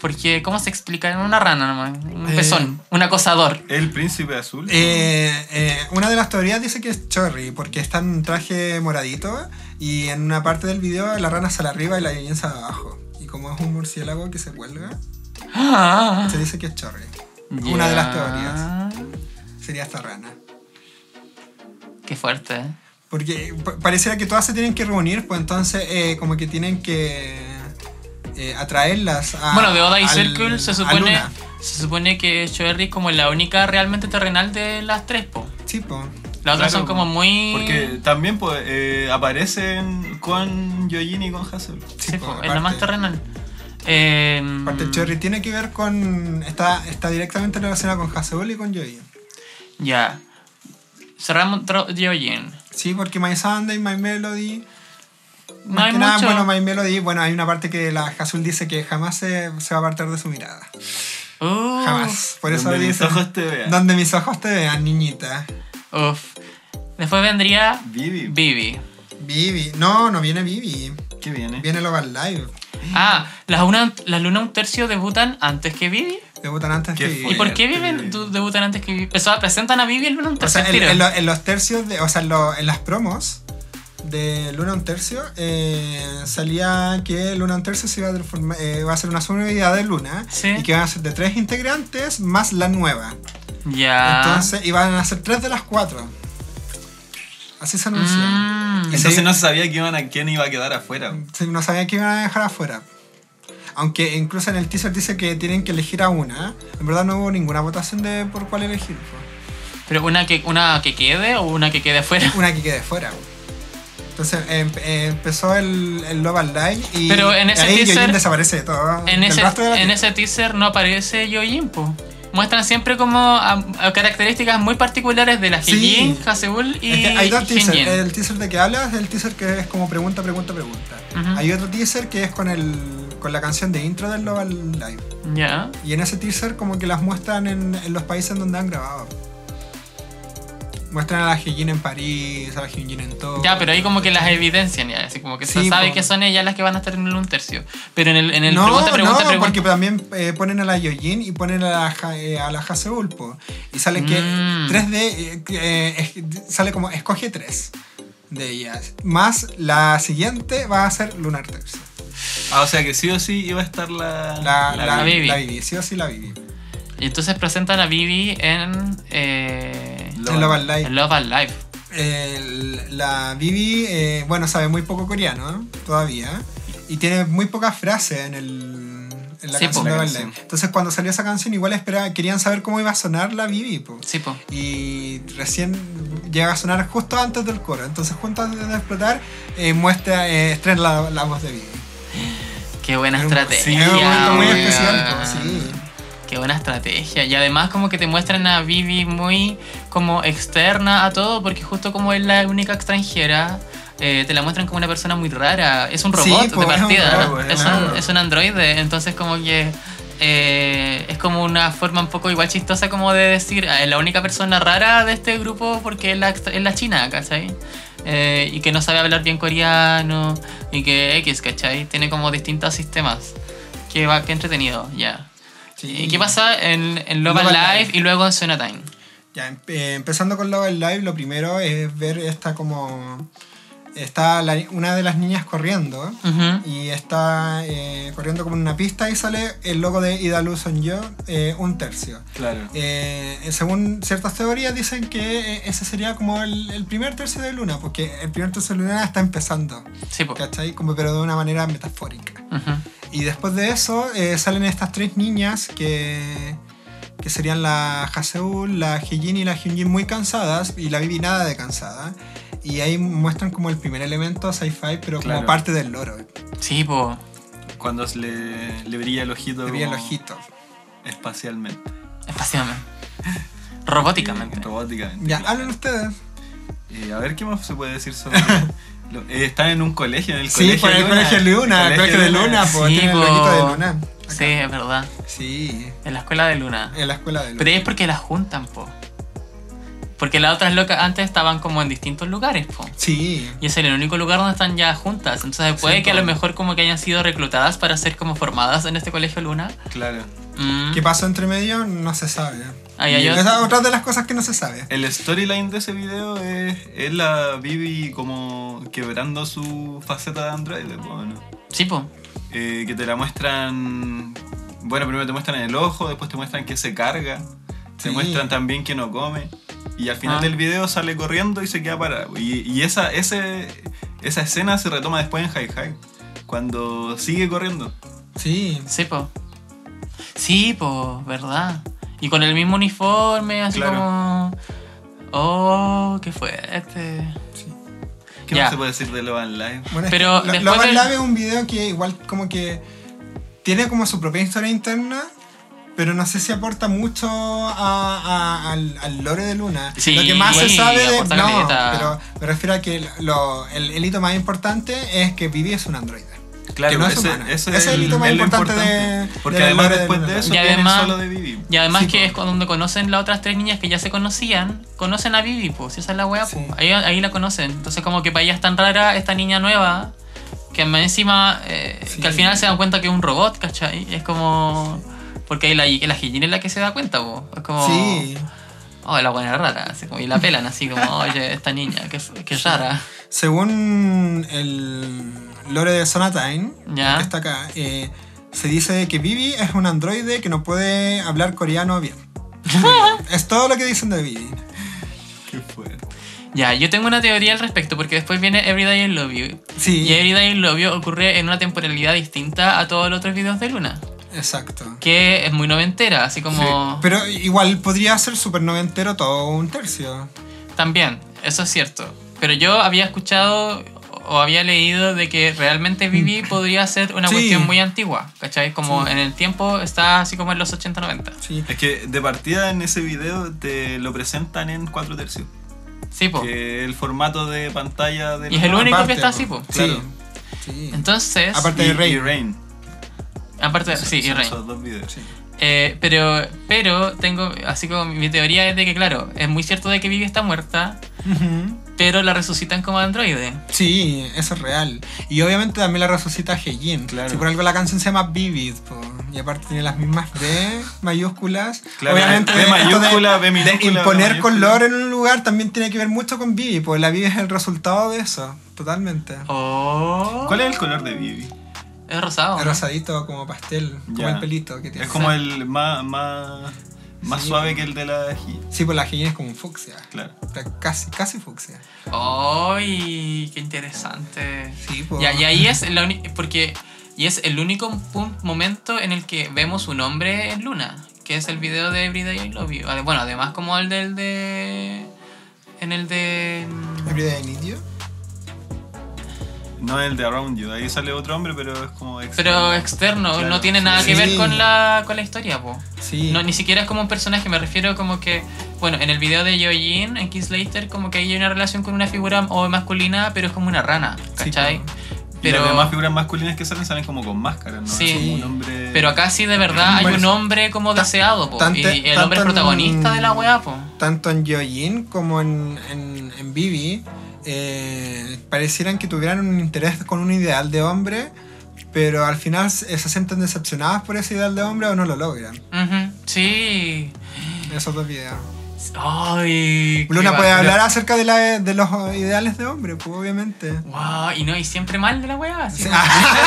[SPEAKER 3] Porque, ¿cómo se explica? Una rana nomás, un
[SPEAKER 2] Eh.
[SPEAKER 3] pezón, un acosador.
[SPEAKER 4] el príncipe azul.
[SPEAKER 2] Eh, eh, una de las teorías dice que es Chorri, porque está en un traje moradito y en una parte del video la rana sale arriba y la Yoyin sale abajo. Y como es un murciélago que se cuelga,
[SPEAKER 3] Ah,
[SPEAKER 2] se dice que es Chorri. Una de las teorías
[SPEAKER 3] teorías.
[SPEAKER 2] sería esta rana.
[SPEAKER 3] Qué fuerte.
[SPEAKER 2] Porque pa- pareciera que todas se tienen que reunir, pues entonces eh, como que tienen que eh, atraerlas a...
[SPEAKER 3] bueno, de Oda y
[SPEAKER 2] al-
[SPEAKER 3] Circle se
[SPEAKER 2] a
[SPEAKER 3] supone,
[SPEAKER 2] Luna.
[SPEAKER 3] se supone que Shoerry es como la única realmente terrenal de las tres, po.
[SPEAKER 2] Sí, pues.
[SPEAKER 3] Las otras
[SPEAKER 4] Claro,
[SPEAKER 3] son como muy...
[SPEAKER 4] Porque también pues, eh, aparecen con Yojin y con Hazel.
[SPEAKER 3] Sí,
[SPEAKER 2] Sí,
[SPEAKER 3] po,
[SPEAKER 2] po,
[SPEAKER 3] es la más
[SPEAKER 2] aparte.
[SPEAKER 3] terrenal. Eh,
[SPEAKER 2] Aparte, el Cherry tiene que ver con. Está, está directamente relacionado con Haseul y con Joey.
[SPEAKER 3] Ya. Cerramos Tro- Yojin.
[SPEAKER 2] Sí, porque My Sunday, My Melody.
[SPEAKER 3] No hay
[SPEAKER 2] que nada,
[SPEAKER 3] mucho.
[SPEAKER 2] bueno, My Melody. Bueno, hay una parte que la Haseul dice que jamás se, se va a apartar de su mirada.
[SPEAKER 3] Uh,
[SPEAKER 2] Jamás. Por eso
[SPEAKER 4] Donde mis
[SPEAKER 2] dice.
[SPEAKER 4] ojos te vean.
[SPEAKER 2] Donde mis ojos te vean, niñita.
[SPEAKER 3] Uf. Después vendría
[SPEAKER 4] Vivi.
[SPEAKER 3] Vivi.
[SPEAKER 2] Vivi. No, no viene Vivi.
[SPEAKER 4] ¿Qué viene?
[SPEAKER 2] Viene Love Live.
[SPEAKER 3] Ah, las, una, las Luna un tercio debutan antes que Vivi.
[SPEAKER 2] Debutan antes
[SPEAKER 4] Qué
[SPEAKER 2] que Vivi.
[SPEAKER 3] ¿Y por qué
[SPEAKER 4] Fuerte.
[SPEAKER 3] viven, du- debutan antes que Vivi? O sea, presentan a Vivi en Luna un
[SPEAKER 2] O
[SPEAKER 3] tercio.
[SPEAKER 2] sea,
[SPEAKER 3] al
[SPEAKER 2] en,
[SPEAKER 3] tiro.
[SPEAKER 2] en lo- en los tercios, de, o sea, en, lo- en las promos de Luna un tercio, eh, salía que Luna un tercio se iba a, transformar- eh, va a ser una subunidad de Luna
[SPEAKER 3] Sí.
[SPEAKER 2] y que van a ser de tres integrantes más la nueva.
[SPEAKER 3] Ya.
[SPEAKER 2] Entonces, y van a ser tres de las cuatro. Así se anunció.
[SPEAKER 3] Mm.
[SPEAKER 2] Y
[SPEAKER 4] Entonces
[SPEAKER 2] se-
[SPEAKER 4] no se sabía que iban a, quién iba a quedar afuera.
[SPEAKER 2] se- no sabían que iban a dejar afuera. Aunque incluso en el teaser dice que tienen que elegir a una. En verdad no hubo ninguna votación de por cuál elegir. po.
[SPEAKER 3] Pero una que, una que quede o una que quede afuera.
[SPEAKER 2] Una que quede fuera. Entonces em- eh, empezó el, el Love and Live y
[SPEAKER 3] Pero en ese
[SPEAKER 2] ahí
[SPEAKER 3] teaser-
[SPEAKER 2] Yoyin desaparece de todo.
[SPEAKER 3] En
[SPEAKER 2] del
[SPEAKER 3] ese,
[SPEAKER 2] rastro de la
[SPEAKER 3] en
[SPEAKER 2] tía.
[SPEAKER 3] ese teaser no aparece Yoyin, po. Muestran siempre como a- a características muy particulares de la
[SPEAKER 2] Sí.
[SPEAKER 3] Hyejin, Haseul e- y
[SPEAKER 2] Es que hay dos teasers.
[SPEAKER 3] Hyunjin.
[SPEAKER 2] El teaser de que hablas es el teaser que es como pregunta, pregunta, pregunta.
[SPEAKER 3] Ujú.
[SPEAKER 2] Hay otro teaser que es con, el, con la canción de intro del Love and Live.
[SPEAKER 3] Ya.
[SPEAKER 2] Y en ese teaser como que las muestran en, en los países en donde han grabado. Muestran a la Hyejin en París, a la Hyunjin en todo.
[SPEAKER 3] Ya, pero ahí como que las evidencian ya, así como que
[SPEAKER 2] Sí,
[SPEAKER 3] se sabe
[SPEAKER 2] po.
[SPEAKER 3] que son ellas las que van a estar en el un tercio. Pero en el, en el pregunta, pregunta,
[SPEAKER 2] no,
[SPEAKER 3] pregunta.
[SPEAKER 2] porque también eh, ponen a la Yojin y ponen a la, Ja- eh, a la Haseul, po. Y sale que
[SPEAKER 3] Mm.
[SPEAKER 2] 3D, eh, eh, es- sale como escoge 3 de ellas. Más la siguiente va a ser Lunar Tercio.
[SPEAKER 4] Ah, o sea que sí o sí iba a estar la.
[SPEAKER 2] La, la, la,
[SPEAKER 3] Vivi.
[SPEAKER 2] Vivi, sí o sí la Vivi.
[SPEAKER 3] Y entonces presentan a Vivi en. Eh,
[SPEAKER 4] Love
[SPEAKER 2] En Love and
[SPEAKER 3] en
[SPEAKER 2] Live.
[SPEAKER 3] Love and Life.
[SPEAKER 2] El- la Vivi, eh, bueno, sabe muy poco coreano ¿eh? todavía. Y tiene muy pocas frases en, el, en la
[SPEAKER 3] Sí,
[SPEAKER 2] canción de
[SPEAKER 3] po.
[SPEAKER 4] La
[SPEAKER 2] Love and
[SPEAKER 4] canción.
[SPEAKER 2] Live. Entonces, cuando salió esa canción, igual esperaba, querían saber cómo iba a sonar la Vivi, po.
[SPEAKER 3] Sí, po.
[SPEAKER 2] y recién llega a sonar justo antes del coro. Entonces, junto antes de explotar, eh, muestra, eh, estrena la, la voz de Vivi.
[SPEAKER 3] Qué buena
[SPEAKER 2] Era un-
[SPEAKER 3] estrategia.
[SPEAKER 2] Sí, era un momento muy
[SPEAKER 3] weón.
[SPEAKER 2] especial. pues, sí.
[SPEAKER 3] Qué buena estrategia. Y además como que te muestran a Vivi muy como externa a todo, porque justo como es la única extranjera, eh, te la muestran como una persona muy rara. Es un
[SPEAKER 2] Sí, pues,
[SPEAKER 3] robot de
[SPEAKER 2] es un
[SPEAKER 3] partida.
[SPEAKER 4] robot, es
[SPEAKER 3] es,
[SPEAKER 4] un
[SPEAKER 3] un,
[SPEAKER 4] robot.
[SPEAKER 3] es un androide. Entonces como que eh, es como una forma un poco igual chistosa como de decir, "Ah, es la única persona rara de este grupo porque es la, extra- es la china, ¿cachai? Eh, y que no sabe hablar bien coreano y que X, ¿cachai? Tiene como distintos sistemas. Qué, va, qué entretenido, ya.
[SPEAKER 2] Sí.
[SPEAKER 3] ¿Y qué pasa en, en Love,
[SPEAKER 2] Love
[SPEAKER 3] and
[SPEAKER 2] and
[SPEAKER 3] Live,
[SPEAKER 2] Live.
[SPEAKER 3] y luego en Sonatime?
[SPEAKER 2] Ya, em- eh, empezando con Love and Live, lo primero es ver esta como. Está la- una de las niñas corriendo.
[SPEAKER 3] Ujú.
[SPEAKER 2] Y está eh, corriendo como en una pista y sale el logo de Ida Luzon Yo, eh, un tercio.
[SPEAKER 4] Claro.
[SPEAKER 2] Eh, según ciertas teorías dicen que eh, ese sería como el, el primer tercio de luna, porque el primer tercio de luna está empezando,
[SPEAKER 3] Sí, po.
[SPEAKER 2] ¿cachai? Como pero de una manera metafórica.
[SPEAKER 3] Ujú.
[SPEAKER 2] Y después de eso eh, salen estas tres niñas que, que serían la Haseul, la Hyejin y la Hyunjin muy cansadas y la Vivi nada de cansada. Y ahí muestran como el primer elemento sci-fi, pero como
[SPEAKER 4] Claro.
[SPEAKER 2] parte del loro, de
[SPEAKER 3] Sí, po.
[SPEAKER 4] Cuando se le, le brilla el ojito.
[SPEAKER 2] Eh, el
[SPEAKER 4] como
[SPEAKER 2] ojito.
[SPEAKER 4] Espacialmente. Eh,
[SPEAKER 3] Espacialmente. Robóticamente.
[SPEAKER 4] Robóticamente.
[SPEAKER 2] Ya,
[SPEAKER 4] claro.
[SPEAKER 2] hablen ustedes.
[SPEAKER 4] Eh, a ver qué más se puede decir sobre. lo- eh, están en un colegio, en el
[SPEAKER 2] Sí,
[SPEAKER 4] colegio.
[SPEAKER 2] por el colegio Luna, el colegio de Luna, pues,
[SPEAKER 3] Sí,
[SPEAKER 2] tiene el
[SPEAKER 3] po.
[SPEAKER 2] loguito de Luna. acá.
[SPEAKER 3] Sí, es verdad.
[SPEAKER 2] Sí,
[SPEAKER 3] En la escuela de Luna.
[SPEAKER 2] en la escuela de Luna.
[SPEAKER 3] Pero ahí es porque las juntan, po. Porque las otras locas antes estaban como en distintos lugares, po.
[SPEAKER 2] Sí.
[SPEAKER 3] Y es el único lugar donde están ya juntas. Entonces puede
[SPEAKER 4] Sí,
[SPEAKER 3] que a
[SPEAKER 4] po.
[SPEAKER 3] lo mejor como que hayan sido reclutadas para ser como formadas en este colegio Luna.
[SPEAKER 4] Claro.
[SPEAKER 3] Mm.
[SPEAKER 2] ¿Qué pasó entre medio? No se sabe.
[SPEAKER 3] Ahí hay
[SPEAKER 2] Y
[SPEAKER 3] otro-
[SPEAKER 2] esa es otra de las cosas que no se sabe.
[SPEAKER 4] El storyline de ese video es, es la Vivi como quebrando su faceta de androide, po, ¿no?
[SPEAKER 3] Sí, po.
[SPEAKER 4] Eh, que te la muestran. Bueno, primero te muestran el ojo, después te muestran que se carga,
[SPEAKER 2] Sí.
[SPEAKER 4] te muestran también que no come. Y al final
[SPEAKER 3] Ah.
[SPEAKER 4] del video sale corriendo y se queda parado. Y, y esa, ese, esa escena se retoma después en High High, cuando sigue corriendo.
[SPEAKER 2] Sí.
[SPEAKER 3] Sí, po. Sí, po, verdad. Y con el mismo uniforme, así
[SPEAKER 4] Claro.
[SPEAKER 3] como. Oh, qué fuerte.
[SPEAKER 4] ¿Qué
[SPEAKER 3] Ya.
[SPEAKER 4] más se puede decir de Love and Live?
[SPEAKER 2] Bueno,
[SPEAKER 3] Pero
[SPEAKER 2] es que
[SPEAKER 3] después
[SPEAKER 2] Lo- Love and
[SPEAKER 3] del-
[SPEAKER 2] Live es un video que igual como que tiene como su propia historia interna, pero no sé si aporta mucho a- a- al, al lore de Luna.
[SPEAKER 3] Sí,
[SPEAKER 2] lo que más se sabe de...
[SPEAKER 3] aporta
[SPEAKER 2] No,
[SPEAKER 3] caleta.
[SPEAKER 2] pero me refiero a que lo- el, el hito más importante es que Vivi es un androide.
[SPEAKER 4] Claro,
[SPEAKER 2] que no es
[SPEAKER 4] ese,
[SPEAKER 2] humana.
[SPEAKER 4] ese
[SPEAKER 2] Ese es el hito más
[SPEAKER 4] lo
[SPEAKER 2] importante de-
[SPEAKER 4] Porque
[SPEAKER 2] de la
[SPEAKER 4] además
[SPEAKER 2] lore de
[SPEAKER 4] después
[SPEAKER 2] Luna
[SPEAKER 4] de eso
[SPEAKER 3] Loveland. Y
[SPEAKER 4] viene
[SPEAKER 3] además-
[SPEAKER 4] solo de Vivi.
[SPEAKER 3] Y además
[SPEAKER 2] Sí,
[SPEAKER 3] que
[SPEAKER 2] po.
[SPEAKER 3] es cuando conocen las otras tres niñas que ya se conocían, conocen a Vivi, pues, si esa es la wea,
[SPEAKER 2] Sí.
[SPEAKER 3] po. Ahí, ahí la conocen. Entonces, como que para ella es tan rara esta niña nueva, que más encima, eh,
[SPEAKER 2] Sí.
[SPEAKER 3] que al final se dan cuenta que es un robot, ¿cachai? Es como. Porque ahí la, la Hyejin es la que se da cuenta, pues. Es como.
[SPEAKER 2] Sí.
[SPEAKER 3] Oh, la buena rara. así como- y la pelan así como, oye, esta niña, qué, qué rara.
[SPEAKER 2] Según el lore de Sonatine,
[SPEAKER 3] Ya.
[SPEAKER 2] que está acá, eh, se dice que Vivi es un androide que no puede hablar coreano bien. es todo lo que dicen de Vivi.
[SPEAKER 4] Qué fuerte.
[SPEAKER 3] Ya, yo tengo una teoría al respecto, porque después viene Everyday I Love You.
[SPEAKER 2] Sí.
[SPEAKER 3] Y Everyday I Love You ocurre en una temporalidad distinta a todos los otros videos de Luna.
[SPEAKER 2] Exacto.
[SPEAKER 3] que es muy noventera, así como...
[SPEAKER 2] Sí, Pero igual podría ser súper noventero todo un tercio.
[SPEAKER 3] También, eso es cierto. Pero yo había escuchado o había leído de que realmente Vivi podría ser una
[SPEAKER 2] Mm. Sí.
[SPEAKER 3] cuestión muy antigua, ¿cachai? Como en el tiempo está así como en los 80-90.
[SPEAKER 2] Sí.
[SPEAKER 4] Es que de partida en ese video te lo presentan en 4 tercios.
[SPEAKER 3] Sí,
[SPEAKER 2] Oh.
[SPEAKER 3] po.
[SPEAKER 4] Que el formato de pantalla de
[SPEAKER 3] Y es el único
[SPEAKER 2] Aparte,
[SPEAKER 3] que está
[SPEAKER 2] po.
[SPEAKER 3] así, po.
[SPEAKER 2] Sí.
[SPEAKER 4] Claro.
[SPEAKER 2] Sí.
[SPEAKER 3] Entonces,
[SPEAKER 2] Aparte- de Rain.
[SPEAKER 4] Y Rain.
[SPEAKER 3] aparte,
[SPEAKER 4] Son-
[SPEAKER 3] Eh, sí, y
[SPEAKER 4] son
[SPEAKER 3] Rain.
[SPEAKER 4] Esos dos videos.
[SPEAKER 2] Sí.
[SPEAKER 3] Eh, pero, pero tengo, así como mi teoría es de que, claro, es muy cierto de que Vivi está muerta,
[SPEAKER 2] Ujú.
[SPEAKER 3] pero la resucitan como androide.
[SPEAKER 2] Sí, eso es real. Y obviamente también la resucita Heijin.
[SPEAKER 4] Claro.
[SPEAKER 2] Si por algo la canción se llama Vivid, po. y aparte tiene las mismas B mayúsculas.
[SPEAKER 4] Claro,
[SPEAKER 2] obviamente
[SPEAKER 4] B
[SPEAKER 2] esto
[SPEAKER 4] mayúscula, B minúscula,
[SPEAKER 2] de imponer
[SPEAKER 4] B mayúscula.
[SPEAKER 2] color en un lugar también tiene que ver mucho con Vivi, porque la Vivi es el resultado de eso, totalmente.
[SPEAKER 3] Oh.
[SPEAKER 4] ¿Cuál es el color de Vivi?
[SPEAKER 3] Es rosado.
[SPEAKER 2] El
[SPEAKER 3] ¿no?
[SPEAKER 2] Rosadito como pastel, como
[SPEAKER 4] Ya.
[SPEAKER 2] el pelito que tiene.
[SPEAKER 4] Es como el más, más, más suave que el de la G.
[SPEAKER 2] Sí, pues la Heijin es como un fucsia.
[SPEAKER 4] Claro.
[SPEAKER 2] Está Casi, casi fucsia.
[SPEAKER 3] ¡Ay! ¡Qué interesante!
[SPEAKER 2] Sí, pues. po.
[SPEAKER 3] Ya, y ahí es la uni- porque y es el único pun- momento en el que vemos un hombre en Luna, que es el video de Everyday I Love You. Ade- Bueno, además como el del de en el de
[SPEAKER 2] Everyday I Need You.
[SPEAKER 4] No el de Around You. Ahí sale otro hombre, pero es como extra.
[SPEAKER 3] pero externo,
[SPEAKER 4] Claro,
[SPEAKER 3] no tiene
[SPEAKER 4] sí,
[SPEAKER 3] nada
[SPEAKER 2] sí.
[SPEAKER 3] que ver con la con la historia, po.
[SPEAKER 2] Sí.
[SPEAKER 3] No, ni siquiera es como un personaje, me refiero como que, bueno, en el video de Yoyin, en Kingslater, como que ahí hay una relación con una figura o masculina, pero es como una rana,
[SPEAKER 2] Sí, pues.
[SPEAKER 3] ¿cachai?
[SPEAKER 2] po.
[SPEAKER 4] Y
[SPEAKER 3] pero-
[SPEAKER 4] las demás figuras masculinas que salen salen como con máscaras, ¿no?
[SPEAKER 3] Sí.
[SPEAKER 4] Es como un hombre.
[SPEAKER 3] Pero acá sí de verdad hay
[SPEAKER 2] Bueno,
[SPEAKER 3] un hombre como
[SPEAKER 2] tan-
[SPEAKER 3] deseado, po,
[SPEAKER 2] tanto-
[SPEAKER 3] y el hombre es
[SPEAKER 2] tanto en-
[SPEAKER 3] protagonista de la weá, po.
[SPEAKER 2] tanto en Yoyin como en, en, en Vivi, eh, parecieran que tuvieran un interés con un ideal de hombre, pero al final se se sienten decepcionadas por ese ideal de hombre o no lo logran.
[SPEAKER 3] Ujú, Sí.
[SPEAKER 2] Esos dos videos.
[SPEAKER 3] Ay. qué
[SPEAKER 2] Luna puede
[SPEAKER 3] bacán.
[SPEAKER 2] hablar acerca de, la- de los ideales de hombre, pues obviamente. Ah,
[SPEAKER 3] Wow, y no, y siempre mal de la weá. Sí,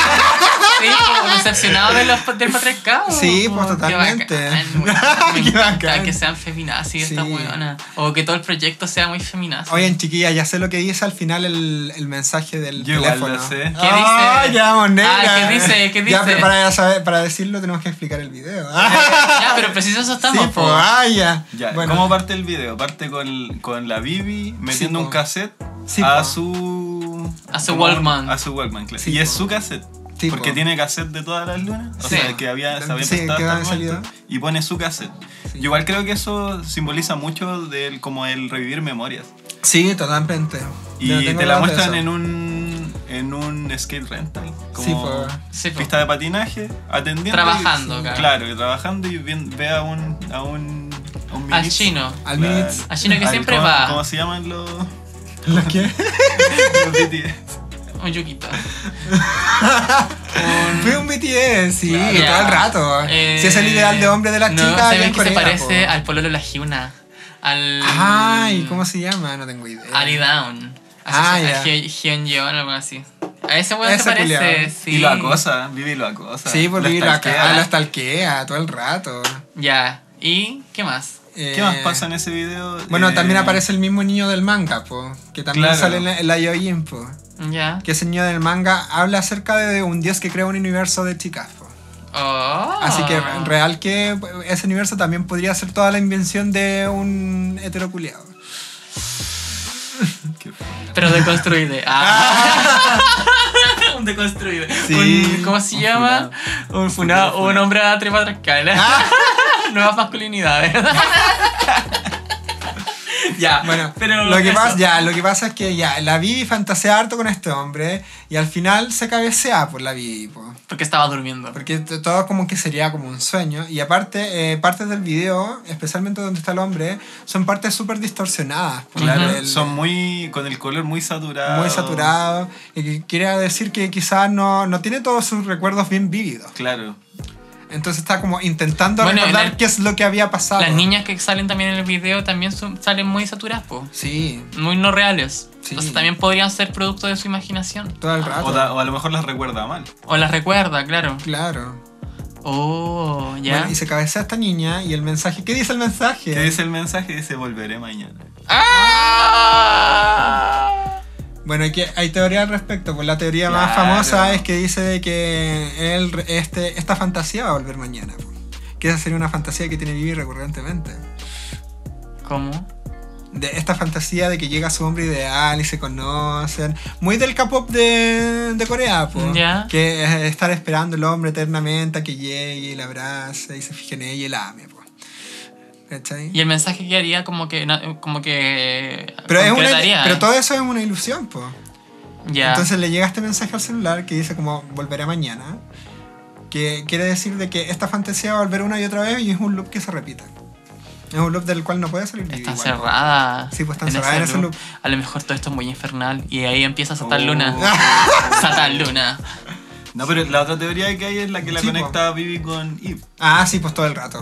[SPEAKER 3] sí, como decepcionado de los, del patriarcado.
[SPEAKER 2] Sí,
[SPEAKER 3] po,
[SPEAKER 2] pues,
[SPEAKER 3] qué
[SPEAKER 2] totalmente.
[SPEAKER 3] bacán, weá. Me
[SPEAKER 2] Qué
[SPEAKER 3] encanta
[SPEAKER 2] bacán.
[SPEAKER 3] Que sean feminazis esta
[SPEAKER 2] Sí.
[SPEAKER 3] weona. O que todo el proyecto sea muy feminazi.
[SPEAKER 2] Oigan, chiquilla, ya sé lo que dice al final el, el mensaje del
[SPEAKER 4] Yo igual
[SPEAKER 2] teléfono.
[SPEAKER 4] lo sé.
[SPEAKER 3] ¿Qué
[SPEAKER 2] Ah,
[SPEAKER 3] dice?
[SPEAKER 2] ya, vamos,
[SPEAKER 3] Ah,
[SPEAKER 2] negra.
[SPEAKER 3] ¿qué dice? ¿Qué
[SPEAKER 2] Ya,
[SPEAKER 3] dice?
[SPEAKER 2] pero para, saber- para decirlo tenemos que explicar el video. Ah,
[SPEAKER 3] Ya, pero preciso eso estamos.
[SPEAKER 2] sí,
[SPEAKER 3] po.
[SPEAKER 2] po, ah, ya.
[SPEAKER 4] Ya,
[SPEAKER 2] Bueno,
[SPEAKER 4] ¿cómo parte el video? Parte con, con la Bibi metiendo
[SPEAKER 2] po.
[SPEAKER 4] un cassette
[SPEAKER 2] Sí,
[SPEAKER 4] a
[SPEAKER 2] po.
[SPEAKER 4] su.
[SPEAKER 3] A su
[SPEAKER 4] como-
[SPEAKER 3] Walkman.
[SPEAKER 4] A su Walkman, claro.
[SPEAKER 2] Sí,
[SPEAKER 4] y es
[SPEAKER 2] po.
[SPEAKER 4] su cassette.
[SPEAKER 2] Sí,
[SPEAKER 4] porque
[SPEAKER 2] po.
[SPEAKER 4] tiene cassette de todas las lunas. O
[SPEAKER 3] Sí.
[SPEAKER 4] sea, que había, se había
[SPEAKER 2] Sí,
[SPEAKER 4] prestado
[SPEAKER 2] que
[SPEAKER 4] hasta
[SPEAKER 2] había
[SPEAKER 4] el momento,
[SPEAKER 2] salido.
[SPEAKER 4] Y pone su cassette.
[SPEAKER 2] Sí.
[SPEAKER 4] Yo igual creo que eso simboliza mucho del, como el revivir memorias.
[SPEAKER 2] Sí, totalmente. Yo
[SPEAKER 4] Y
[SPEAKER 2] tengo
[SPEAKER 4] te la
[SPEAKER 2] ganas de
[SPEAKER 4] muestran
[SPEAKER 2] eso.
[SPEAKER 4] en un. en un skate rental. Como
[SPEAKER 2] Sí, po.
[SPEAKER 3] Sí, po.
[SPEAKER 4] pista de patinaje, atendiendo.
[SPEAKER 3] Trabajando,
[SPEAKER 4] y-
[SPEAKER 3] claro.
[SPEAKER 4] Claro, y trabajando y bien- ve a un. a un. a un
[SPEAKER 3] Al
[SPEAKER 4] miliz.
[SPEAKER 3] chino.
[SPEAKER 2] Al
[SPEAKER 4] Claro.
[SPEAKER 2] Minutes.
[SPEAKER 3] Al chino que
[SPEAKER 4] Al-
[SPEAKER 3] siempre
[SPEAKER 4] ¿cómo-
[SPEAKER 3] va.
[SPEAKER 4] ¿Cómo se llaman los, los
[SPEAKER 2] ¿Los pues, qué?
[SPEAKER 4] BTS?
[SPEAKER 3] Un yuquito.
[SPEAKER 2] Fui un BTS, sí,
[SPEAKER 3] Claro.
[SPEAKER 2] todo el
[SPEAKER 3] Ya.
[SPEAKER 2] rato.
[SPEAKER 3] Eh,
[SPEAKER 2] Ah, si es el ideal de hombre de las
[SPEAKER 3] no,
[SPEAKER 2] chicas, allá
[SPEAKER 3] ¿Sabes
[SPEAKER 2] en
[SPEAKER 3] que
[SPEAKER 2] Corea,
[SPEAKER 3] se parece
[SPEAKER 2] po.
[SPEAKER 3] al pololo de la Hyuna? Al. eh,
[SPEAKER 2] Ay, ¿cómo se llama? No tengo idea.
[SPEAKER 3] Ali Down.
[SPEAKER 2] Ah,
[SPEAKER 3] Así,
[SPEAKER 2] ya.
[SPEAKER 3] a Hye- Hyunyeon, algo así. A ese weón se
[SPEAKER 2] Ese
[SPEAKER 3] parece,
[SPEAKER 2] culiao.
[SPEAKER 3] sí.
[SPEAKER 4] Y lo acosa, Vivi lo acosa.
[SPEAKER 2] Sí, pues, por
[SPEAKER 4] Lo
[SPEAKER 2] vivir acá,
[SPEAKER 4] stalkea.
[SPEAKER 2] lo ah, stalkea todo el rato. Eh,
[SPEAKER 3] Ya. ¿Y qué más?
[SPEAKER 4] ¿Qué más pasa en ese video?
[SPEAKER 2] Bueno,
[SPEAKER 4] Eh,
[SPEAKER 2] también aparece el mismo niño del manga, po, que también
[SPEAKER 4] Claro.
[SPEAKER 2] sale en la, en la Yoyin, po.
[SPEAKER 3] Ya.
[SPEAKER 2] Que ese niño del manga habla acerca de un dios que crea un universo de chicas, po.
[SPEAKER 3] Oh.
[SPEAKER 2] Así que
[SPEAKER 4] Ah.
[SPEAKER 2] real que ese universo también podría ser toda la invención de un heteroculeado.
[SPEAKER 4] que-
[SPEAKER 3] Pero deconstruido. Ah. un deconstruido.
[SPEAKER 2] Sí,
[SPEAKER 3] Un- ¿Cómo se
[SPEAKER 4] un
[SPEAKER 3] llama? Un funado. Un hombre atripatrascal.
[SPEAKER 2] Ah.
[SPEAKER 3] Nuevas masculinidades. ya.
[SPEAKER 2] Bueno,
[SPEAKER 3] pero
[SPEAKER 2] lo, que
[SPEAKER 3] eso.
[SPEAKER 2] pasa, ya, lo que pasa es que ya, la Vivi fantasea harto con este hombre y al final se cabecea por la Vivi, po.
[SPEAKER 3] Porque estaba durmiendo.
[SPEAKER 2] porque t- todo como que sería como un sueño. Y aparte, eh, partes del video, especialmente donde está el hombre, son partes súper distorsionadas. po.
[SPEAKER 4] Claro,
[SPEAKER 2] El-
[SPEAKER 4] son muy. con el color muy saturado.
[SPEAKER 2] muy saturado. Y que quiere decir que quizás no, no tiene todos sus recuerdos bien vívidos.
[SPEAKER 4] Claro.
[SPEAKER 2] Entonces está como intentando
[SPEAKER 3] Bueno,
[SPEAKER 2] recordar
[SPEAKER 3] en el-
[SPEAKER 2] qué es lo que había pasado.
[SPEAKER 3] Las niñas que salen también en el video también son- salen muy saturadas, po.
[SPEAKER 2] Sí,
[SPEAKER 3] Muy no reales.
[SPEAKER 2] Sí.
[SPEAKER 3] Entonces también podrían ser producto de su imaginación.
[SPEAKER 2] Ah, todo el rato.
[SPEAKER 4] O, da- o a lo mejor las recuerda mal.
[SPEAKER 3] O las recuerda, claro.
[SPEAKER 2] Claro.
[SPEAKER 3] Oh, ya.
[SPEAKER 2] Bueno, y se cabecea esta niña y el mensaje. ¿Qué dice el mensaje?
[SPEAKER 4] Que dice el mensaje? Dice: volveré mañana.
[SPEAKER 3] ¡Ah!
[SPEAKER 2] Bueno, hay, que, hay teoría al respecto. Pues la teoría más
[SPEAKER 4] Claro.
[SPEAKER 2] famosa es que dice de que él, este, esta fantasía va a volver mañana. pues. Que esa sería una fantasía que tiene Vivi recurrentemente.
[SPEAKER 3] ¿Cómo?
[SPEAKER 2] De esta fantasía de que llega su hombre ideal y se conocen. Muy del K-pop de, de Corea, pues.
[SPEAKER 3] Ya.
[SPEAKER 2] Que es estar esperando el hombre eternamente a que llegue y la abrace y se fije en ella y la ame, pues. ¿Cachai?
[SPEAKER 3] Y el mensaje que haría como que na- como que
[SPEAKER 2] Pero, es una-
[SPEAKER 3] concretaría,
[SPEAKER 2] pero
[SPEAKER 3] ¿eh?
[SPEAKER 2] todo eso es una ilusión, pues.
[SPEAKER 3] ya.
[SPEAKER 2] Entonces le llega este mensaje al celular que dice como volveré mañana. Que quiere decir de que esta fantasía va a volver una y otra vez y es un loop que se repita. Es un loop del cual no puede salir.
[SPEAKER 3] está
[SPEAKER 2] igual.
[SPEAKER 3] cerrada.
[SPEAKER 2] Sí, pues está encerrada en ese loop.
[SPEAKER 3] A lo mejor todo esto es muy infernal y ahí empieza Satán
[SPEAKER 4] Oh.
[SPEAKER 3] Luna. Satán Luna.
[SPEAKER 4] No, pero la otra teoría que hay es la que la
[SPEAKER 2] Sí, po.
[SPEAKER 4] conecta a Vivi con Eve.
[SPEAKER 2] Ah, sí, pues todo el rato.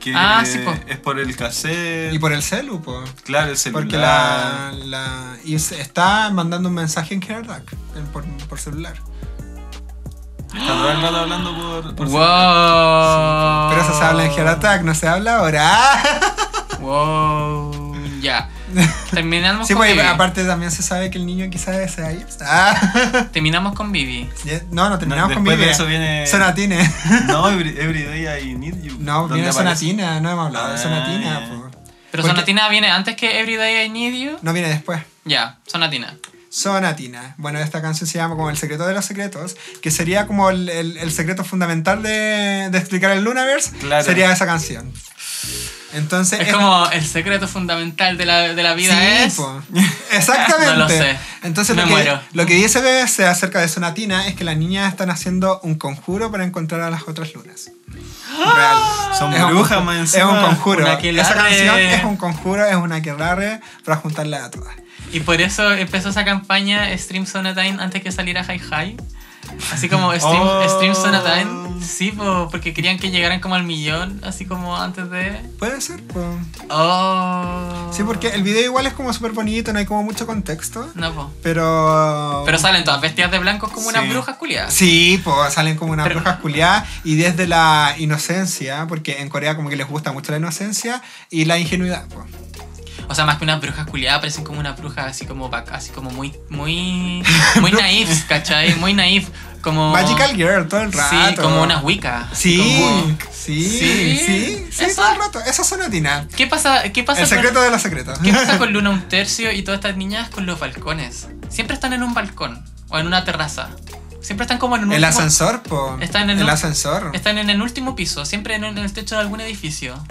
[SPEAKER 4] Que
[SPEAKER 3] Ah, sí, po.
[SPEAKER 4] es por el cassette.
[SPEAKER 2] Y por el celu, pues.
[SPEAKER 4] Claro, el celular.
[SPEAKER 2] Porque la, la- y se- está mandando un mensaje en Kerdak por, por celular.
[SPEAKER 4] Está todo el rato hablando por, por celular.
[SPEAKER 3] Wow.
[SPEAKER 2] Pero eso se habla en Kerdak, no se habla ahora.
[SPEAKER 3] Wow. Ya. Terminamos
[SPEAKER 2] sí,
[SPEAKER 3] con
[SPEAKER 2] pues
[SPEAKER 3] Vivi.
[SPEAKER 2] aparte también se sabe que el niño quizás sea ahí. Ah.
[SPEAKER 3] Terminamos con Vivi.
[SPEAKER 2] No, no
[SPEAKER 4] No,
[SPEAKER 2] terminamos con mi
[SPEAKER 4] después de
[SPEAKER 2] idea.
[SPEAKER 4] eso viene.
[SPEAKER 2] Sonatine.
[SPEAKER 4] No, Every- Everyday I Need You.
[SPEAKER 2] No,
[SPEAKER 4] donde
[SPEAKER 2] viene
[SPEAKER 4] aparece-
[SPEAKER 2] Sonatina, no hemos hablado de
[SPEAKER 4] Ah,
[SPEAKER 2] Sonatina.
[SPEAKER 4] ya.
[SPEAKER 2] po.
[SPEAKER 3] Pero
[SPEAKER 2] Porque-
[SPEAKER 3] Sonatina viene antes que Everyday I Need You.
[SPEAKER 2] No viene después.
[SPEAKER 3] Ya, Sonatina.
[SPEAKER 2] Sonatina. Bueno, esta canción se llama como El secreto de los secretos, que sería como el, el- el secreto fundamental de, de explicar el Lunaverse.
[SPEAKER 4] Claro.
[SPEAKER 2] Sería esa canción. Entonces.
[SPEAKER 3] Es como el secreto fundamental de la, de la vida
[SPEAKER 2] Sí,
[SPEAKER 3] es.
[SPEAKER 2] po. Exactamente.
[SPEAKER 3] No lo sé.
[SPEAKER 2] Entonces
[SPEAKER 3] Me
[SPEAKER 2] lo, que,
[SPEAKER 3] muero.
[SPEAKER 2] lo que dice BBC acerca de Sonatina es que las niñas están haciendo un conjuro para encontrar a las otras lunas. Real.
[SPEAKER 4] Son
[SPEAKER 2] Es un
[SPEAKER 4] brujas
[SPEAKER 2] conjuro,
[SPEAKER 4] más
[SPEAKER 2] Es
[SPEAKER 4] encima.
[SPEAKER 2] un conjuro.
[SPEAKER 3] ¡Ah! una aquelarre.
[SPEAKER 2] Esa canción es un conjuro, es una aquelarre para juntarla a todas.
[SPEAKER 3] Y por eso empezó esa campaña Stream Sonatine antes que saliera Hi Hi. Así como Stream,
[SPEAKER 4] Oh.
[SPEAKER 3] Stream Sonatine. Sí, po, porque querían que llegaran como al millón, así como antes de.
[SPEAKER 2] Puede ser, po.
[SPEAKER 3] Oh.
[SPEAKER 2] Sí, porque el video igual es como súper bonito, no hay como mucho contexto.
[SPEAKER 3] No, po.
[SPEAKER 2] Pero.
[SPEAKER 3] Pero salen todas vestidas de blanco como unas
[SPEAKER 4] Sí.
[SPEAKER 3] brujas culiadas.
[SPEAKER 2] Sí, pues salen como unas
[SPEAKER 3] Pero-
[SPEAKER 2] brujas culiadas y desde la inocencia, porque en Corea como que les gusta mucho la inocencia y la ingenuidad, pues.
[SPEAKER 3] O sea, más que unas brujas culiadas, parecen como unas brujas así como vac- así como muy. Muy. Muy naif, ¿cachai? Muy naif. Como.
[SPEAKER 2] Magical Girl todo el rato.
[SPEAKER 3] Sí, como unas wicca. así
[SPEAKER 2] Sí,
[SPEAKER 3] como-
[SPEAKER 2] sí,
[SPEAKER 3] Sí,
[SPEAKER 2] sí, sí,
[SPEAKER 3] eso.
[SPEAKER 2] todo el rato. Esa es Sonatina.
[SPEAKER 3] ¿Qué pasa? ¿Qué pasa
[SPEAKER 2] El
[SPEAKER 3] con-
[SPEAKER 2] secreto de los secretos.
[SPEAKER 3] ¿Qué pasa con Luna un tercio y todas estas niñas con los balcones? Siempre están en un balcón o en una terraza. Siempre están como en un
[SPEAKER 2] El
[SPEAKER 3] último-
[SPEAKER 2] ascensor, po.
[SPEAKER 3] Está en el-
[SPEAKER 2] ascensor.
[SPEAKER 3] Están en el último piso, siempre en, en el techo de algún edificio.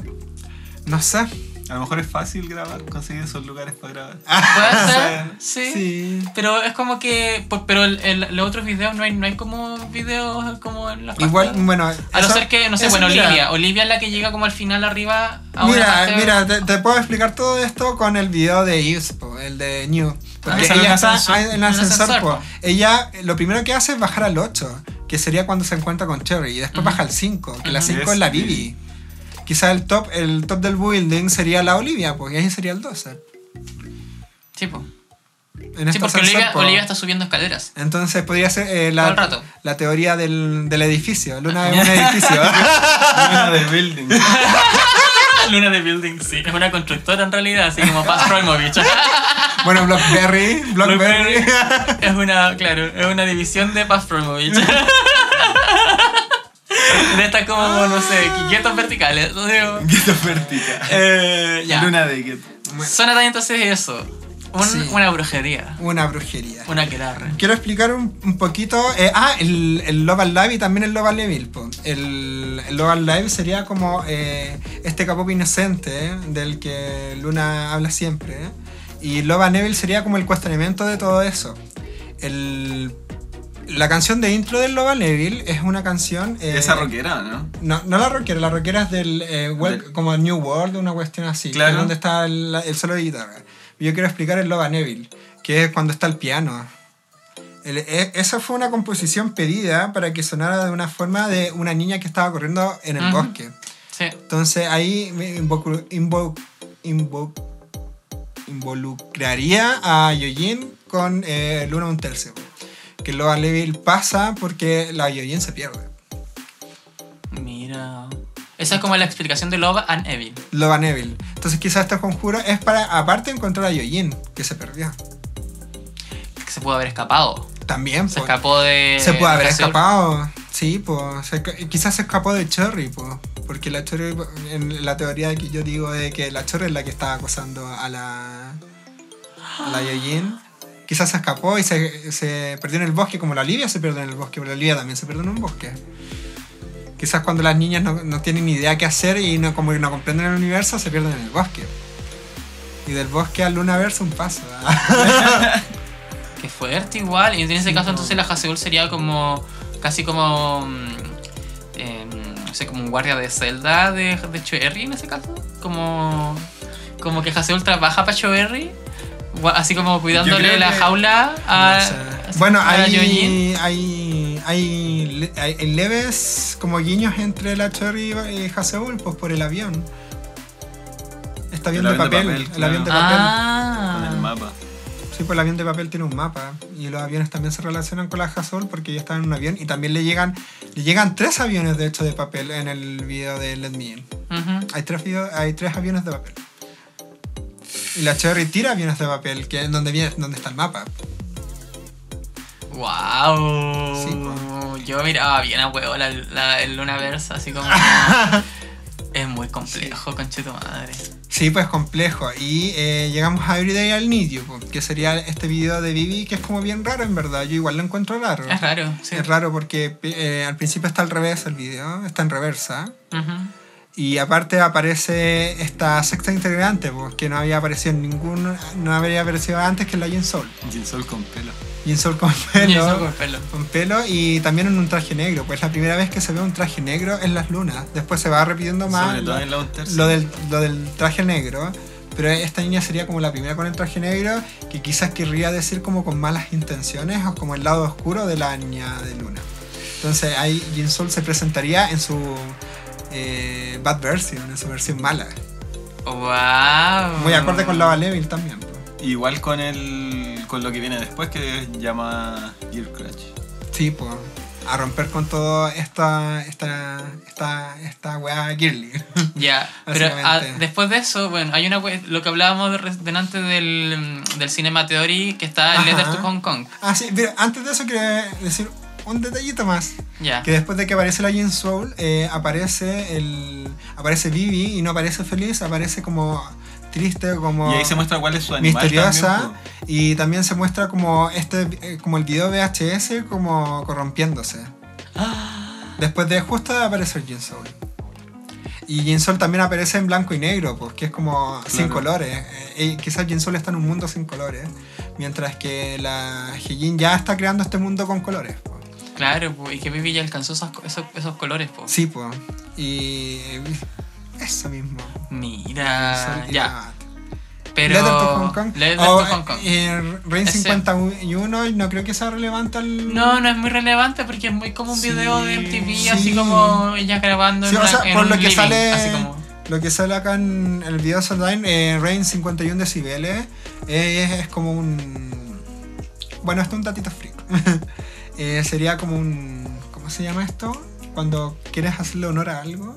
[SPEAKER 2] No sé.
[SPEAKER 4] A lo mejor es fácil grabar, conseguir esos lugares para grabar.
[SPEAKER 3] ¿Puede ser? Sí.
[SPEAKER 2] Ah, Sí.
[SPEAKER 3] Pero es como que. po- Pero el- el- los otros videos no hay, no hay como videos como en la pasta.
[SPEAKER 2] Igual, bueno.
[SPEAKER 3] A no
[SPEAKER 2] eso-
[SPEAKER 3] ser que, no sé,
[SPEAKER 2] eso,
[SPEAKER 3] bueno,
[SPEAKER 2] mira,
[SPEAKER 3] Olivia. Olivia es la que llega como al final arriba a una parte-
[SPEAKER 2] Mira, mira, te, te puedo explicar todo esto con el video de Yves, po, el de New. Porque
[SPEAKER 4] Ah, sale
[SPEAKER 2] ella
[SPEAKER 4] en
[SPEAKER 2] está
[SPEAKER 4] ascensor.
[SPEAKER 2] ah, en el
[SPEAKER 3] En
[SPEAKER 2] ascensor,
[SPEAKER 3] ascensor,
[SPEAKER 2] po.
[SPEAKER 3] po.
[SPEAKER 2] Ella eh, lo primero que hace es bajar al 8, que sería cuando se encuentra con Cherry, y después
[SPEAKER 3] Ujú.
[SPEAKER 2] baja al 5, que la
[SPEAKER 3] Ujú.
[SPEAKER 2] 5 es la
[SPEAKER 4] Yes,
[SPEAKER 2] Bibi.
[SPEAKER 4] Bibi.
[SPEAKER 2] Quizá el top, el top del building sería la Olivia, porque ahí sería el 12.
[SPEAKER 3] Sí,
[SPEAKER 2] En
[SPEAKER 3] po. Sí,
[SPEAKER 2] este
[SPEAKER 3] porque
[SPEAKER 2] ascensor,
[SPEAKER 3] Olivia,
[SPEAKER 2] po.
[SPEAKER 3] Olivia está subiendo escaleras.
[SPEAKER 2] Entonces podría ser eh,
[SPEAKER 3] Todo el
[SPEAKER 2] la,
[SPEAKER 3] rato.
[SPEAKER 2] la teoría del, del edificio. Luna es un edificio.
[SPEAKER 4] Una de building.
[SPEAKER 3] Ah, Luna de Building, sí. Es una constructora en realidad, así como Paz Proimovich.
[SPEAKER 2] bueno, Blockberry. Blockberry.
[SPEAKER 3] es una, claro, es una división de Paz Promovich. De estas como, no sé,
[SPEAKER 2] Ah.
[SPEAKER 3] quietos verticales. no digo.
[SPEAKER 4] Gueto vertical.
[SPEAKER 3] Eh, ya.
[SPEAKER 4] Luna de Gueto.
[SPEAKER 2] Eh.
[SPEAKER 3] Suena tan entonces eso. Un-
[SPEAKER 2] Sí.
[SPEAKER 3] Una brujería.
[SPEAKER 2] Una brujería.
[SPEAKER 3] Una quedarre.
[SPEAKER 2] Quiero explicar un, un poquito. eh, ah, el, el Love Live y también el Love Live po. El, el Love Live sería como eh, este capop inocente eh, del que Luna habla siempre. eh. Y Love Neville sería como el cuestionamiento de todo eso. El- la canción de intro del Love Neville es una canción. eh,
[SPEAKER 4] Esa rockera, ¿no?
[SPEAKER 2] No, no la rockera, la rockera es del, eh, wel-
[SPEAKER 4] Del-
[SPEAKER 2] como New World, una cuestión así, que
[SPEAKER 4] Claro.
[SPEAKER 2] es donde está el, el solo de guitarra. Yo quiero explicar el Loba Neville, que es cuando está el piano. El- e- esa fue una composición pedida para que sonara de una forma de una niña que estaba corriendo en el
[SPEAKER 3] Ujú.
[SPEAKER 2] bosque.
[SPEAKER 3] Sí.
[SPEAKER 2] Entonces ahí me invocu- invo- invo- involucraría a Yoyin con eh, Luna un tercio. Que Loba Neville pasa porque la Yoyin se pierde.
[SPEAKER 3] Mira. Esa es como la explicación de Love and Evil.
[SPEAKER 2] Loba Neville. Entonces quizás este conjuro es para, aparte, encontrar a Yoyin, que se perdió.
[SPEAKER 3] que se pudo haber escapado.
[SPEAKER 2] También,
[SPEAKER 3] Se
[SPEAKER 2] po.
[SPEAKER 3] escapó de.
[SPEAKER 2] Se puede haber
[SPEAKER 3] de Azul.
[SPEAKER 2] escapado. Sí, pues. quizás se escapó de Cherry, pues. Porque la Cherry, en la teoría que yo digo es que la Cherry es la que estaba acosando a la. a la Yoyin. Quizás se escapó y se, se perdió en el bosque, como la Livia se perdió en el bosque, pero la Livia también se perdió en un bosque. Quizás cuando las niñas no, no tienen ni idea qué hacer y no, como que no comprenden el universo, se pierden en el bosque. Y del bosque al Lunaverse un paso. ¿ah?
[SPEAKER 3] Qué fuerte, igual. Y en ese caso, entonces la Haseul sería como. casi como. mm, eh, no sé, como un guardia de celda de, de Choerry en ese caso. Como. como que Haseul trabaja para Choerry. gua- Así como cuidándole
[SPEAKER 4] creo
[SPEAKER 3] la
[SPEAKER 4] que-
[SPEAKER 3] jaula a.
[SPEAKER 2] No sé.
[SPEAKER 3] Ah, así
[SPEAKER 2] Bueno,
[SPEAKER 3] como a Yeoyin.
[SPEAKER 2] hay, hay, hay, le- hay- hay leves como guiños entre la Cherry y Haseul, pues por el avión. Está bien
[SPEAKER 4] El
[SPEAKER 2] de
[SPEAKER 4] avión de
[SPEAKER 2] papel,
[SPEAKER 4] papel,
[SPEAKER 2] el avión de papel.
[SPEAKER 4] Con
[SPEAKER 3] Ah.
[SPEAKER 4] el mapa.
[SPEAKER 2] Sí, pues el avión de papel tiene un mapa y los aviones también se relacionan con la Haseul porque ella está en un avión y también le llegan le llegan tres aviones de hecho de papel en el video de Let Me In.
[SPEAKER 3] Ujú.
[SPEAKER 2] Hay tres, video- hay tres aviones de papel. Y la Cherry tira aviones de papel, que es donde viene, donde está el mapa.
[SPEAKER 3] Wow.
[SPEAKER 2] Sí,
[SPEAKER 3] Yo miraba bien a huevo la, la- el Lunaverse, así como. es muy complejo, conche tu madre.
[SPEAKER 2] Sí, pues complejo. Y eh, llegamos a Everyday al Nidio, que sería este video de Vivi, que es como bien raro en verdad. Yo igual lo encuentro raro.
[SPEAKER 3] Es raro, sí.
[SPEAKER 2] Es raro porque eh, al principio está al revés el video, está en reversa.
[SPEAKER 3] Ujú.
[SPEAKER 2] Y aparte aparece esta sexta integrante, pues, que no había aparecido en ningún. No había aparecido antes que la Jin Sol.
[SPEAKER 4] Jin Sol con pelo.
[SPEAKER 2] Jin Sol con
[SPEAKER 3] Y eso
[SPEAKER 2] pelo.
[SPEAKER 3] con pelo.
[SPEAKER 2] Con pelo y también en un traje negro, pues la primera vez que se ve un traje negro en las lunas. Después se va repitiendo más.
[SPEAKER 4] Sobre
[SPEAKER 2] lo-
[SPEAKER 4] todo en la Unters.
[SPEAKER 2] lo del, lo del traje negro, pero esta niña sería como la primera con el traje negro, que quizás querría decir como con malas intenciones o como el lado oscuro de la niña de Luna. Entonces ahí Jin Sol se presentaría en su eh, bad version, en su versión mala.
[SPEAKER 3] Wow.
[SPEAKER 2] Muy acorde con Lava Levil también. pues.
[SPEAKER 4] Igual con el. con lo que viene después que se llama Gear Crash.
[SPEAKER 2] Sí, pues. A romper con todo esta. esta. esta. esta weá girly.
[SPEAKER 3] Ya, pero ah,
[SPEAKER 2] Básicamente.
[SPEAKER 3] después de eso, bueno, hay una we- lo que hablábamos de re- delante del, mm, del Cinema Theory que está en
[SPEAKER 2] Ajá.
[SPEAKER 3] Letter to Hong Kong.
[SPEAKER 2] Ah, sí, pero antes de eso quería decir un detallito más.
[SPEAKER 3] Ya.
[SPEAKER 2] Que después de que aparece la Jin Soul, eh, aparece el. aparece Vivi y no aparece feliz, aparece como triste, como.
[SPEAKER 4] Y ahí se muestra cuál es su animal.
[SPEAKER 2] Misteriosa.
[SPEAKER 4] también, po.
[SPEAKER 2] y también se muestra como este eh, como el video VHS como corrompiéndose. Después de justo de aparecer Jin Soul. Y Jin Soul también aparece en blanco y negro, porque es como sin
[SPEAKER 4] Claro.
[SPEAKER 2] colores. Eh, eh, quizás Jin Soul está en un mundo sin colores, mientras que la Heijin ya está creando este mundo con colores. po.
[SPEAKER 3] Claro, po, y que Vivi ya alcanzó esas co- esos, esos colores, po.
[SPEAKER 2] Sí, pues. Y. eh, Eso mismo.
[SPEAKER 3] Mira,
[SPEAKER 2] Sol y
[SPEAKER 3] Ah, ya.
[SPEAKER 2] Rabat.
[SPEAKER 3] Pero.
[SPEAKER 2] Letter to Hong Kong.
[SPEAKER 3] Letter to
[SPEAKER 2] O,
[SPEAKER 3] Hong Kong.
[SPEAKER 2] eh, Rain
[SPEAKER 3] Ese.
[SPEAKER 2] 51, no creo que sea relevante al.
[SPEAKER 3] No, no es muy relevante porque es muy como un
[SPEAKER 2] Sí,
[SPEAKER 3] video de MTV,
[SPEAKER 2] sí.
[SPEAKER 3] así como ella grabando
[SPEAKER 2] Sí,
[SPEAKER 3] en
[SPEAKER 2] o
[SPEAKER 3] una-
[SPEAKER 2] sea,
[SPEAKER 3] en
[SPEAKER 2] por
[SPEAKER 3] un
[SPEAKER 2] lo que
[SPEAKER 3] living,
[SPEAKER 2] sale-
[SPEAKER 3] así como-
[SPEAKER 2] Lo que sale acá en el video online, eh, Rain 51 decibeles, eh, es, es como un. Bueno, esto es un datito freak. Eh, sería como un. ¿Cómo se llama esto? Cuando quieres hacerle honor a algo.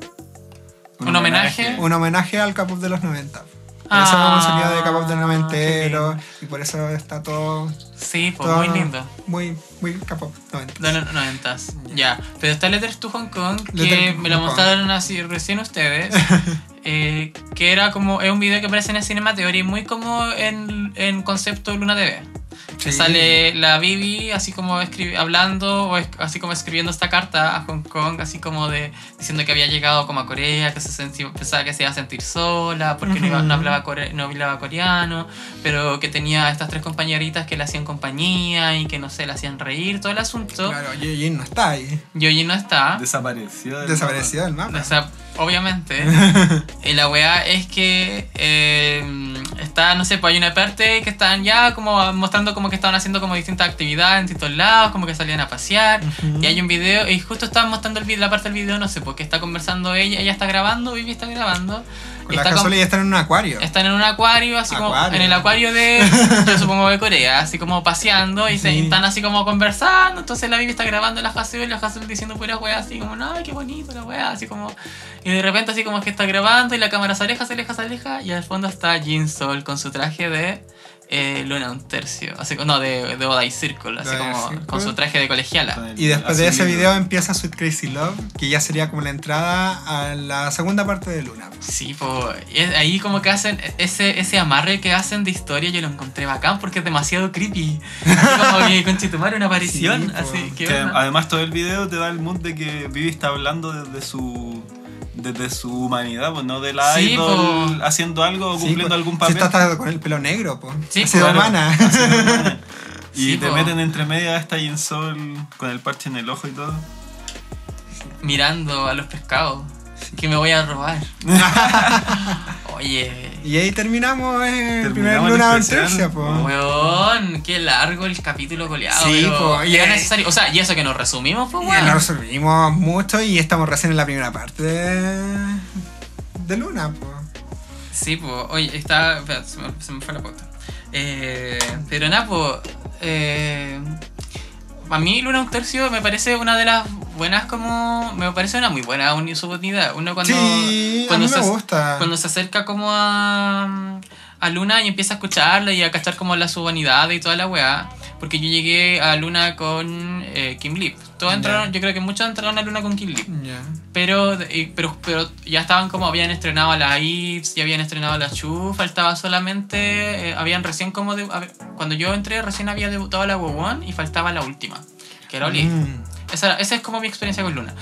[SPEAKER 3] Un homenaje.
[SPEAKER 2] Un homenaje al K-pop de los 90. Por eso
[SPEAKER 3] Ah,
[SPEAKER 2] hemos salido de K-pop del
[SPEAKER 3] qué
[SPEAKER 2] noventero.
[SPEAKER 3] lindo.
[SPEAKER 2] Y por eso está todo
[SPEAKER 3] Sí, pues
[SPEAKER 2] Todo
[SPEAKER 3] muy lindo.
[SPEAKER 2] Muy, muy capaz.
[SPEAKER 3] De los noventas. Ya. Pero está Letters to Hong Kong, que
[SPEAKER 2] Letters to
[SPEAKER 3] me lo
[SPEAKER 2] Hong Kong.
[SPEAKER 3] mostraron así recién ustedes. eh, que era como. Es un video que aparece en el Cinema Theory, muy como en, en concepto Luna TV. Que sale la Bibi así como escri- hablando o es- así como escribiendo esta carta a Hong Kong, así como de diciendo que había llegado como a Corea, que se sentía, pensaba que se iba a sentir sola, porque no, iba-
[SPEAKER 2] Ujú.
[SPEAKER 3] no hablaba core- no hablaba coreano, pero que tenía a estas tres compañeritas que le hacían compañía y que no sé, le hacían reír, todo el asunto.
[SPEAKER 2] Claro, Jin no está ahí.
[SPEAKER 3] Yoyi no está.
[SPEAKER 4] Desapareció. del
[SPEAKER 2] Desaparecido del mapa.
[SPEAKER 3] O sea, obviamente. y la weá es que eh, está, no sé, pues hay una parte que están ya como mostrando como que estaban haciendo como distintas actividades en distintos lados, como que salían a pasear. Y hay un video, y justo estaban mostrando el vi- la parte del video, no sé, porque está conversando ella, ella está grabando, Vivi está grabando.
[SPEAKER 2] Con
[SPEAKER 3] y
[SPEAKER 2] la
[SPEAKER 3] está con-
[SPEAKER 2] cazuela ya están en un acuario.
[SPEAKER 3] están en un acuario, así como
[SPEAKER 2] Acuario.
[SPEAKER 3] en el acuario de, yo supongo de Corea, así como paseando y, se,
[SPEAKER 2] Sí.
[SPEAKER 3] y están así como conversando. Entonces la Bibi está grabando la Hazel y la Hazel diciendo puras weas, así como, no, qué bonito la wea, así como. Y de repente, así como es que está grabando y la cámara se aleja, se aleja, se aleja. Y al fondo está Jin Sol con su traje de eh, Luna un tercio, así, no, de, de Oda y Circle, así
[SPEAKER 2] Oda y
[SPEAKER 3] como
[SPEAKER 2] Circle.
[SPEAKER 3] con su traje de colegiala.
[SPEAKER 2] Y después de ese
[SPEAKER 4] Así,
[SPEAKER 2] video empieza Sweet Crazy Love, que ya sería como la entrada a la segunda parte de Luna.
[SPEAKER 3] Sí, po, y es- ahí como que hacen e-, ese, ese amarre que hacen de historia, yo lo encontré bacán porque es demasiado creepy. Así como que conchetumare una aparición,
[SPEAKER 2] Sí, po.
[SPEAKER 3] así que...
[SPEAKER 4] Que además todo el video te da el mood de que Vivi está hablando desde su desde su humanidad, pues no de la
[SPEAKER 3] Sí, pues.
[SPEAKER 4] idol
[SPEAKER 3] po.
[SPEAKER 4] haciendo algo o
[SPEAKER 2] Sí,
[SPEAKER 4] cumpliendo
[SPEAKER 2] pues,
[SPEAKER 4] algún
[SPEAKER 2] Si
[SPEAKER 4] papel.
[SPEAKER 2] está hasta con el pelo negro, pues.
[SPEAKER 3] Sí,
[SPEAKER 2] ha sido
[SPEAKER 3] claro.
[SPEAKER 2] humana.
[SPEAKER 4] Y
[SPEAKER 3] Sí, pues.
[SPEAKER 4] te
[SPEAKER 3] po.
[SPEAKER 4] meten entre media esta Jin Sol con el parche en el ojo y todo.
[SPEAKER 3] mirando a los pescados que me voy a robar. Oye,
[SPEAKER 2] Y ahí terminamos el
[SPEAKER 4] Terminamos
[SPEAKER 2] primer
[SPEAKER 4] el
[SPEAKER 2] Luna un
[SPEAKER 4] especial.
[SPEAKER 2] tercio, pues.
[SPEAKER 3] weón, qué largo el capítulo goleado.
[SPEAKER 2] Sí, po, y
[SPEAKER 3] y era
[SPEAKER 2] ahí-
[SPEAKER 3] necesario. O sea, y eso que nos resumimos, pues, weón.
[SPEAKER 2] Nos resumimos mucho y estamos recién en la primera parte de, de Luna, pues.
[SPEAKER 3] Sí, pues, oye, está. espera, Se me, se me fue la puta. Eh, pero nada, pues. eh, a mí Luna un tercio me parece una de las buenas como. Me parece una muy buena uni- subunidad. Uno cuando.
[SPEAKER 2] Sí,
[SPEAKER 3] cuando
[SPEAKER 2] a mí
[SPEAKER 3] se-
[SPEAKER 2] me gusta.
[SPEAKER 3] cuando se acerca como a, a Luna y empieza a escucharla y a cachar como la subanidad y toda la weá. Porque yo llegué a Luna con eh, Kim Lip. Todos
[SPEAKER 2] Ya.
[SPEAKER 3] entraron, yo creo que muchos entraron a Luna con Kim Lip.
[SPEAKER 2] Ya.
[SPEAKER 3] Pero, eh, pero, pero ya estaban como, habían estrenado a la Ives, ya habían estrenado a la Chu, faltaba solamente, eh, habían recién como, de- a ver, cuando yo entré recién había debutado la Wowon y faltaba la última, que era Oli.
[SPEAKER 2] Mm.
[SPEAKER 3] Esa, esa es como mi experiencia con Luna.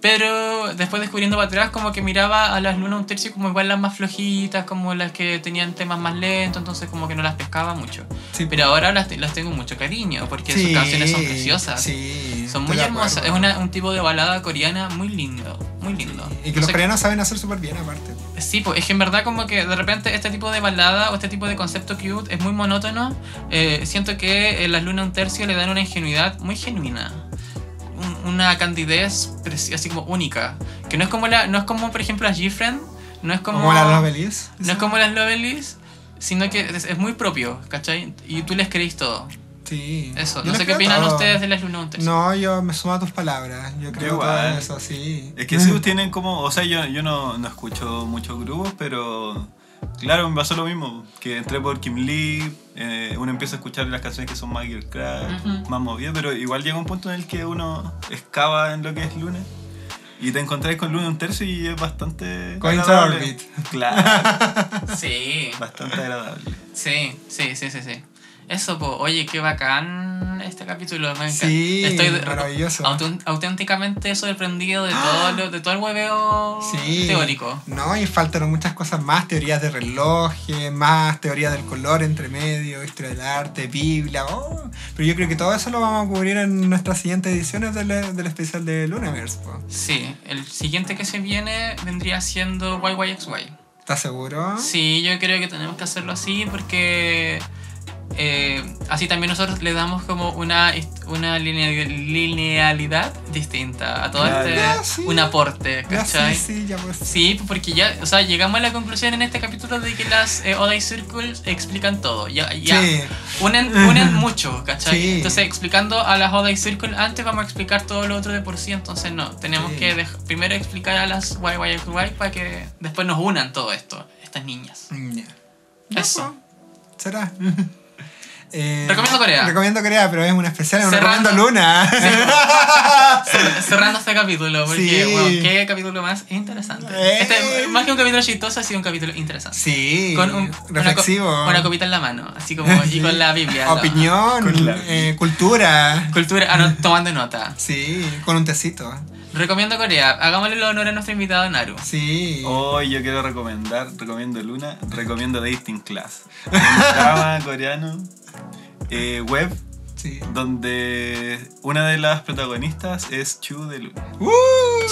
[SPEAKER 3] Pero después descubriendo para atrás, como que miraba a las Luna un tercio como igual las más flojitas, como las que tenían temas más lentos, entonces como que no las pescaba mucho.
[SPEAKER 2] Sí,
[SPEAKER 3] Pero ahora las, te- las tengo mucho cariño, porque
[SPEAKER 2] Sí,
[SPEAKER 3] sus canciones son preciosas.
[SPEAKER 2] Sí,
[SPEAKER 3] Son
[SPEAKER 2] estoy
[SPEAKER 3] muy
[SPEAKER 2] de
[SPEAKER 3] hermosas. Es
[SPEAKER 2] acuerdo.
[SPEAKER 3] una- un tipo de balada coreana muy lindo. Muy lindo.
[SPEAKER 2] Y que
[SPEAKER 3] No
[SPEAKER 2] los
[SPEAKER 3] sé-
[SPEAKER 2] coreanos saben hacer súper bien, aparte.
[SPEAKER 3] Sí, pues es que en verdad como que de repente este tipo de balada o este tipo de concepto cute es muy monótono. Eh, siento que eh, las lunas un tercio le dan una ingenuidad muy genuina. Un- una candidez preci- así como única. Que no es como, la, no es como por ejemplo las G-Friend. No es como,
[SPEAKER 2] Como las novelis.
[SPEAKER 3] no es como las Lovelies. Sino que es, es muy propio, ¿cachai? Y tú les creís todo.
[SPEAKER 2] Sí.
[SPEAKER 3] Eso.
[SPEAKER 2] Yo
[SPEAKER 3] no
[SPEAKER 2] les
[SPEAKER 3] sé qué
[SPEAKER 2] creo
[SPEAKER 3] opinan
[SPEAKER 2] todo.
[SPEAKER 3] ustedes de las lunas un tercio.
[SPEAKER 2] No, yo me sumo a tus palabras. Yo creo
[SPEAKER 4] igual.
[SPEAKER 2] todo eso, sí.
[SPEAKER 4] Es que sí tienen como, o sea, yo, yo no, no escucho muchos grupos, pero claro, me pasó lo mismo, que entré por Kim Lee, eh, uno empieza a escuchar las canciones que son más girl crack,
[SPEAKER 3] Ujú.
[SPEAKER 4] más movidas, pero igual llega un punto en el que uno excava en lo que es Luna y te encontrás con Luna un tercio y es bastante
[SPEAKER 2] Going to
[SPEAKER 4] agradable.
[SPEAKER 2] orbit.
[SPEAKER 4] Claro,
[SPEAKER 3] Sí.
[SPEAKER 4] bastante agradable.
[SPEAKER 3] Sí, sí, sí, sí, sí. Eso, po. oye, qué bacán este capítulo, me encanta.
[SPEAKER 2] Sí,
[SPEAKER 3] Estoy de-
[SPEAKER 2] maravilloso. ¡Ah!
[SPEAKER 3] autén- auténticamente sorprendido de todo, lo- de todo el hueveo
[SPEAKER 2] Sí.
[SPEAKER 3] teórico.
[SPEAKER 2] No, y faltaron muchas cosas más, teorías de relojes, más teoría del color entre medio, historia del arte, Biblia. oh. Pero yo creo que todo eso lo vamos a cubrir en nuestras siguientes ediciones del, del especial de Lunaverse. po.
[SPEAKER 3] Sí, el siguiente que se viene vendría siendo YYXY.
[SPEAKER 2] ¿Estás seguro?
[SPEAKER 3] Sí, yo creo que tenemos que hacerlo así porque eh, así también nosotros le damos como una, hist- una linea- linealidad distinta a todo
[SPEAKER 4] Claro.
[SPEAKER 3] este,
[SPEAKER 2] Ya, Ah, sí.
[SPEAKER 3] un aporte,
[SPEAKER 2] Ya,
[SPEAKER 3] ¿cachai?
[SPEAKER 2] sí, sí, ya pues.
[SPEAKER 3] Sí, porque ya, o sea, llegamos a la conclusión en este capítulo de que las eh, Oda y Circle explican todo. Ya, ya.
[SPEAKER 2] Sí,
[SPEAKER 3] Unen, unen mucho, ¿cachai?
[SPEAKER 2] Sí.
[SPEAKER 3] Entonces, explicando a las Oda y Circle, antes vamos a explicar todo lo otro de por sí, entonces no. Tenemos
[SPEAKER 2] Sí.
[SPEAKER 3] que dej- primero explicar a las YYXY para que después nos unan todo esto, estas niñas.
[SPEAKER 2] Mm, Ya. Ya,
[SPEAKER 3] Eso.
[SPEAKER 2] pues, Será. Eh,
[SPEAKER 3] Recomiendo Corea.
[SPEAKER 2] Recomiendo Corea, pero es una especial, es un
[SPEAKER 3] Cerrando.
[SPEAKER 2] recomiendo Luna.
[SPEAKER 3] Cer- Cerrando este capítulo, porque,
[SPEAKER 2] Sí.
[SPEAKER 3] bueno, qué capítulo más interesante.
[SPEAKER 2] Eh.
[SPEAKER 3] Este, más que un capítulo chistoso, ha sido un capítulo interesante.
[SPEAKER 2] Sí,
[SPEAKER 3] Con un- una co-
[SPEAKER 2] reflexivo.
[SPEAKER 3] Una, copita en la mano, así como, y con la Biblia. ¿no?
[SPEAKER 2] Opinión,
[SPEAKER 4] Con la-
[SPEAKER 2] eh, cultura.
[SPEAKER 3] Cultura, ah, no, tomando nota.
[SPEAKER 2] Sí, con un tecito. ¿eh?
[SPEAKER 3] Recomiendo Corea. Hagámosle el honor a nuestro invitado Naru.
[SPEAKER 2] Sí.
[SPEAKER 4] Hoy yo quiero recomendar, recomiendo Luna, recomiendo Dating Class, un drama coreano, eh, web
[SPEAKER 2] Sí.
[SPEAKER 4] donde una de las protagonistas es Chu de Luna.
[SPEAKER 2] ¡Uh!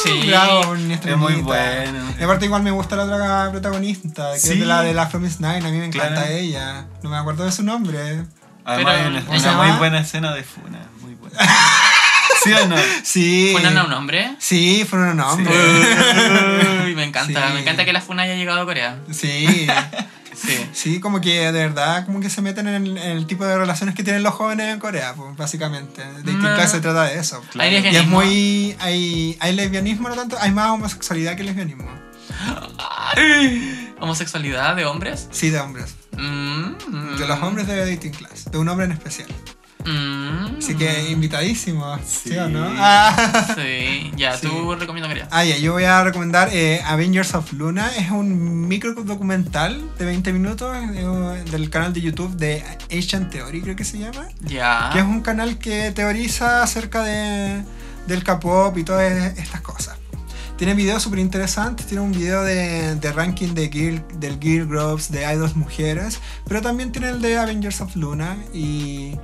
[SPEAKER 3] Sí.
[SPEAKER 2] Bravo, ni
[SPEAKER 4] Es muy bueno.
[SPEAKER 2] Y aparte igual me gusta la otra protagonista, que
[SPEAKER 4] Sí.
[SPEAKER 2] es de la de la Promise Nine, a mí me encanta
[SPEAKER 4] Claro.
[SPEAKER 2] ella. No me acuerdo de su nombre.
[SPEAKER 4] Además,
[SPEAKER 3] Pero,
[SPEAKER 4] hay una,
[SPEAKER 3] ¿cómo
[SPEAKER 2] se
[SPEAKER 4] una
[SPEAKER 2] llama?
[SPEAKER 4] muy buena escena de Funa. Muy buena. ¿Sí o no?
[SPEAKER 2] Sí.
[SPEAKER 3] ¿Funan a un hombre?
[SPEAKER 2] Sí, fueron un nombre.
[SPEAKER 3] Uy, me encanta,
[SPEAKER 2] Sí.
[SPEAKER 3] me encanta que la funa haya llegado a Corea.
[SPEAKER 2] Sí.
[SPEAKER 3] Sí.
[SPEAKER 2] Sí, como que de verdad, como que se meten en el, en el tipo de relaciones que tienen los jóvenes en Corea, pues, básicamente. Dating
[SPEAKER 3] No.
[SPEAKER 2] Class se trata de eso.
[SPEAKER 3] Hay
[SPEAKER 2] Y es
[SPEAKER 3] lesbianismo.
[SPEAKER 2] muy. Hay, hay lesbianismo, no tanto. Hay más homosexualidad que lesbianismo.
[SPEAKER 3] ¿Homosexualidad de hombres?
[SPEAKER 2] Sí, de hombres.
[SPEAKER 3] Mm,
[SPEAKER 2] de los hombres de Dating Class, de un hombre en especial.
[SPEAKER 3] Mm.
[SPEAKER 2] Así que invitadísimo, ¿sí, o no?
[SPEAKER 4] Sí.
[SPEAKER 2] Ah.
[SPEAKER 3] Sí, ya,
[SPEAKER 2] Sí.
[SPEAKER 3] tú recomiendo María.
[SPEAKER 2] Ah, ya, yo voy a recomendar eh, Avengers of Luna. Es un micro documental de 20 minutos eh, del canal de YouTube de Asian Theory, creo que se llama.
[SPEAKER 3] Ya.
[SPEAKER 2] Que es un canal que teoriza acerca de, del K-pop y todas estas cosas. Tiene videos súper interesantes, tiene un video de, de ranking de girl- del Gear Groups, de Idols Mujeres, pero también tiene el de Avengers of Luna y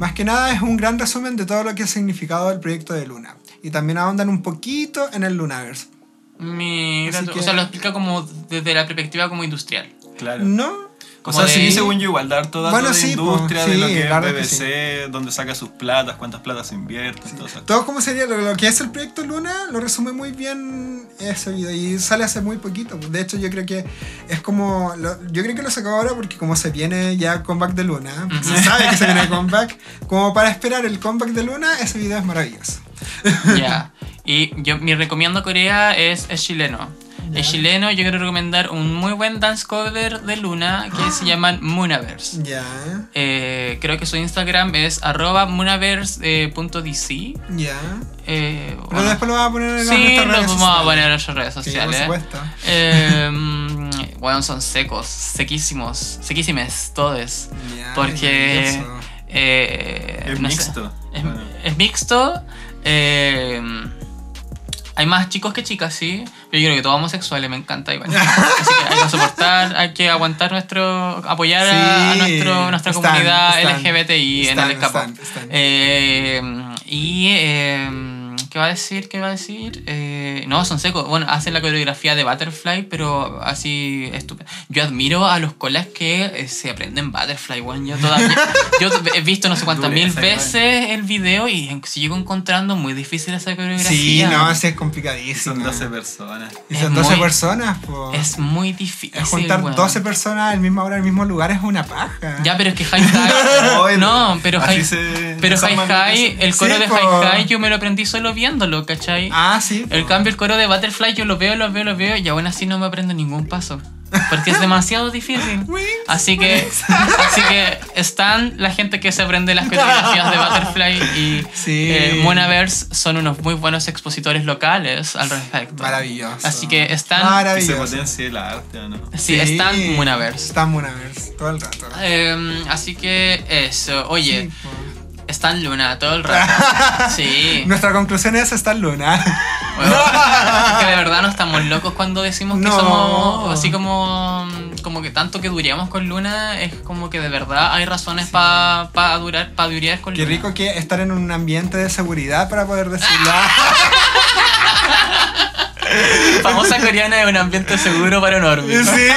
[SPEAKER 2] más que nada es un gran resumen de todo lo que ha significado el proyecto de Luna. Y también ahondan un poquito en el Lunaverse.
[SPEAKER 3] Mira,
[SPEAKER 2] Así
[SPEAKER 3] tú-
[SPEAKER 2] que-
[SPEAKER 3] o sea, lo explica como desde la perspectiva como industrial.
[SPEAKER 4] Claro.
[SPEAKER 2] ¿No?
[SPEAKER 4] O
[SPEAKER 3] Mm, Como
[SPEAKER 4] sea,
[SPEAKER 3] de-
[SPEAKER 4] sí, según yo, igual dar toda
[SPEAKER 2] Bueno,
[SPEAKER 4] la
[SPEAKER 2] sí, po,
[SPEAKER 4] industria de
[SPEAKER 2] sí,
[SPEAKER 4] lo que es
[SPEAKER 2] claro que
[SPEAKER 4] BBC, donde saca sus platas, cuántas platas invierte, todo eso.
[SPEAKER 2] Todo como sería lo, lo que es el proyecto Luna, lo resume muy bien ese video y sale hace muy poquito. De hecho, yo creo que es como. lo- yo creo que lo sacó ahora porque, como se viene ya comeback de Luna, se sabe que se viene comeback, como para esperar el comeback de Luna, ese video es maravilloso.
[SPEAKER 3] Ya. Y yo, mi recomiendo Corea es, es chileno.
[SPEAKER 2] Ya.
[SPEAKER 3] Es chileno, yo quiero recomendar un muy buen dance cover de Luna que se llaman Moonaverse.
[SPEAKER 2] Ya,
[SPEAKER 3] Eh, creo que su Instagram es arroba moonaverse.dc.
[SPEAKER 2] ya.
[SPEAKER 3] Eh,
[SPEAKER 2] Pero
[SPEAKER 3] bueno.
[SPEAKER 2] después lo vamos a poner en las
[SPEAKER 3] Sí,
[SPEAKER 2] nuestras
[SPEAKER 3] lo
[SPEAKER 2] redes
[SPEAKER 3] vamos a
[SPEAKER 2] sociales.
[SPEAKER 3] poner en nuestras redes
[SPEAKER 2] Sí, por
[SPEAKER 3] sociales.
[SPEAKER 2] supuesto.
[SPEAKER 3] Eh, mm, bueno, son secos, sequísimos, sequísimes, todos.
[SPEAKER 2] Ya,
[SPEAKER 3] Porque-
[SPEAKER 2] maravilloso.
[SPEAKER 3] Eh,
[SPEAKER 4] Es
[SPEAKER 3] no sé.
[SPEAKER 4] mixto.
[SPEAKER 3] Es,
[SPEAKER 4] Bueno,
[SPEAKER 3] es mixto. eh, hay más chicos que chicas, sí. Pero yo creo que todos homosexuales me encanta igual. Así que hay que soportar, hay que aguantar nuestro. apoyar a, a
[SPEAKER 2] Sí,
[SPEAKER 3] nuestro, nuestra
[SPEAKER 2] están,
[SPEAKER 3] comunidad
[SPEAKER 2] están,
[SPEAKER 3] LGBTI en
[SPEAKER 2] están,
[SPEAKER 3] el escapo.
[SPEAKER 2] están, están.
[SPEAKER 3] Eh, y. eh, ¿Qué va a decir? ¿Qué va a decir? Eh, no, son secos. Bueno, hacen la coreografía de Butterfly, pero así estúpido. Yo admiro a los colas que eh, se aprenden Butterfly, weón. Yo todavía. yo he visto no sé cuántas mil
[SPEAKER 4] Dureza, igual.
[SPEAKER 3] veces el video y sigo encontrando muy difícil esa coreografía.
[SPEAKER 2] Sí, no, sí, es
[SPEAKER 4] son
[SPEAKER 2] complicadísimo.
[SPEAKER 4] 12 personas.
[SPEAKER 2] Y son
[SPEAKER 3] Es
[SPEAKER 2] 12
[SPEAKER 3] muy-
[SPEAKER 2] personas, po.
[SPEAKER 3] Es muy difícil.
[SPEAKER 2] Es juntar
[SPEAKER 3] weón.
[SPEAKER 2] 12 personas en misma hora, en el mismo lugar es una paja.
[SPEAKER 3] Ya, pero es que High High.
[SPEAKER 4] Bueno,
[SPEAKER 3] no, pero
[SPEAKER 4] así
[SPEAKER 3] High
[SPEAKER 4] se-
[SPEAKER 3] Pero
[SPEAKER 4] esa
[SPEAKER 3] High
[SPEAKER 4] manera
[SPEAKER 3] High,
[SPEAKER 4] se-
[SPEAKER 3] el coro
[SPEAKER 2] Sí,
[SPEAKER 3] de
[SPEAKER 2] po.
[SPEAKER 3] High High yo me lo aprendí solo viéndolo, ¿cachai?
[SPEAKER 2] Ah, sí.
[SPEAKER 3] El cambio, el coro de Butterfly yo lo veo, lo veo, lo veo y aún así no me aprendo ningún paso. Porque es demasiado difícil. Así que, así que están la gente que se aprende las coreografías de Butterfly y
[SPEAKER 2] Sí.
[SPEAKER 3] eh, Monaverse son unos muy buenos expositores locales al respecto.
[SPEAKER 2] Maravilloso.
[SPEAKER 3] Así que están-
[SPEAKER 4] Que se
[SPEAKER 2] Maravilloso.
[SPEAKER 4] potencie el arte, ¿o ¿no?
[SPEAKER 3] Sí, están Monaverse.
[SPEAKER 2] Están Munaverse, todo el rato.
[SPEAKER 3] Eh, así que eso, oye,
[SPEAKER 2] Sí, po.
[SPEAKER 3] están Luna todo el rato. Sí.
[SPEAKER 2] Nuestra conclusión es estar luna.
[SPEAKER 3] Bueno, es que de verdad no estamos locos cuando decimos que
[SPEAKER 2] No.
[SPEAKER 3] somos así como como que tanto que dureamos con Luna es como que de verdad hay razones para durar para durar con
[SPEAKER 2] Qué
[SPEAKER 3] Luna.
[SPEAKER 2] rico que estar en un ambiente de seguridad para poder decirlo.
[SPEAKER 3] Ah, Famosa coreana es un ambiente seguro para un órbita.
[SPEAKER 2] sí,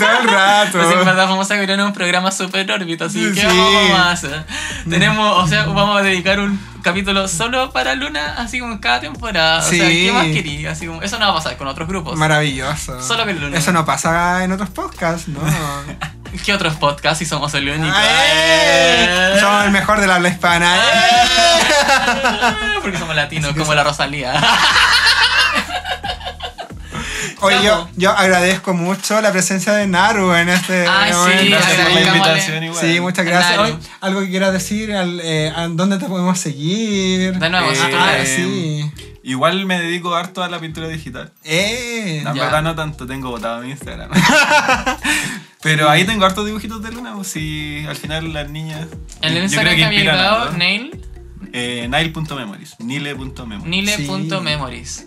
[SPEAKER 2] todo el rato.
[SPEAKER 3] Así que en verdad famosa coreana es un programa super órbita, así que
[SPEAKER 2] Sí. Mm.
[SPEAKER 3] vamos a hacer. Tenemos, o sea, vamos a dedicar un capítulo solo para Luna, así como en cada temporada. O sea,
[SPEAKER 2] Sí.
[SPEAKER 3] ¿qué más quería? Así como, eso no va a pasar con otros grupos.
[SPEAKER 2] Maravilloso.
[SPEAKER 3] Solo que luna.
[SPEAKER 2] Eso no pasa en otros podcasts, ¿no?
[SPEAKER 3] ¿Qué otros podcasts si somos Eh. el único?
[SPEAKER 2] ¡Ay! Somos el mejor del habla hispana.
[SPEAKER 3] Ah. Porque somos latinos, como la Rosalía.
[SPEAKER 2] Oye, yo,
[SPEAKER 3] Amo.
[SPEAKER 2] yo agradezco mucho la presencia de Naru en este
[SPEAKER 3] Ay, Ah, sí,
[SPEAKER 2] momento.
[SPEAKER 4] Gracias por la
[SPEAKER 3] agradezcámosle.
[SPEAKER 4] invitación igual.
[SPEAKER 2] Sí, muchas gracias.
[SPEAKER 3] Naru.
[SPEAKER 2] Oye, ¿Algo que quieras decir? Al, eh, a ¿Dónde te podemos seguir?
[SPEAKER 3] De nuevo,
[SPEAKER 4] Eh,
[SPEAKER 3] si tú
[SPEAKER 2] Ah,
[SPEAKER 3] eres.
[SPEAKER 2] sí.
[SPEAKER 4] Igual me dedico harto a la pintura digital.
[SPEAKER 2] Eh.
[SPEAKER 4] La
[SPEAKER 3] Ya.
[SPEAKER 4] verdad no tanto, tengo botado mi Instagram. Pero ahí tengo hartos dibujitos de Luna, pues si al final las niñas...
[SPEAKER 3] El
[SPEAKER 4] yo
[SPEAKER 3] Instagram
[SPEAKER 4] creo
[SPEAKER 3] que había
[SPEAKER 4] inspiran
[SPEAKER 3] llegado,
[SPEAKER 4] harto.
[SPEAKER 3] Nail,
[SPEAKER 4] Eh, Nile.memories, Nile.memories.
[SPEAKER 3] nile.memories.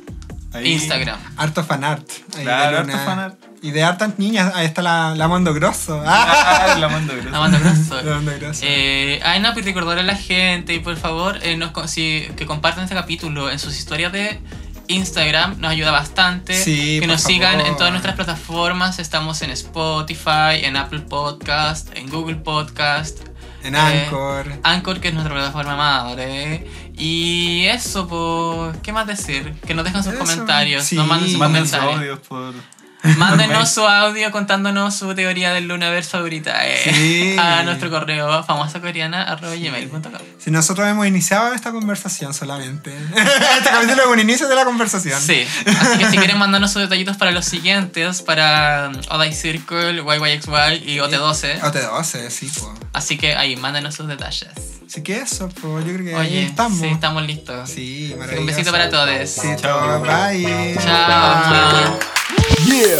[SPEAKER 4] Ahí-
[SPEAKER 3] Instagram.
[SPEAKER 2] Harto fanart. ahí
[SPEAKER 4] Claro,
[SPEAKER 2] de Luna.
[SPEAKER 4] harto fanart.
[SPEAKER 2] Y de hartas niñas, ahí está la, la Mondo Grosso. Ah,
[SPEAKER 4] Ah, la mando gracias.
[SPEAKER 3] Amanda
[SPEAKER 2] la
[SPEAKER 3] Grosso.
[SPEAKER 2] Mondo Grosso.
[SPEAKER 3] Eh, ay, no, pues recordar a la gente y por favor eh, nos, con- si, que compartan este capítulo en sus historias de Instagram, nos ayuda bastante.
[SPEAKER 2] Sí,
[SPEAKER 3] que
[SPEAKER 2] por
[SPEAKER 3] nos sigan en
[SPEAKER 2] favor.
[SPEAKER 3] todas nuestras plataformas, estamos en Spotify, en Apple Podcast, en Google Podcast,
[SPEAKER 2] en
[SPEAKER 3] eh,
[SPEAKER 2] Anchor.
[SPEAKER 3] Anchor, que es nuestra plataforma madre. Y eso, pues, ¿qué más decir? Que nos dejen sus
[SPEAKER 2] Eso.
[SPEAKER 3] comentarios,
[SPEAKER 2] Sí.
[SPEAKER 3] nos manden sus
[SPEAKER 4] Manden sus
[SPEAKER 3] comentarios.
[SPEAKER 4] audios por,
[SPEAKER 3] Mándenos su audio contándonos su teoría del Lunaverse favorita eh,
[SPEAKER 2] Sí.
[SPEAKER 3] a nuestro correo famosacoreana.gmail.com
[SPEAKER 2] Si nosotros hemos iniciado esta conversación solamente. este capítulo es un inicio de la conversación.
[SPEAKER 3] Sí, así que si quieren mandarnos sus detallitos para los siguientes, para mm, Odd Eye Circle, YYXY y OT12.
[SPEAKER 2] OT12, sí, pues.
[SPEAKER 3] Así que ahí, mándanos sus detalles.
[SPEAKER 2] Así que eso, pues yo creo que ahí
[SPEAKER 3] Oye,
[SPEAKER 2] estamos.
[SPEAKER 3] sí, estamos listos.
[SPEAKER 2] Sí, maravilloso.
[SPEAKER 3] Un besito para todos.
[SPEAKER 2] Sí, chao. Bye.
[SPEAKER 3] Chao.
[SPEAKER 1] Yeah.